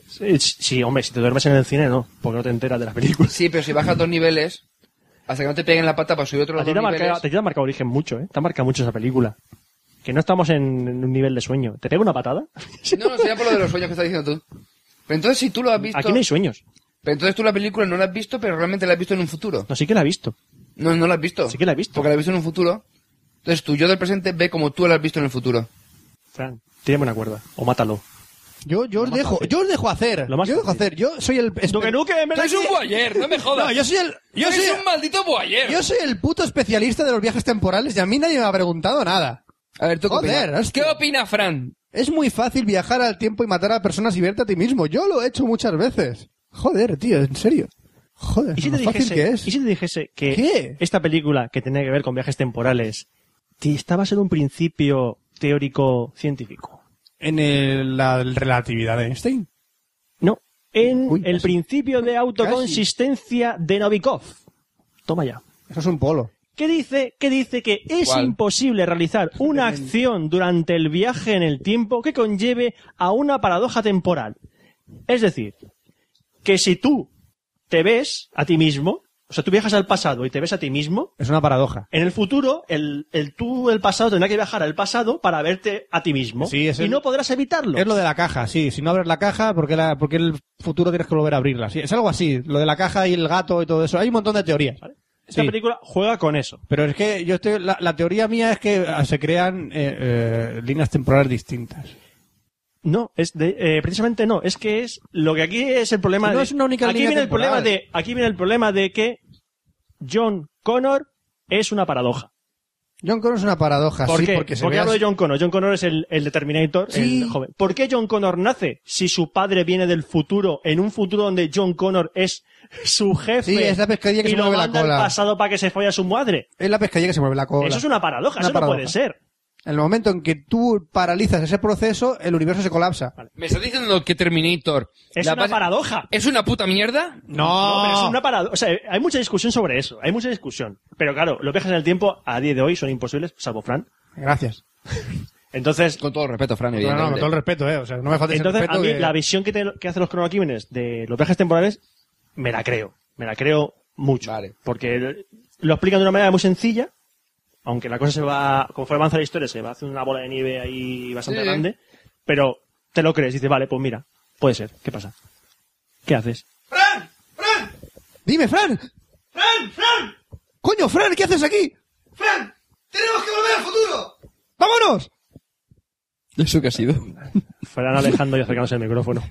Sí, sí, hombre, si te duermes en el cine, no, porque no te enteras de las películas. Sí, pero si bajas dos niveles, Hasta que no te peguen la pata para subir otro A ti te ha marcado, te ha marcado origen mucho, ¿eh? Te ha marcado mucho esa película. Que no estamos en, en un nivel de sueño. ¿Te pega una patada? No, no, sería por lo de los sueños que estás diciendo tú. Pero entonces si tú lo has visto... Aquí no hay sueños. Pero entonces tú la película no la has visto, pero realmente la has visto en un futuro. No, sí que la he visto. No, no la has visto. Sí que la he visto. Porque la has visto en un futuro. Entonces tu yo del presente ve como tú la has visto en el futuro. Fran, tírame una cuerda. O mátalo. Yo, yo os dejo, yo os dejo hacer. Lo más yo os dejo fácil. hacer. Yo soy el. Duke Nukem, ¿verdad Soy que- el- boyer, no me No, yo soy el. Yo soy, maldito boyer. yo soy el puto especialista de los viajes temporales y a mí nadie me ha preguntado nada. A ver, tú qué Joder, opinas. hostia. ¿Qué opina Fran? Es muy fácil viajar al tiempo y matar a personas y verte a ti mismo. Yo lo he hecho muchas veces. Joder, tío, en serio. Joder, ¿Y si, lo te fácil dijese, que es. ¿Y si te dijese que ¿Qué? esta película que tenía que ver con viajes temporales te estaba en un principio teórico científico? En el- la relatividad de Einstein. No, en Uy, el casi. principio de autoconsistencia de Novikov. Toma ya. Eso es un polo. ¿Qué dice? ¿Qué dice que es ¿Cuál? imposible realizar una acción durante el viaje en el tiempo que conlleve a una paradoja temporal? Es decir, que si tú te ves a ti mismo, o sea, tú viajas al pasado y te ves a ti mismo, Es una paradoja. en el futuro, el, el tú, el pasado, tendrá que viajar al pasado para verte a ti mismo. Sí, es y el- no podrás evitarlo. Es lo de la caja, sí. Si no abres la caja, ¿por qué, la, por qué el futuro tienes que volver a abrirla? Sí, es algo así. Lo de la caja y el gato y todo eso. Hay un montón de teorías. Esta sí. película juega con eso. Pero es que yo estoy, la, la teoría mía es que ah, se crean eh, eh, líneas temporales distintas. No, es de, eh, precisamente no. Es que es lo que aquí es el problema. No de- es una única aquí línea viene temporal. el problema de aquí viene el problema de que John Connor es una paradoja. John Connor es una paradoja, ¿Por sí, qué? porque se Porque ve hablo así. de John Connor. John Connor es el, el de Terminator, Sí. el joven. ¿Por qué John Connor nace si su padre viene del futuro, en un futuro donde John Connor es su jefe Sí, es la pescadilla que y se lo mueve la manda al cola. pasado para que se folle a su madre? Es la pescadilla que se mueve la cola. Eso es una paradoja, Una eso paradoja. no puede ser. En el momento en que tú paralizas ese proceso, el universo se colapsa. ¿Me estás diciendo que Terminator... Es la una base- paradoja. Eh, ¿Es una puta mierda? No, pero es una parado- O sea, hay mucha discusión sobre eso. Hay mucha discusión. Pero claro, los viajes en el tiempo a día de hoy son imposibles, salvo Fran. Gracias. Entonces, Con todo el respeto, Fran, No, no, con evidentemente. todo el respeto, eh. O sea, no me faltes el entonces a respeto mí que- la visión que, te- que hacen los cronocrímenes de los viajes temporales me la creo. Me la creo mucho. Vale. Porque lo explican de una manera muy sencilla, aunque la cosa se va, conforme avanza la historia, se va haciendo una bola de nieve ahí bastante Sí. grande. Pero te lo crees y dices, vale, pues mira, puede ser. ¿Qué pasa? ¿Qué haces? Dime, Fran. Fran, Fran. Coño, Fran, ¿qué haces aquí? Fran, tenemos que volver al futuro. ¡Vámonos! ¿Eso qué ha sido? Fran alejando y acercándose al micrófono.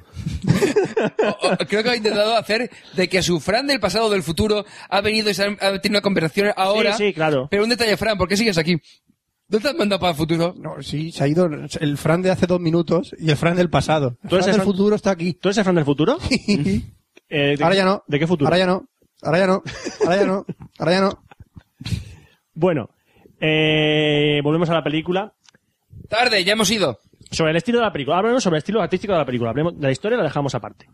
O- o- creo que ha intentado hacer de que su Fran del pasado o del futuro ha venido y se han- ha tenido una conversación ahora. Sí, sí, claro. Pero un detalle, Fran, ¿por qué sigues aquí? ¿Dónde te has mandado para el futuro? No, sí, se ha ido el Fran de hace dos minutos y el Fran del pasado. El Tú eres Fran del el Fran- futuro está aquí. ¿Tú eres el Fran del futuro? Eh, ¿de ahora qué- ya no. ¿De qué futuro? Ahora ya no. Ahora ya no. Ahora ya no. Ahora ya no. Bueno, eh, volvemos a la película. Tarde, ya hemos ido. Sobre el estilo de la película. Háblanos sobre el estilo artístico de la película. Hablemos de la historia, la dejamos aparte.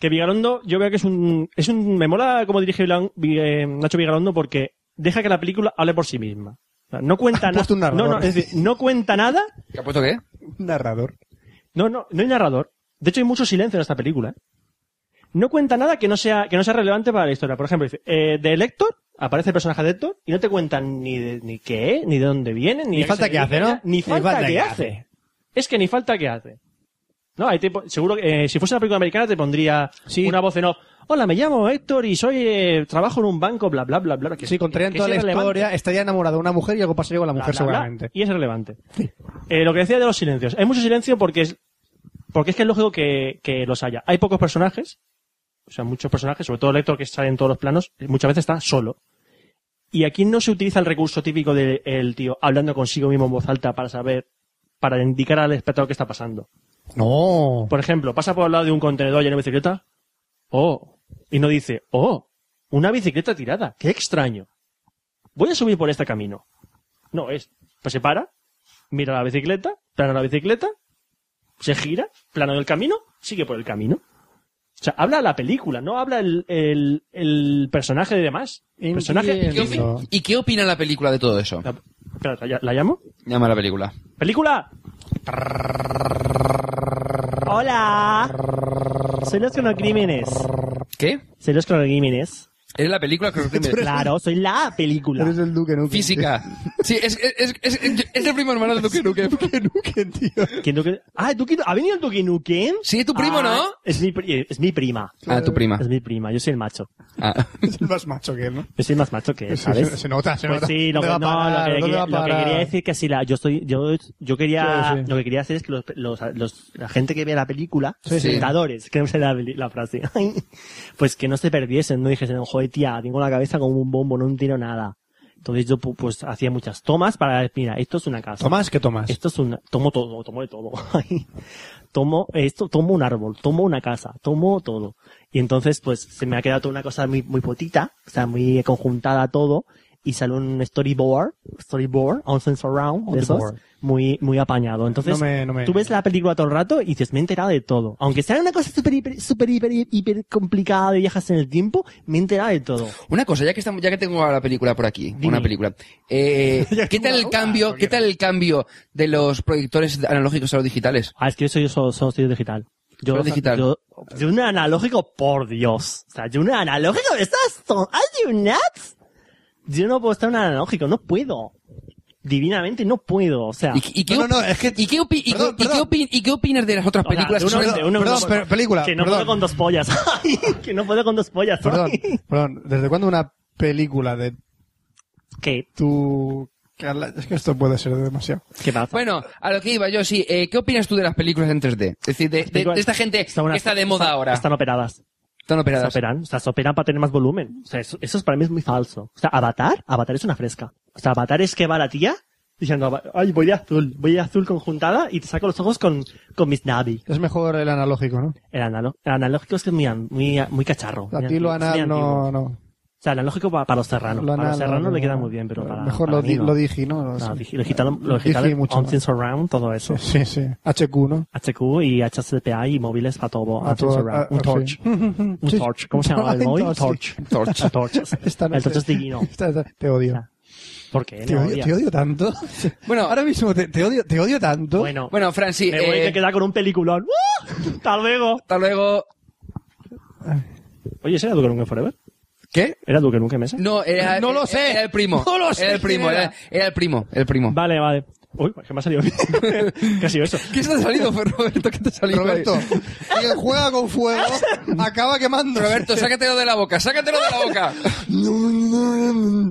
Que Vigarondo, yo veo que es un... Es un me mola cómo dirige Vilan- Vi- eh, Nacho Vigarondo porque deja que la película hable por sí misma. O sea, No cuenta Ha nada. puesto un no, narrador. no, es decir, no cuenta nada. ¿Qué ha puesto qué? Narrador. No, no, no hay narrador. De hecho, hay mucho silencio en esta película. ¿eh? No cuenta nada que no sea, que no sea relevante para la historia. Por ejemplo, dice, eh, de Héctor, aparece el personaje de Héctor, y no te cuentan ni, de- ni qué, es, ni de dónde viene, ni, Ni a qué falta se que hace, dedica, ¿no? Ni Ni falta, que, hace. Es que ni falta que hace. No, hay tipo, seguro que eh, si fuese una película americana te pondría Sí. una voz en off. Hola, me llamo Héctor y soy eh, trabajo en un banco, bla, bla, bla, bla. Que, Sí, contrarían que- que toda es la irrelevante. historia, estaría enamorado de una mujer y algo pasaría con la Bla, mujer bla, bla, seguramente. y es relevante. Eh, lo que decía de los silencios. Hay mucho silencio porque es, porque es que es lógico que, que los haya. Hay pocos personajes, o sea, muchos personajes, sobre todo el Héctor que sale en todos los planos, muchas veces está solo. Y aquí no se utiliza el recurso típico del tío hablando consigo mismo en voz alta para saber, para indicar al espectador qué está pasando. No. Por ejemplo, pasa por el lado de un contenedor lleno de bicicletas. Oh. Y no dice, oh, una bicicleta tirada. Qué extraño. Voy a subir por este camino. No, es, pues se para, mira la bicicleta, plana la bicicleta, se gira, plano del camino, sigue por el camino. O sea, habla la película, no habla el, el, el personaje de demás. El personaje... ¿Y qué, opi- Entiendo. y qué opina la película de todo eso? La- espera, ¿la, la llamo? Llama a la película. ¡Película! ¡Hola! Soy los cronocrímenes. ¿Qué? Soy los cronocrímenes. Eres la película que reprime. Claro, soy la película. Eres el Duque Nukem. Física. Sí, es, es, es, es- es el primo hermano de Duque Nukem. Duque Nukem, tío. ¿Quién no que- Ah, ¿tú quién- ¿ha venido el Duque Nukem? Sí, tu primo, Ah, ¿no? Es mi, pri- es mi prima. Ah, tu prima. Es mi prima, yo soy el macho. Ah. Es el más macho que él, ¿no? Yo soy más macho que él, Sí, ¿sabes? Se, se nota, se Pues nota. sí, lo que, ¿Dónde va a no, parar? lo, que, ¿Dónde va a lo que parar? quería decir que si la, yo estoy, yo, yo quería, Sí, sí. lo que quería hacer es que los, los, los- la gente que ve la película, Sí, los sí. espectadores, que no sé la, peli- la frase, pues que no se perdiesen, no dijesen, joder tía, tengo la cabeza como un bombo, no entiendo nada. Entonces yo pu- pues hacía muchas tomas para, mira, esto es una casa. Tomás, ¿qué tomas? Esto es un, tomo todo, tomo de todo. tomo esto, tomo un árbol, tomo una casa, tomo todo. Y entonces, pues, se me ha quedado toda una cosa muy, muy potita, o sea, muy conjuntada todo, y sale un storyboard, storyboard, un sensor round, de esos, Storyboard. muy, muy apañado. Entonces, No me- no me- tú ves la película todo el rato y dices, me he enterado de todo. Aunque sea una cosa súper, hiper, súper, hiper, hiper complicada de viajes en el tiempo, me he enterado de todo. Una cosa, ya que estamos, ya que tengo la película por aquí, Dime. una película. Eh, Ya ¿Qué tengo tal una el duda, cambio, qué tal el cambio de los proyectores analógicos a los digitales? Ah, es que yo soy, yo solo, solo soy digital. Yo, Solo digital. Yo, yo un analógico, por Dios. O sea, yo un analógico, ¿estás? to- ¿Are you nuts? Yo no puedo estar en un analógico, no puedo. Divinamente no puedo, o sea. ¿Y, qué- y qué No, op- no, no, es que- ¿y qué opi- y qué- Perdón, y qué perdón. opi- y qué opinas de las otras o sea, películas? de que uno- son- de uno- perdón, uno- pero- película, Que no perdón. puedo con dos pollas. Ay, que no puedo con dos pollas. ay. Perdón, perdón. ¿Desde cuándo una película de ¿Qué? tu... Carla- Es que esto puede ser demasiado. ¿Qué pasa? Bueno, a lo que iba yo, sí. eh, ¿Qué opinas tú de las películas en 3D? Es decir, de, de- de esta gente Está una- que está de moda está- ahora. Están operadas. Están Se operadas. operan, o sea, se operan para tener más volumen. O sea, eso, eso es para mí es muy falso. O sea, Avatar, Avatar es una fresca. O sea, Avatar es que va la tía diciendo, ay, voy de azul, voy de azul conjuntada y te saco los ojos con, con mis Navi. Es mejor el analógico, ¿no? El, analo- el analógico es que es muy, an- muy, muy cacharro. A muy ti antiguo, lo Ah, es muy anal antiguo. no... no. O sea, el analógico va para los serranos. Lo para los anal serranos no- le queda muy bien, pero para. Mejor para lo, mí di- no. Ah, lo digi, ¿no? No, digi- lo digital, lo Digi digital, mucho on más. surround, todo eso. Sí, sí. HQ, ¿no? HQ y HCPA y móviles para todo. A on todo- surround. a- un sí. torch. Un Sí. torch. ¿Cómo se llama el Ay, móvil? torch, sí. Torch. Torch. Un torch. Esta no El torch te- es divino. Esta- esta- te odio. sea, ¿Por qué? Te No odio, odias. te odio tanto. Bueno. ahora mismo te, te odio, te odio tanto. Bueno, Bueno, Fran, sí. me voy eh, a quedar con un peliculón. ¡Uh! ¡Hasta luego! Hasta luego. Oye, ¿ese era Duke Nukem Forever? ¿Qué? ¿Era Duke Nukem ese? No, era, No lo era- sé. Era el primo. No lo sé Era el quién primo, era. era, era el primo, el primo. Vale, vale. Uy, que me ha salido bien. ¿Qué ha sido eso? ¿Qué se te ha salido, Roberto? ¿Qué te ha salido? ahí? Roberto, quien juega con fuego acaba quemando. Roberto, sácatelo de la boca, sácatelo de la boca.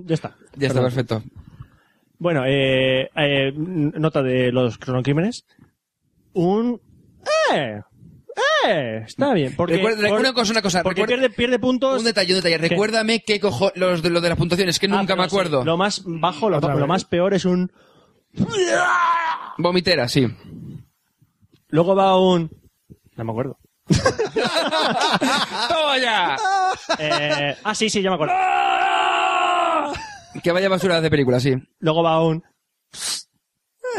Ya está. Ya está, perfecto. Bueno, eh, eh, nota de los cronocrímenes. Un... ¡Eh! ¡Eh! Está bien. Porque, Recuerda- por- una cosa, una cosa. Porque Recuerda- pierde, pierde puntos... Un detalle, un detalle. Recuérdame qué cojo los de, lo de las puntuaciones, que Ah, nunca pero me sí, acuerdo. Lo más bajo, lo, Otra lo vez. más peor es un... Vomitera, sí. Luego va un... No me acuerdo. ¡Toma ya! Eh, ah, sí, sí, ya me acuerdo. Que vaya basura de película, sí. Eh. Luego va un...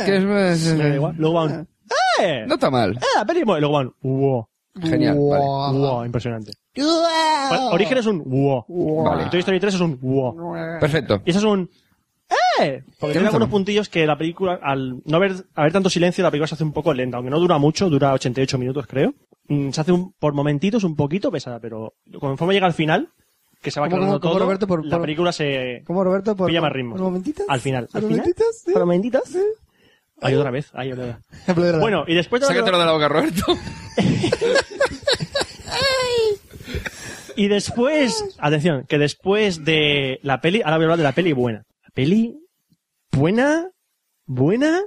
Que es- Me da igual. Luego va un... ¡Eh! No está mal. ¡Eh! Venimos. Y luego va un... ¡Wow! Genial, vale. ¡Wow! Impresionante. Bueno, Origen es un... ¡Wow! Vale. Y Toy Story 3 es un... ¡Wow! Perfecto. Y eso es un... ¡Eh! Porque tiene algunos puntillos que la película, al no haber, haber tanto silencio, la película se hace un poco lenta, aunque no dura mucho, dura 88 minutos, creo. Mm, Se hace un, por momentitos un poquito pesada, pero conforme llega al final, que se va ¿Cómo, aclarando cómo, cómo, todo, Roberto? Por- la por- película se, ¿Cómo, Roberto? Por, Pilla más ritmo. ¿Por momentitos? Al final. ¿Por Al final. momentitos? Sí. ¿Por momentitos? Ay, otra vez. Ay, otra vez. Aplaudir. Bueno, y después de Sácatelo la, de la boca, Roberto. y después, atención, que después de la peli, ahora voy a hablar de la peli buena. La peli buena, buena.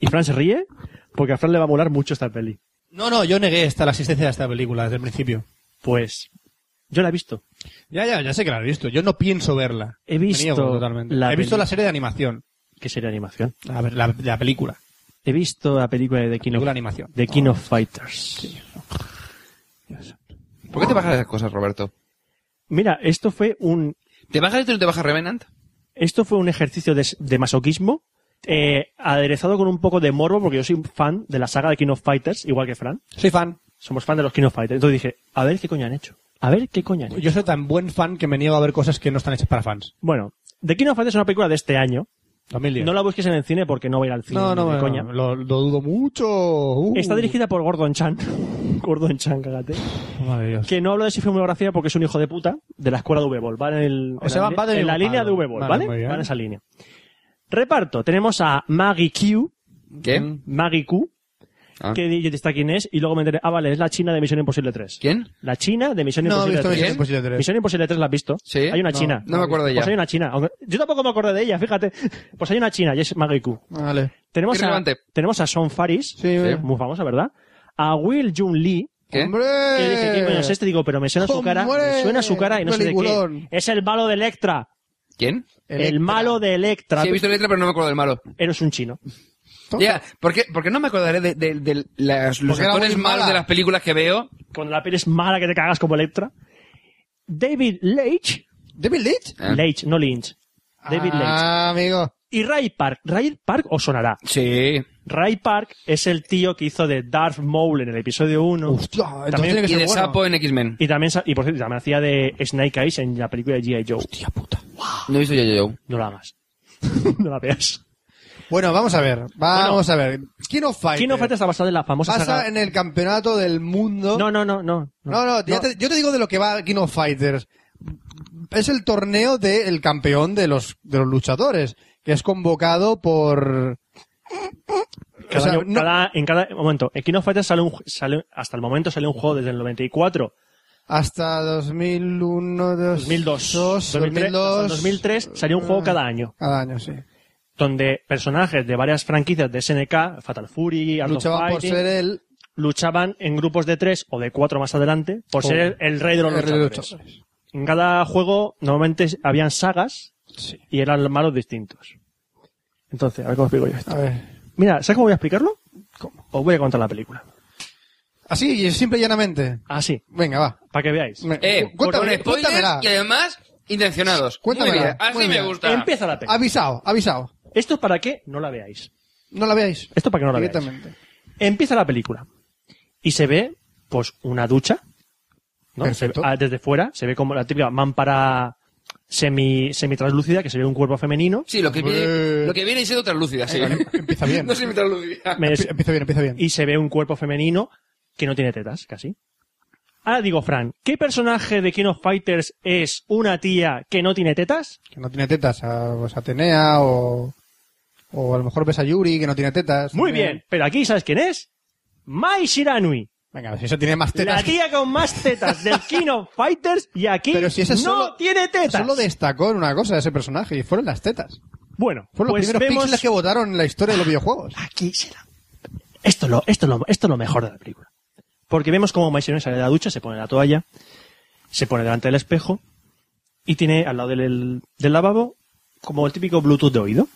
Y Fran se ríe porque a Fran le va a molar mucho esta peli. No, no, yo negué esta, la existencia de esta película desde el principio. Pues yo la he visto. Ya, ya, ya sé que la he visto. Yo no pienso verla. He Me visto niego totalmente. la he visto peli- la serie de animación. ¿Qué sería animación? A ver, la, la película. He visto la película de The King of, Película de animación. The King of Fighters. ¿Por qué te bajas esas cosas, Roberto? Mira, esto fue un ¿Te bajas esto y no te bajas Revenant? Esto fue un ejercicio de, de masoquismo eh, aderezado con un poco de morbo, porque yo soy un fan de la saga de King of Fighters, igual que Fran. Soy fan. Somos fan de los King of Fighters. Entonces dije, a ver qué coño han hecho. A ver qué coño han hecho. Yo soy tan buen fan que me niego a ver cosas que no están hechas para fans. Bueno, The King of Fighters es una película de este año, 2010. No la busques en el cine porque no va a ir al cine. no, no, ni de no, coña. Lo, lo dudo mucho. Uh. Está dirigida por Gordon Chan. Gordon Chan, cágate. Oh, Madre Dios. Que no hablo de su filmografía porque es un hijo de puta de la escuela de V-Ball. Va en, el- O sea, en la va- li- va de en la mismo línea de palo. V-Ball, Vale, ¿vale? muy bien. Va en esa línea. Reparto. Tenemos a Maggie Q. ¿Qué? Mm. Maggie Q. Ah. Que yo te está quién es. Y luego me enteré. Ah, vale, es la China de Misión Imposible 3. ¿Quién? La China de Misión No he Imposible visto 3. Misión ¿Bien? Imposible 3. Misión Imposible 3 la has visto. Sí. Hay una No, china. no me acuerdo Pues ya. hay una china. Aunque- Yo tampoco me acordé de ella, fíjate. Pues hay una china y es Maggie Q. Vale. Tenemos a, Irrelevante. tenemos a Sean Faris, Sí, eh. Sí. hombre. muy famosa, ¿verdad? A Will Jun Lee, ¿Qué? ¡Hombre! que dice, ¿qué coño es este? Digo, pero me suena su cara, me Eh. ¡Hombre! suena su cara y no sé de qué. Peliculón. Es el malo de Electra. ¿Quién? El malo de Electra. Sí, he visto letra, pero no me acuerdo del malo. Eres un chino. Ya, ¿por qué, por qué no me acordaré de, de- de las- los Porque era actores muy mala. malos de las películas que veo? Cuando la piel es mala que te cagas como Electra. David Leitch. ¿David Leitch? Ah. Leitch, no Lynch. David Leitch. ¿Eh? Ah, amigo. Y Ray Park. Ray Park os sonará. Sí. Ray Park es el tío que hizo de Darth Maul en el episodio 1. Hostia, entonces También- tiene que Y ser de bueno. sapo en X-Men. Y también, sa- y por cierto, también hacía de Snake Eyes en la película de G.I. Joe. Hostia puta. No he visto yo, yo, yo. No la hagas. no la veas. Bueno, vamos a ver. Vamos a ver. King of Fighters. King of Fighters está basada en la famosa eh, Pasa saga... en el campeonato del mundo. No, no, no, no. No, no, ya te- yo te digo de lo que va King of Fighters. Es el torneo del campeón de los, de los luchadores, que es convocado por... Cada o sea, año- no- cada- en cada momento. En King of Fighters sale un, ju- sale, hasta el momento sale un juego desde el 94, Hasta 2001, 2002, 2002, 2003, hasta el 2003 salió un juego Ah, cada año. Cada año, sí. donde personajes de varias franquicias de SNK, Fatal Fury, Art of Luchaba por Fighting, ser el luchaban en grupos de tres o de cuatro más adelante por Oh. ser el, el rey de los el rey de los luchadores. luchadores. En cada juego normalmente habían sagas Sí. y eran malos distintos. Entonces, a ver cómo explico yo esto. A ver. Mira, ¿sabes cómo voy a explicarlo? Os voy a contar la película. Así, y simple y llanamente. Así, Venga, va. para que veáis. Me- Eh, cuéntame, con spoilers cuéntamela. y además intencionados. Cuéntamela, Muy bien, así muy bien. me gusta. Empieza la película. Avisado, avisado. Esto es para que no la veáis. No la veáis. Esto para que no la veáis. Directamente. Empieza la película y se ve, pues, una ducha. ¿no? Perfecto. Se ve- ah, desde fuera se ve como la típica mampara semi, semi-translúcida que se ve un cuerpo femenino. Sí, lo que, viene, Hombre. Eh, lo que viene siendo translúcida, sí. em- Empieza bien. no sé mi translúcida. Me- Empi- Empieza bien, empieza bien. y se ve un cuerpo femenino que no tiene tetas, casi. Ahora digo, Fran, ¿qué personaje de King of Fighters es una tía que no tiene tetas? Que no tiene tetas, a, pues, Atenea o... O a lo mejor ves a Yuri, que no tiene tetas. Muy también. bien, pero aquí ¿sabes quién es? Mai Shiranui, Venga, si eso tiene más la tetas. tía con más tetas del King of Fighters y aquí Pero si ese no es solo- tiene tetas. Solo destacó en una cosa ese personaje, y fueron las tetas. Bueno, Fueron pues los primeros vemos... píxeles que votaron en la historia de los videojuegos. aquí se la... Esto es lo, esto es lo, esto es lo mejor de la película. Porque vemos cómo Maisonne sale de la ducha, se pone la toalla, se pone delante del espejo y tiene al lado del, del lavabo como el típico Bluetooth de oído.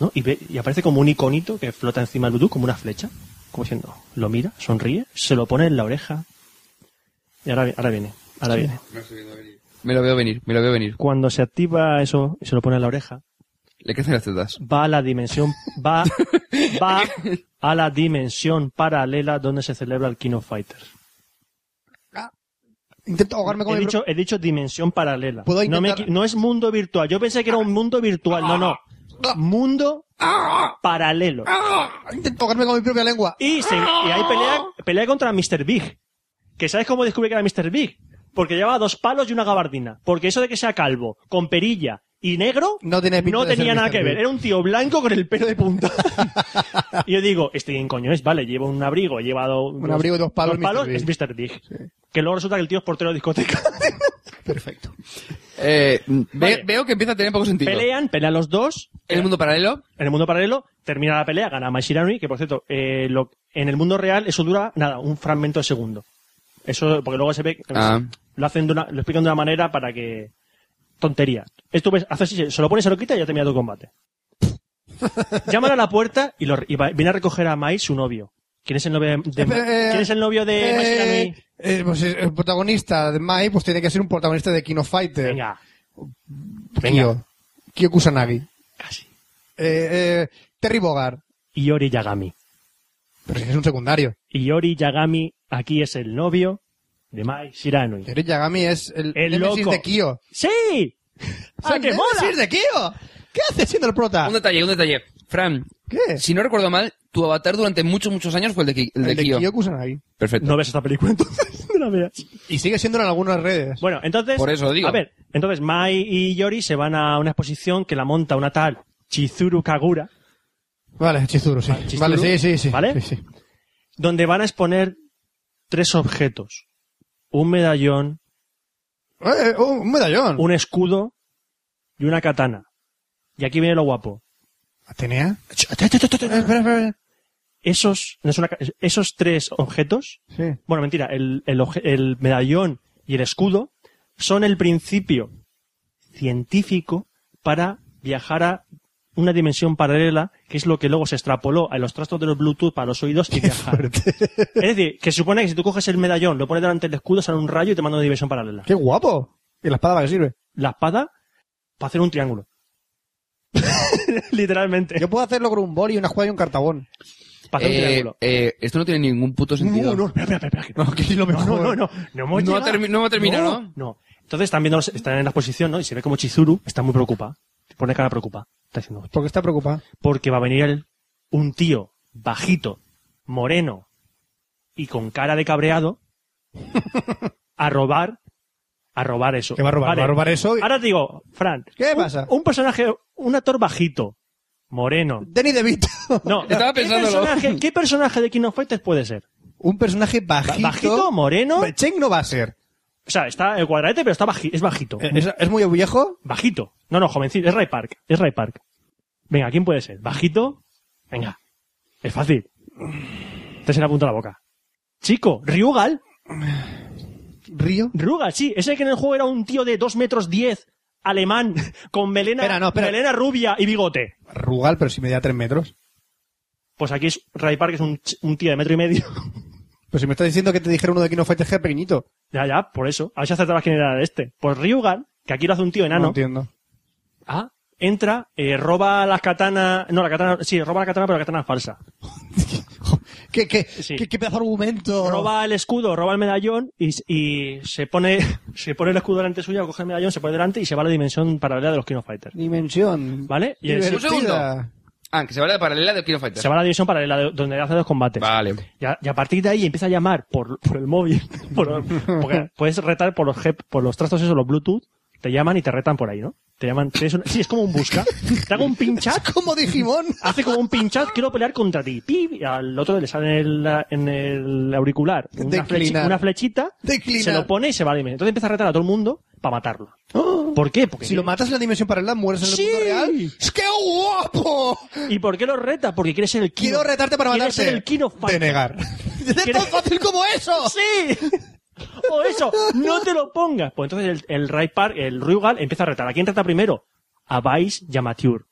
¿no? Y, ve- y aparece como un iconito que flota encima del Bluetooth, como una flecha. Como diciendo, lo mira, sonríe, se lo pone en la oreja. Y ahora, vi- ahora viene, ahora viene. Me lo veo venir, me lo veo venir. Cuando se activa eso y se lo pone en la oreja, Le crecen las tetas. va a la dimensión va va a la dimensión paralela donde se celebra el King of Fighters. Intento ahogarme con He el... dicho, he dicho dimensión paralela. ¿Puedo No, me intentar- equi- no es mundo virtual. Yo pensé que era un mundo virtual. No, no. Mundo paralelo. ¡Ah! Intento ahogarme con mi propia lengua. Y, se- y ahí pelea, pelea contra Mr. Big. Que sabes cómo descubrí que era Mr. Big. Porque llevaba dos palos y una gabardina. Porque eso de que sea calvo, con perilla y negro, No tiene pinta de ser tenía nada Mr. que ver. Big. Era un tío blanco con el pelo de punta. y yo digo, este quién coño es, vale, lleva un abrigo, lleva do- Un abrigo y dos palos, Mr. Big. es Mr. Big. Que luego resulta que el tío es portero de discoteca. Perfecto. Eh, ve- Vale. Veo que empieza a tener poco sentido. pelean, pelean los dos. El mundo paralelo. En el mundo paralelo termina la pelea, gana Maishirami, que por cierto, eh, lo- en el mundo real eso dura nada, un fragmento de segundo. Eso, porque luego se ve, Ah. lo hacen de una- lo explican de una manera para que tontería. Esto ves, haces así, se lo pones, se lo quita y ya termina tu combate. Llaman a la puerta y, lo- y va- viene a recoger a Mai su novio. ¿Quién es el novio de, Eh, eh, ¿quién es el novio de eh, Maishirami? eh, pues eh, el protagonista de Mai pues tiene que ser un protagonista de Kino Fighter. Venga, Kyo. Kyo Kusanagi. casi. Eh, eh, Terry Bogard. Iori Yagami. Pero si es un secundario. Iori Yagami aquí es el novio de Mai Shiranui. Eh. Yori Yagami es el, El némesis loco. de Kyo. ¡Sí! ¡Ah, ¡Ah, qué némesis mola! de Kyo! ¿Qué haces siendo el prota? Un detalle, un detalle. Fran, Ah. ¿Qué? si no recuerdo mal, tu avatar durante muchos, muchos años fue el de, Ki- el de el de Kyo. Kyo Kusanagi. Perfecto. No ves esta película entonces, no la veas. Y sigue siendo en algunas redes. Bueno, entonces. Por eso digo. A ver, entonces Mai y Yori se van a una exposición que la monta una tal Chizuru Kagura, Vale, Chizuru, sí. Chizuru. Vale, sí, sí, sí. ¿Vale? Sí, sí. donde van a exponer tres objetos: un medallón, Eh, eh, un un medallón. un escudo y una katana. Y aquí viene lo guapo. ¿Atenea? Espera, espera, espera. Esos, no es una ca- esos tres objetos, Sí. bueno, mentira, el, el obje- el medallón y el escudo son el principio científico para viajar a una dimensión paralela, que es lo que luego se extrapoló a los trastos de los Bluetooth para los oídos y viajar. Es decir, que se supone que si tú coges el medallón, lo pones delante del escudo, sale un rayo y te manda a una dimensión paralela. ¡Qué guapo! ¿Y la espada para qué sirve? La espada para hacer un triángulo. Literalmente. Yo puedo hacerlo con un boli, una escuadra y un cartabón. Para hacer un Eh, triángulo. eh, esto no tiene ningún puto sentido. No, no, Espera, espera, espera, que- no, que es lo No, mejor. no, no, no. No, hemos No ha llegado. termi- no hemos terminado, No, no. Entonces están viendo, los- están en la exposición, ¿no? Y se ve como Chizuru está muy preocupada. Pone cara preocupada. Está diciendo, "Hostia". ¿Por qué está preocupada? porque va a venir el- un tío bajito, moreno y con cara de cabreado a robar, a robar eso. ¿Qué va a robar? Vale. ¿Va a robar eso? Ahora te digo, Fran. ¿Qué un- pasa? Un personaje, un actor bajito, moreno. Danny DeVito. No, Estaba ¿qué pensándolo. personaje, ¿Qué personaje de King of Fighters puede ser? Un personaje Ba- bajito. ¿Bajito, moreno? Ba- Cheng no va a ser. O sea, está el cuadradete, pero está baji- es bajito. Eh, ¿Es, es muy viejo? Bajito. No, no, jovencito. Es Ray Park. Es Ray Park. Venga, ¿quién puede ser? Bajito. Venga. Es fácil. Te se le apunta la boca. Chico, Ryugal. ¿Río? Rugal, sí. Ese que en el juego era un tío de 2 metros 10, alemán, con melena, Espera, no, espera. melena rubia y bigote. Rugal, pero si me da tres metros. Pues aquí es Ray Park, es un, ch- un tío de metro y medio. Pero si me estás diciendo que te dijera uno de Kino Fighters que es pequeñito. ya, ya, por eso. A ver si acertabas quién era este. Pues Ryugal, que aquí lo hace un tío No enano. entiendo. Ah, entra, eh, roba las katanas. No, la katana. Sí, roba la katana, pero la katana es falsa. ¿Qué, qué, Sí. qué, qué pedazo de argumento? roba el escudo, roba el medallón y, y se pone se pone el escudo delante suyo, coge el medallón, se pone delante y se va a la dimensión paralela de los Kino Fighters. Dimensión. ¿Vale? Y el- Divertido. Divertida. Un segundo. Ah, que se va a la paralela de Kino Fighter. se va a la división paralela de- donde hace los combates. Vale. Y a, y a partir de ahí empieza a llamar por, por el móvil, por- porque puedes retar por los jep- por los trastos esos, los Bluetooth, te llaman y te retan por ahí, ¿no? Te llaman, te des una- sí, es como un busca, te hago un pinchat, Como Digimon. hace como un pinchat, quiero pelear contra ti, ¡Pip! y al otro le sale en el, en el auricular una, Declinar. flechi- una flechita, Declinar. se lo pone y se va a la dimensión. Entonces empieza a retar a todo el mundo para matarlo. ¿Por qué? Porque ¡Oh! Si lo matas en la dimensión paralela, mueres en el Sí. mundo real. ¡Qué guapo! ¿Y por qué lo reta? Porque quiere ser el Kino. Quiero retarte para Quiere matarte. ser el Kino De Fighter. negar. ¡Es Quiere- tan fácil como eso! ¡Sí! O eso, no te lo pongas. Pues entonces el, el Ray Park, el Ryugal, empieza a retar. ¿A quién trata primero? A Vice y a Mature.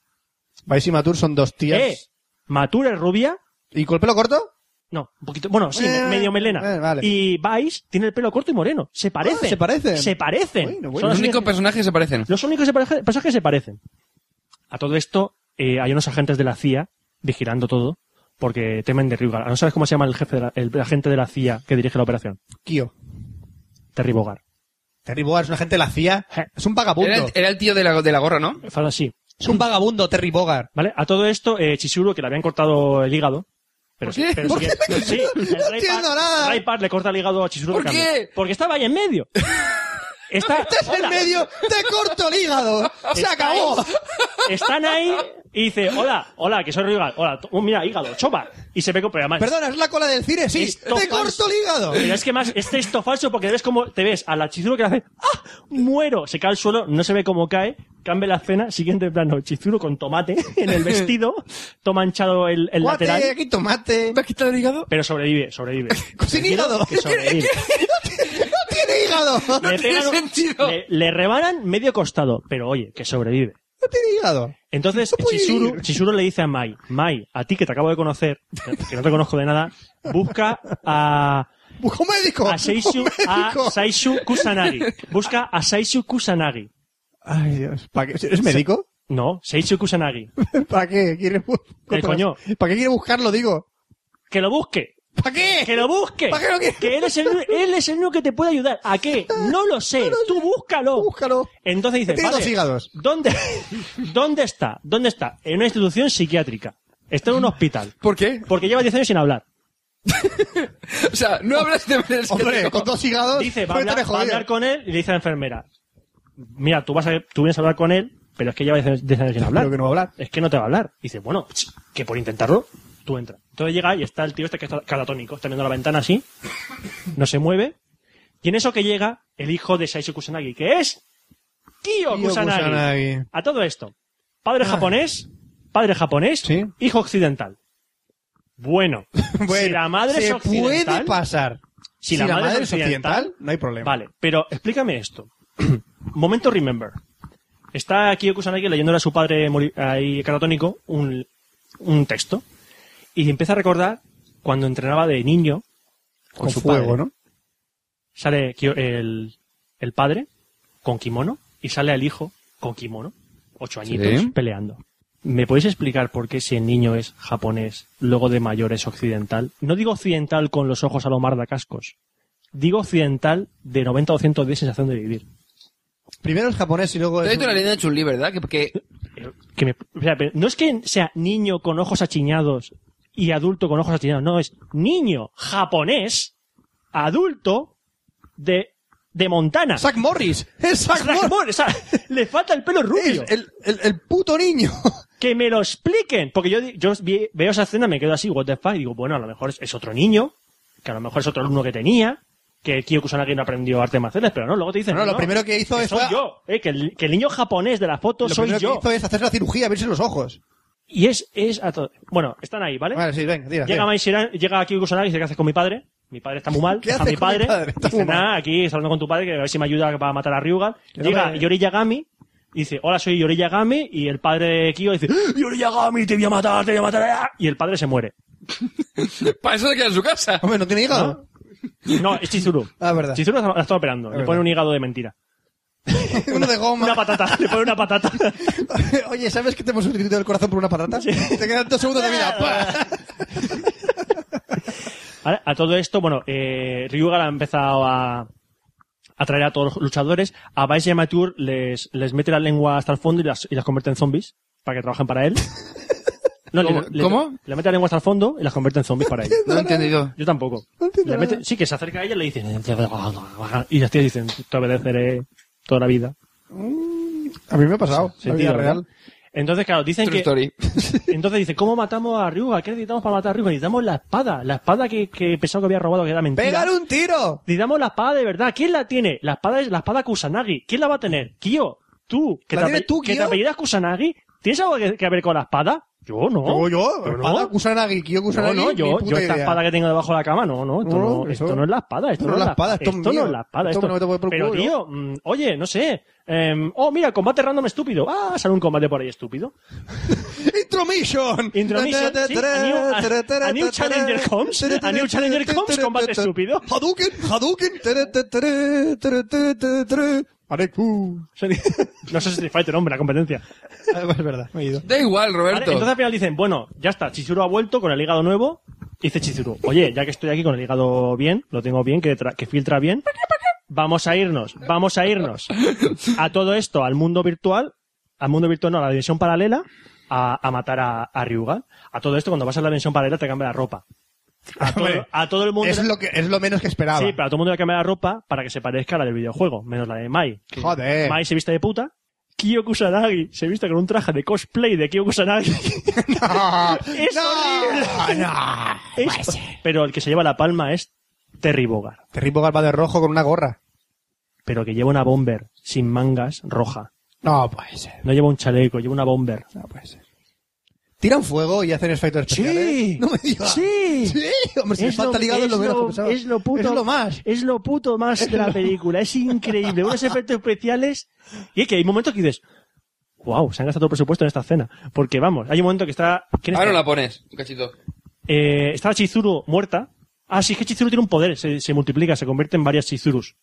Vice y Matur son dos tías. ¿Eh? ¿Mature es rubia? ¿Y con el pelo corto? No, un poquito. Bueno, sí, Eh, medio melena. eh, vale. Y Vice tiene el pelo corto y moreno. Se parecen. Ah, se parecen. Se parecen. Bueno, bueno. Son Los así de- únicos personajes que se parecen. Los únicos que se parecen- personajes que se parecen. A todo esto, eh, hay unos agentes de la CIA vigilando todo porque temen de Ryugal. ¿No sabes cómo se llama el jefe, de la- el, agente de la CIA que dirige la operación? Kyo. Terry Bogard. Terry Bogard es una gente de la CIA. Je. Es un vagabundo. Era el, era el tío de la, de la gorra, ¿no? Fala así. Es un vagabundo, Terry Bogard. ¿Vale? A todo esto, eh, Chizuru, que le habían cortado el hígado. Pero ¿Por qué? pero ¿Por sí qué? que- sí, el No Ray entiendo Park- nada. Ray Park le corta el hígado a Chizuru. ¿Por Kami. qué? Porque estaba ahí en medio. Está, ¡Estás en hola. medio! ¡Te corto el hígado! ¡Se Está acabó! ahí. Están ahí y dice, hola, hola, que soy Ryugal. Hola, to- oh, mira, hígado, chopa. Y se ve que pero además- Perdona, es la cola del cine, sí. Esto ¡Te falso. corto el hígado! Pero es que más, es texto falso porque ves como te ves a la Chizuru que le hace ¡Ah! ¡Muero! Se cae al suelo, no se ve cómo cae, cambia la escena, siguiente plano, Chizuru con tomate en el vestido, toma hinchado el, el Guate, lateral, aquí tomate. ¿Me has quitado el hígado? pero sobrevive, sobrevive. Sin Tranquilo, hígado. que sobrevive. ¡No tiene hígado! ¡No Le, tiene pegan un- sentido. le- le rebanan medio costado, pero oye, que sobrevive. tiene hígado! Entonces, No puede Chizuru, ir. Chizuru le dice a Mai, Mai, a ti que te acabo de conocer, que no te conozco de nada, busca a, ¡Busca un médico! a Seishu, ¡Un médico! a Saishu Kusanagi. Busca a Saishu Kusanagi. Ay, Dios. ¿Para qué? ¿Es médico? No, Seishu Kusanagi. ¿Para qué? ¿Quiere bu- ¿Qué coño? ¿Para qué quiere buscarlo, digo? Que lo busque. ¿Para qué? ¡Que lo busque! ¿Para qué lo quieres? Que él es, el, él es el único que te puede ayudar. ¿A qué? No lo sé. Tú búscalo. Búscalo. Entonces dices, Tiene dos vale, hígados. ¿dónde, ¿dónde está? ¿Dónde está? En una institución psiquiátrica. Está en un hospital. ¿Por qué? Porque lleva 10 años sin hablar. O sea, no hablas de manera Hombre, seria. con dos hígados. Dice, va a, puede hablar, estar va a jodido. hablar con él y le dice a la enfermera, mira, tú, vas a, tú vienes a hablar con él, pero es que lleva 10 años 10 años sin hablar. Espero que no va a hablar. Es que no te va a hablar. Y dice, bueno, ch, que por intentarlo, tú entras. Entonces llega y está el tío este que está catatónico, está viendo la ventana así, no se mueve. Y en eso que llega el hijo de Saizu Kusanagi, que es Tío Tío Kusanagi. Kusanagi. A todo esto, padre japonés, padre japonés, Sí. hijo occidental. Bueno, si Bueno, la madre se es occidental, puede pasar. si la madre es occidental, no hay problema. Vale, pero explícame esto. Momento remember. Está aquí Kusanagi leyéndole a su padre mori- ahí catatónico un, un texto y empieza a recordar cuando entrenaba de niño con, Con, su fuego, padre. ¿no? Sale Kyo- el, el padre con kimono y sale el hijo con kimono, ocho añitos, Sí. peleando. ¿Me podéis explicar por qué si el niño es japonés, luego de mayor es occidental? No digo occidental con los ojos a lo mar de cascos. Digo occidental de 90 o 110 sensación de vivir. Primero es japonés y luego Te he es. dicho la leyenda de Chun-Li, ¿verdad? Que, que- Que me- o sea, pero no es que sea niño con ojos achiñados y adulto con ojos achiñados, no, es niño japonés, adulto de, de Montana. Zack Morris. Es Zack Zack Morris. Morris, o sea, le falta el pelo rubio. Es el, el, el puto niño. Que me lo expliquen. Porque yo, di- yo vi- veo esa escena, me quedo así, what the fuck, y digo, bueno, a lo mejor es, es otro niñyo, que a lo mejor es otro alumno que tenía, que Kyo Kusanagi no aprendió artes marciales, pero no, luego te dicen... No, no, lo primero que hizo es- soy fue- yo, eh, que, el, que el niño japonés de la foto Lo soy primero yo. que hizo es hacer la cirugía, abrirse los ojos. Y es... es a to- Bueno, están ahí, ¿vale? Vale, sí, venga, tira. ¿Eh? Llega tira. Mai Shiran- llega aquí Kusanagi y dice, ¿qué haces con mi padre? Mi padre está muy mal, ¿Qué deja a haces mi con mi padre. padre? Está dice, muy mal. nada, aquí estoy hablando con tu padre, que a ver si me ayuda para matar a Ryuga. no Llega me- Yori Yagami, y dice, hola, soy Yori Yagami, y el padre de Kyo dice, "¡Ah, Yori Yagami, te voy a matar, te voy a matar. Y el padre se muere. Para eso se queda en su casa. Hombre, no tiene ¿Ah? hígado. No, es Chizuru. Ah, verdad. Chizuru la está operando, le verdad. pone un hígado de mentira. Uno de goma. Una patata, le pone una patata. Oye, ¿sabes que te hemos sustituido el corazón por una patata? Te quedan dos segundos de vida. ¡Pah! Vale, A todo esto, bueno, eh, Ryuga la ha empezado a, a traer a todos los luchadores. A Vice y a Mature les, les mete la lengua hasta el fondo y las, y las convierte en zombies para que trabajen para él. No, ¿Cómo? ¿Cómo? Le mete la lengua hasta el fondo y las convierte en zombies para él. No he entendido. Yo tampoco. Le mete- sí, que se acerca a ella y le dice... Y las tías dicen, te obedeceré toda la vida. A mí me ha pasado. la vida Sentido, ¿verdad? real. Entonces, claro, dicen True que... story. Entonces dice, ¿cómo matamos a Ryuga? ¿Qué necesitamos para matar a Ryuga? Necesitamos la espada. La espada que, que pensaba que había robado, que era mentira. ¡Pégale un tiro! Necesitamos la espada de verdad. ¿Quién la tiene? La espada es la espada Kusanagi. ¿Quién la va a tener? Kyo. Tú. ¿Que ¿La te, tienes ape- tú, que te Kyo? apellidas Kusanagi? ¿Tienes algo que, que ver con la espada? Yo no. Yo, yo. Yo no. Espada Kusanagi, Kyo No, Kusanagi. no, ni yo, puta yo esta idea. espada que tengo debajo de la cama, no, no, esto No, no, eso- esto no es la espada, esto no es la espada, esto es mío. no es la espada, Esto esto no te voy por el Pero culo. tío, mm, oye, no sé, em, oh mira, combate random estúpido, ah, sale un combate por ahí estúpido. Intromission. Intromission, sí, a new- a- a new challenger comes, a new challenger comes, combate estúpido. Hadouken, Hadouken. tere, tere, tere, tere, tere, tere, tere. Areku. no sé si Street Fighter, hombre, la competencia. Ah, Es verdad, me he ido. Da igual, Vale, entonces Roberto. al final dicen, bueno, ya está, Chizuru ha vuelto con el hígado nuevo. Y dice Chizuru, oye, ya que estoy aquí con el hígado bien, lo tengo bien, que, tra- que filtra bien, vamos a irnos, vamos a irnos a todo esto, al mundo virtual, al mundo virtual no, a la dimensión paralela, a, a matar a, a Ryuga. A todo esto, cuando vas a la dimensión paralela, te cambia la ropa. A todo, Hombre, a todo el mundo... Es lo, que, es lo menos que esperaba. Sí, para todo el mundo le cambia la ropa para que se parezca a la del videojuego, menos la de Mai. que Joder. Mai se viste de puta. Kyo Kusanagi se viste con un traje de cosplay de Kyo Kusanagi. No, Es horrible. no, no. Es- pero el que se lleva la palma es Terry Bogard, Terry Bogard va de rojo con una gorra. pero que lleva una bomber sin mangas roja. No puede ser, No lleva un chaleco, lleva una bomber. no puede ser. Tiran fuego y hacen efectos especiales. No me digas. Sí. Sí, hombre, Pues si me falta ligado es lo menos que pensaba. es lo puto, Es lo más. es lo puto más de la película. Es increíble. Unos efectos especiales. Y es que hay momentos que dices, wow, se han gastado presupuesto en esta escena. Porque vamos, hay un momento que está, ¿quién Ahora está? Ah, no la pones, un cachito. Eh, estaba Chizuru muerta. Ah, sí, es que Chizuru tiene un poder. Se, se multiplica, se convierte en varias Chizurus.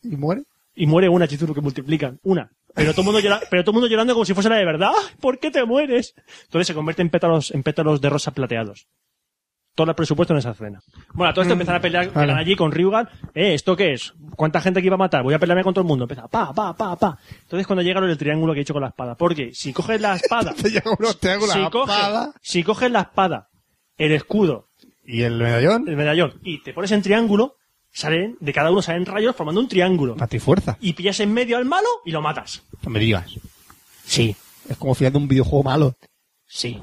¿Y muere? y muere una Chizuru que multiplican, una. Pero todo el mundo llora, pero todo el mundo llorando como si fuese la de verdad. ¡Ah! ¿Por qué te mueres? Entonces se convierte en pétalos, en pétalos de rosa plateados. todo el presupuesto en esa escena. Bueno, todo esto Mm. empezar a pelear que eran allí con Ryugan. Eh, ¿esto qué es? ¿Cuánta gente aquí va a matar? Voy a pelearme con todo el mundo. Empieza, pa, pa, pa, pa. Entonces cuando llegaron el triángulo que he hecho con la espada. Porque si coges la espada, Te llega uno, te hago la si, coges, espada si coges la espada, el escudo, y el medallón. el medallón y te pones en triángulo, salen, de cada uno salen rayos formando un triángulo. Patifuerza. Y pillas en medio al malo y lo matas. No me digas. Sí, Es como final de un videojuego malo. sí.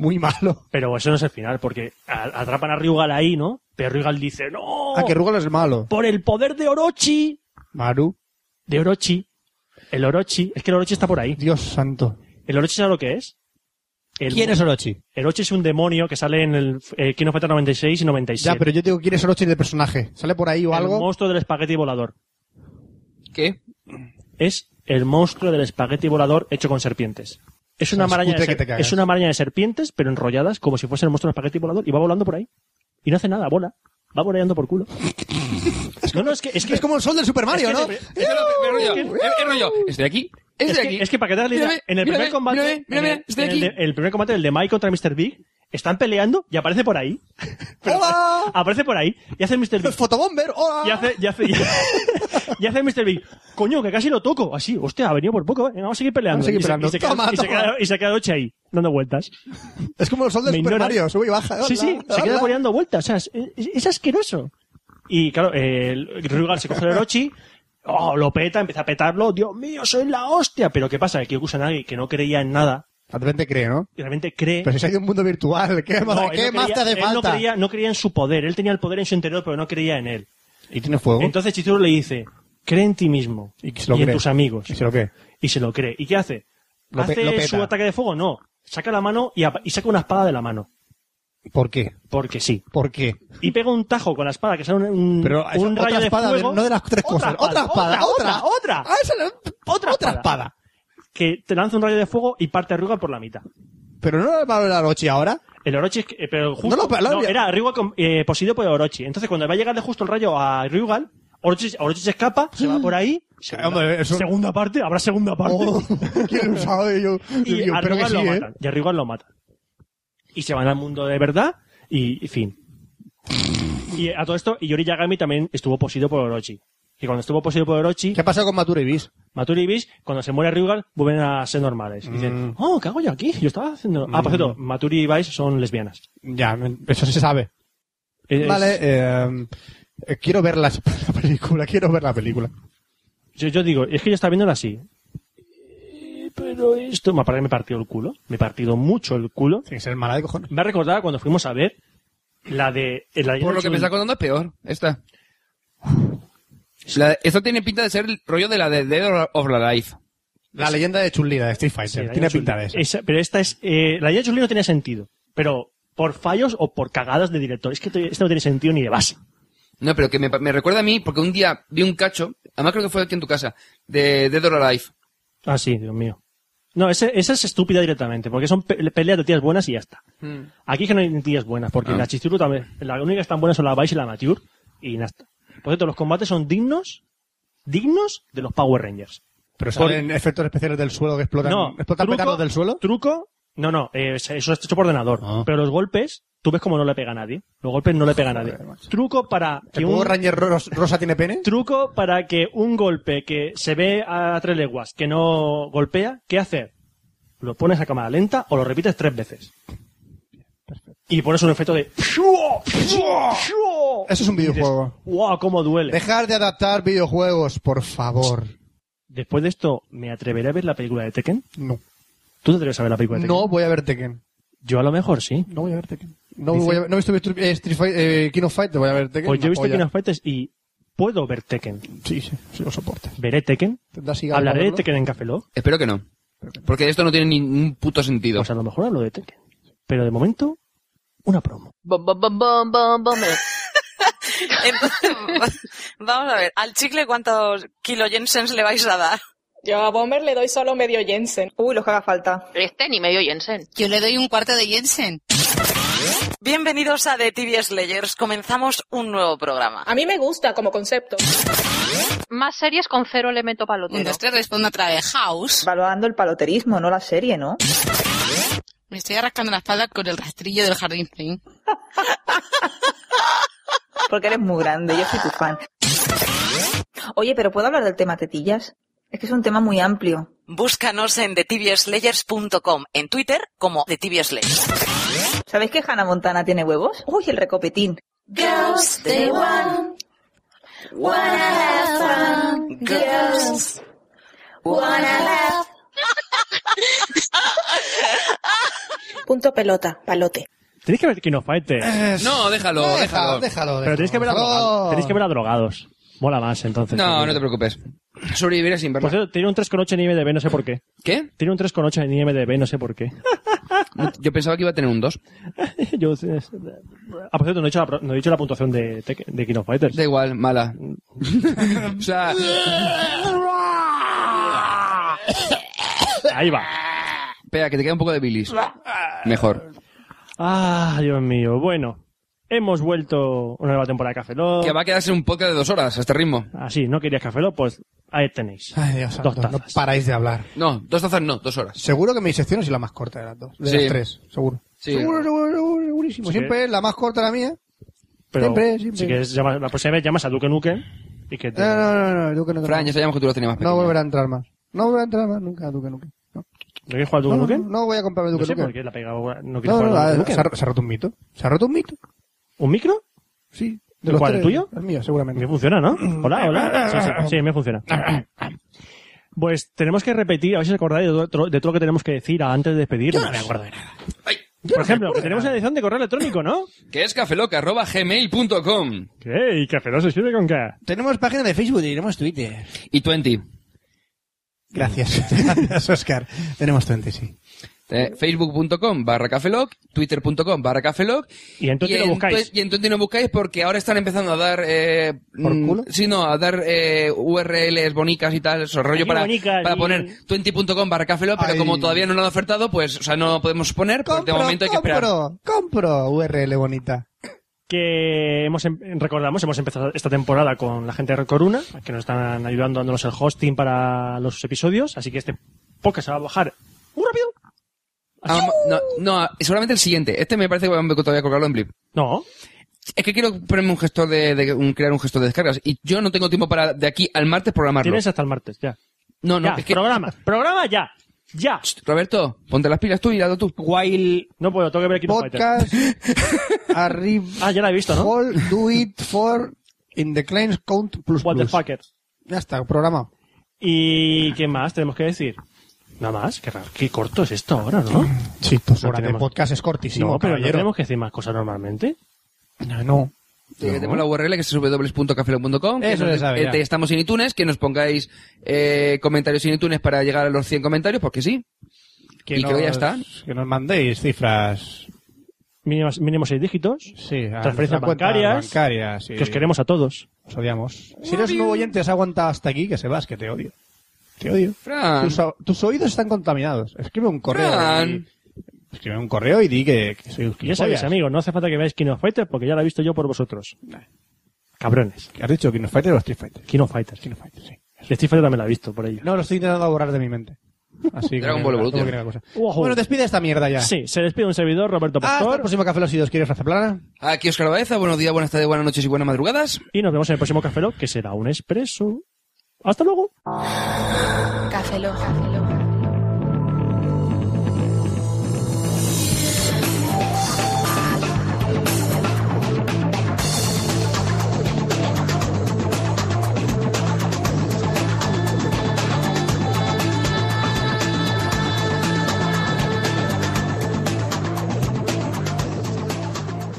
Muy malo. Pero eso no es el final, porque a- atrapan a Ryugal ahí, ¿no? Pero Ryugal dice, no, Ah, que Rugal es malo. por el poder de Orochi. Maru. De Orochi. El Orochi, es que el Orochi está por ahí. Dios santo. ¿El Orochi sabe lo que es? El, ¿Quién es Orochi? El Orochi es un demonio que sale en el eh, King of Fighters 96 y 97. Ya, pero yo te digo quién es Orochi de personaje. ¿Sale por ahí o El algo? monstruo del espagueti volador. ¿Qué? es el monstruo del espagueti volador hecho con serpientes. Es una, O sea, maraña de escute que ser- te cagas. es una maraña de serpientes, pero enrolladas como si fuese el monstruo del espagueti volador y va volando por ahí. Y no hace nada, bola. Va voleando por culo. no, no, es que, es que, Es como el sol del Super Mario, Es que ¿no? de- Es rollo, es que- es rollo. Estoy aquí, es estoy que- aquí. es que para que te hagas la idea, Mírame, en el mírame, primer combate, mírame, mírame, en el- estoy en el, aquí. de- el primer combate del de Mike contra Mr. Big, están peleando y aparece por ahí. Pero- ¡Hola! Aparece por ahí y hace el Mr. Big. Fotobomber, hola. Y hace, y hace, y hace, y hace Mr. Big, coño, que casi lo toco. Así, hostia, ha venido por poco, ¿eh? Venga, vamos a seguir peleando. Vamos a seguir Y se- peleando. Y se, queda- Toma, y se toma. queda- y se queda Ochi ahí, dando vueltas. Es como el sol del Me Super ignora. Mario, sube y baja. Hola, sí, sí, se queda hola. por ahí dando vueltas. O sea, es, es- es asqueroso. Y claro, eh, el Ryugal se coge el Orochi, oh, lo peta, empieza a petarlo, Dios mío, soy la hostia. Pero ¿qué pasa? Que Kusanagi, que no creía en nada, De repente cree, ¿no? y realmente cree... Pero si se ha ido a un mundo virtual, ¿qué, No, más- él qué no más creía- te hace él falta? no creía, no creía en su poder, él tenía el poder en su interior, pero no creía en él. ¿Y tiene fuego? Entonces Chizuru le dice, cree en ti mismo Y que se lo en cree. tus amigos. ¿Y se lo cree? Y se lo cree. ¿Y qué hace? Lo pe- ¿Hace lo peta. su ataque de fuego? No. Saca la mano y, apa- y saca una espada de la mano. ¿Por qué? Porque sí. ¿Por qué? Y pega un tajo con la espada que sale un, un, Pero esa- un rayo otra espada, de fuego. de- no de las tres cosas. Otra espada, otra. otra, Ah, esa no- Otra otra espada. espada. Que te lanza un rayo de fuego y parte a Ryuga por la mitad. Pero no va a hablar Orochi ahora. El Orochi, es que- eh, pero justo, No lo- lo no, había- era Ryuga con- eh, poseído por Orochi. Entonces cuando va a llegarle justo el rayo a Ryugal, Orochi, Orochi se escapa, se va por ahí. Segunda, Hombre, eso- segunda parte, habrá segunda parte. Oh, ¿Quién lo sabe? Yo, y yo a espero que Ryugan sí, lo ¿eh? matan. Y a Ryugan lo matan. Y se van al mundo de verdad y, y fin. Y a todo esto, Yori Yagami también estuvo poseído por Orochi. Y cuando estuvo poseído por Orochi, ¿Qué ha pasado con Mature Ibis? Maturi y Bish, cuando se muere Ryugan, vuelven a ser normales. Y dicen, oh, ¿qué hago yo aquí? Yo estaba haciendo... Ah, por cierto, Maturi y Vice son lesbianas. Ya, eso se sabe. Es- Vale, eh, eh, quiero ver la, la película, quiero ver la película. Yo, yo digo, es que yo estaba viéndola así. Eh, Pero esto... Me parece que me partió el culo. Me he partido mucho el culo. Tiene que ser mala de cojones. Me ha recordado cuando fuimos a ver la de... la de- Por lo que me está contando es peor. Esta. La- esta tiene pinta de ser el rollo de la de Dead of the Life. La leyenda de Chun-Li, la de Street Sí, Fighter. la Tiene Chun-Li. pinta de eso. Esa- pero esta es. eh, la de Chun-Li no tenía sentido. Pero por fallos o por cagadas de director. Es que te- esto no tiene sentido ni de base. No, pero que me, me recuerda a mí, porque un día vi un cacho, además creo que fue aquí en tu casa, de Dead or Alive. Ah, sí, Dios mío. No, ese- esa es estúpida directamente. Porque son pe- peleas de tías buenas y ya está. Hmm. Aquí es que no hay tías buenas. Porque la Chizuru también. La única que están buenas son la Vice y la Mature. Y ya está. Por cierto, los combates son dignos. Dignos de los Power Rangers. Pero Por- salen efectos especiales del suelo que explotan, No, explotan truco- petardos del suelo. Truco. No, no, eh, eso es hecho por ordenador. Ah. Pero los golpes, tú ves como no le pega a nadie. Los golpes no le pega a nadie. Truco para que ¿El Power un, Ranger ro- rosa tiene pene? truco para que un golpe que se ve a tres leguas que no golpea, ¿qué hacer? ¿Lo pones a cámara lenta o lo repites tres veces? Y pones un efecto de... Eso es un videojuego. ¡Wow! ¡Cómo duele! Dejar de adaptar videojuegos, por favor. Después de esto, ¿me atreveré a ver la película de Tekken? No. ¿Tú te atreves a ver la película de Tekken? No voy a ver Tekken. Yo a lo mejor sí. No voy a ver Tekken. No, voy a ver- no he visto eh, Street Fight- eh, King of Fighters, voy a ver Tekken. Pues yo he una visto polla. King of Fighters y puedo ver Tekken. Sí, sí, sí lo soportas. ¿Veré Tekken? Tendrás hígado ¿Hablaré para de verlo. Tekken en Café Lock? Espero que no. Porque esto no tiene ningún puto sentido. Pues a lo mejor hablo de Tekken. Pero de momento, una promo. Bom, bom, bom, bom, bom, bom. Entonces, vamos a ver, al chicle cuántos kilo Jensens le vais a dar. Yo a Bomber le doy solo medio Jensen. Uy, los que haga falta. Este ni medio Jensen. Yo le doy un cuarto de Jensen. Bienvenidos a The TV Slayers. Comenzamos un nuevo programa. A mí me gusta como concepto. Más series con cero elemento Un, palotero. dos, tres, respondo otra vez. House. Evaluando el paloterismo, no la serie, ¿no? Me estoy arrastrando la espalda con el rastrillo del jardín Flynn. Porque eres muy grande, yo soy tu fan. Oye, pero ¿puedo hablar del tema tetillas? Es que es un tema muy amplio. Búscanos en thetibiaslayers.com, en Twitter como thetibiaslayers. ¿Sabéis que Hannah Montana tiene huevos? Uy, el recopetín. Girls, they want, wanna have fun. Girls, wanna have. Punto pelota, palote. Tenéis que ver Kino Fighter. No, déjalo, déjalo. déjalo, déjalo. Pero tenéis que ver a por drogados. favor. Tenéis que ver a drogados. Mola más, entonces. No, no te preocupes. Sobreviviré sin Por verla. cierto, tiene un 3,8 en IMDB, no sé por qué. ¿Qué? Tiene un 3,8 en IMDB, no sé por qué. Yo pensaba que iba a tener un 2. Yo, ah, por cierto, no he dicho la, pro- no he dicho la puntuación de, Tek- de King of Fighters. Da igual, mala. o sea, Ahí va. espera, que te queda un poco de bilis. Mejor. Ah, Dios mío. Bueno, hemos vuelto una nueva temporada de Café Lock. Que va a quedarse un podcast de dos horas a este ritmo. Así, Ah, no querías Café Lock, pues ahí tenéis. Ay, Dios santo, Dos tazas. no paráis de hablar. No, dos tazas no, dos horas. Seguro que mi sección es la más corta de las dos. De Sí. las tres, seguro. Sí. Seguro, seguro, seguro, segurísimo. Sí. Siempre es la más corta la mía. Pero Siempre, siempre. Si quieres, llama- la próxima vez llamas a Duke Nukem y que te... No, no, no, no, Duque no. Fran, ya sabíamos que tú lo tenías más pequeño. no volverá a entrar más. No volverá a entrar más nunca, Duque Nuque. No, ¿No quieres jugar a Duke no, no, Nukem? no voy a comprarme No Duque sé por Nuque. qué la pegaba. No quiero No, no, jugar a ah, Duke se Nukem. ha se ha roto un mito. Se ha roto un mito. ¿Un micro? Sí. ¿El cuál, el tuyo? El mío, Me seguramente. funciona, ¿no? Hola, hola. Sí, sí, sí, me funciona. Pues tenemos que repetir, a ver si os acordáis de todo, de todo lo que tenemos que decir antes de despedirnos. Yo no me acuerdo de nada. Ay, Por ejemplo, que tenemos una edición de correo electrónico, ¿no? que es cafeloca.gmail.com ¿Qué? ¿Y Café Lock se escribe con K? Tenemos página de Facebook y tenemos Twitter. y 20. Gracias. Gracias, Oscar. Tenemos 20, sí. Eh, Facebook.com barra cafeloc, Twitter.com barra cafeloc. Y en Twenty lo buscáis. Twe- Y en Twenty lo buscáis porque ahora están empezando a dar... Eh, ¿Por mm, culo? Sí, no, a dar eh, URLs bonicas y tal, eso, rollo Aquí para, bonicas para y- poner Twenty.com barra cafeloc, pero Ay. como todavía no lo han ofertado, pues o sea, no podemos poner, pues de momento hay que esperar. compro, compro URL bonita. que hemos em- recordamos hemos empezado esta temporada con la gente de Coruna que nos están ayudando dándonos el hosting para los episodios así que este podcast se va a bajar muy rápido Ah, no, no, seguramente el siguiente. Este me parece que voy a todavía colgarlo en blip. no Es que quiero ponerme un gestor de, de- un- crear un gestor de descargas y yo no tengo tiempo para de aquí al martes programarlo. tienes hasta el martes ya No, no, ya es que programa programa ya ya Roberto, ponte las pilas tú y hazlo tú. While no puedo tengo que ver aquí podcast arriba. ah ya la he visto no All do it for in the claims count plus what the plus. fucker Ya está, programa. y qué más tenemos que decir nada más qué, raro, qué corto es esto ahora no Sí, dos No pues horas de tenemos- podcast es cortísimo, no pero no caballero. tenemos que decir más cosas normalmente No, no. Eh, que tenemos la URL que es www.cafelo.com. que Eso nos- se sabe, eh, ya. te- Estamos en iTunes, que nos pongáis eh, comentarios en iTunes para llegar a los 100 comentarios, porque sí. Y creo que ya está. Que nos mandéis cifras. mínimo, mínimo seis dígitos Sí, a Transferencias nuestra cuenta bancarias, bancarias, sí. que os queremos a todos Os odiamos. Si eres nuevo oyente, has aguantado hasta aquí, que se vas, que te odio. Te odio. Fran, Tus, o- tus oídos están contaminados. Escribe un correo. Fran. y- escribe un correo y di que, que soy un Y ya sabéis, gilipollas. amigos, no hace falta que veáis King of Fighters porque ya la he visto yo por vosotros. Cabrones. ¿Has dicho que nos fighter o Street Fighter? King of Fighters. King of Fighters, sí. Y Street Fighter también la he visto por ello. No, lo estoy intentando borrar de mi mente. Así que- Dragon Ball Evolution. que era cosa. Ojo. Bueno, despide esta mierda ya. Ah, Sí, se despide un servidor, Roberto Hasta Pastor. el próximo Café Los Idos. ¿Quieres Fraza Plana? aquí Oscar Baeza. Buenos días, buenas tardes, buenas noches y buenas madrugadas. y nos vemos en el próximo Café Lock, que será un expreso. Hasta luego. Café Lock.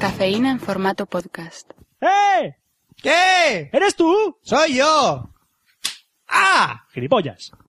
Cafeína en formato podcast. ¡Eh! ¿Qué? ¿Eres tú? ¡Soy yo! ¡Ah! Gilipollas.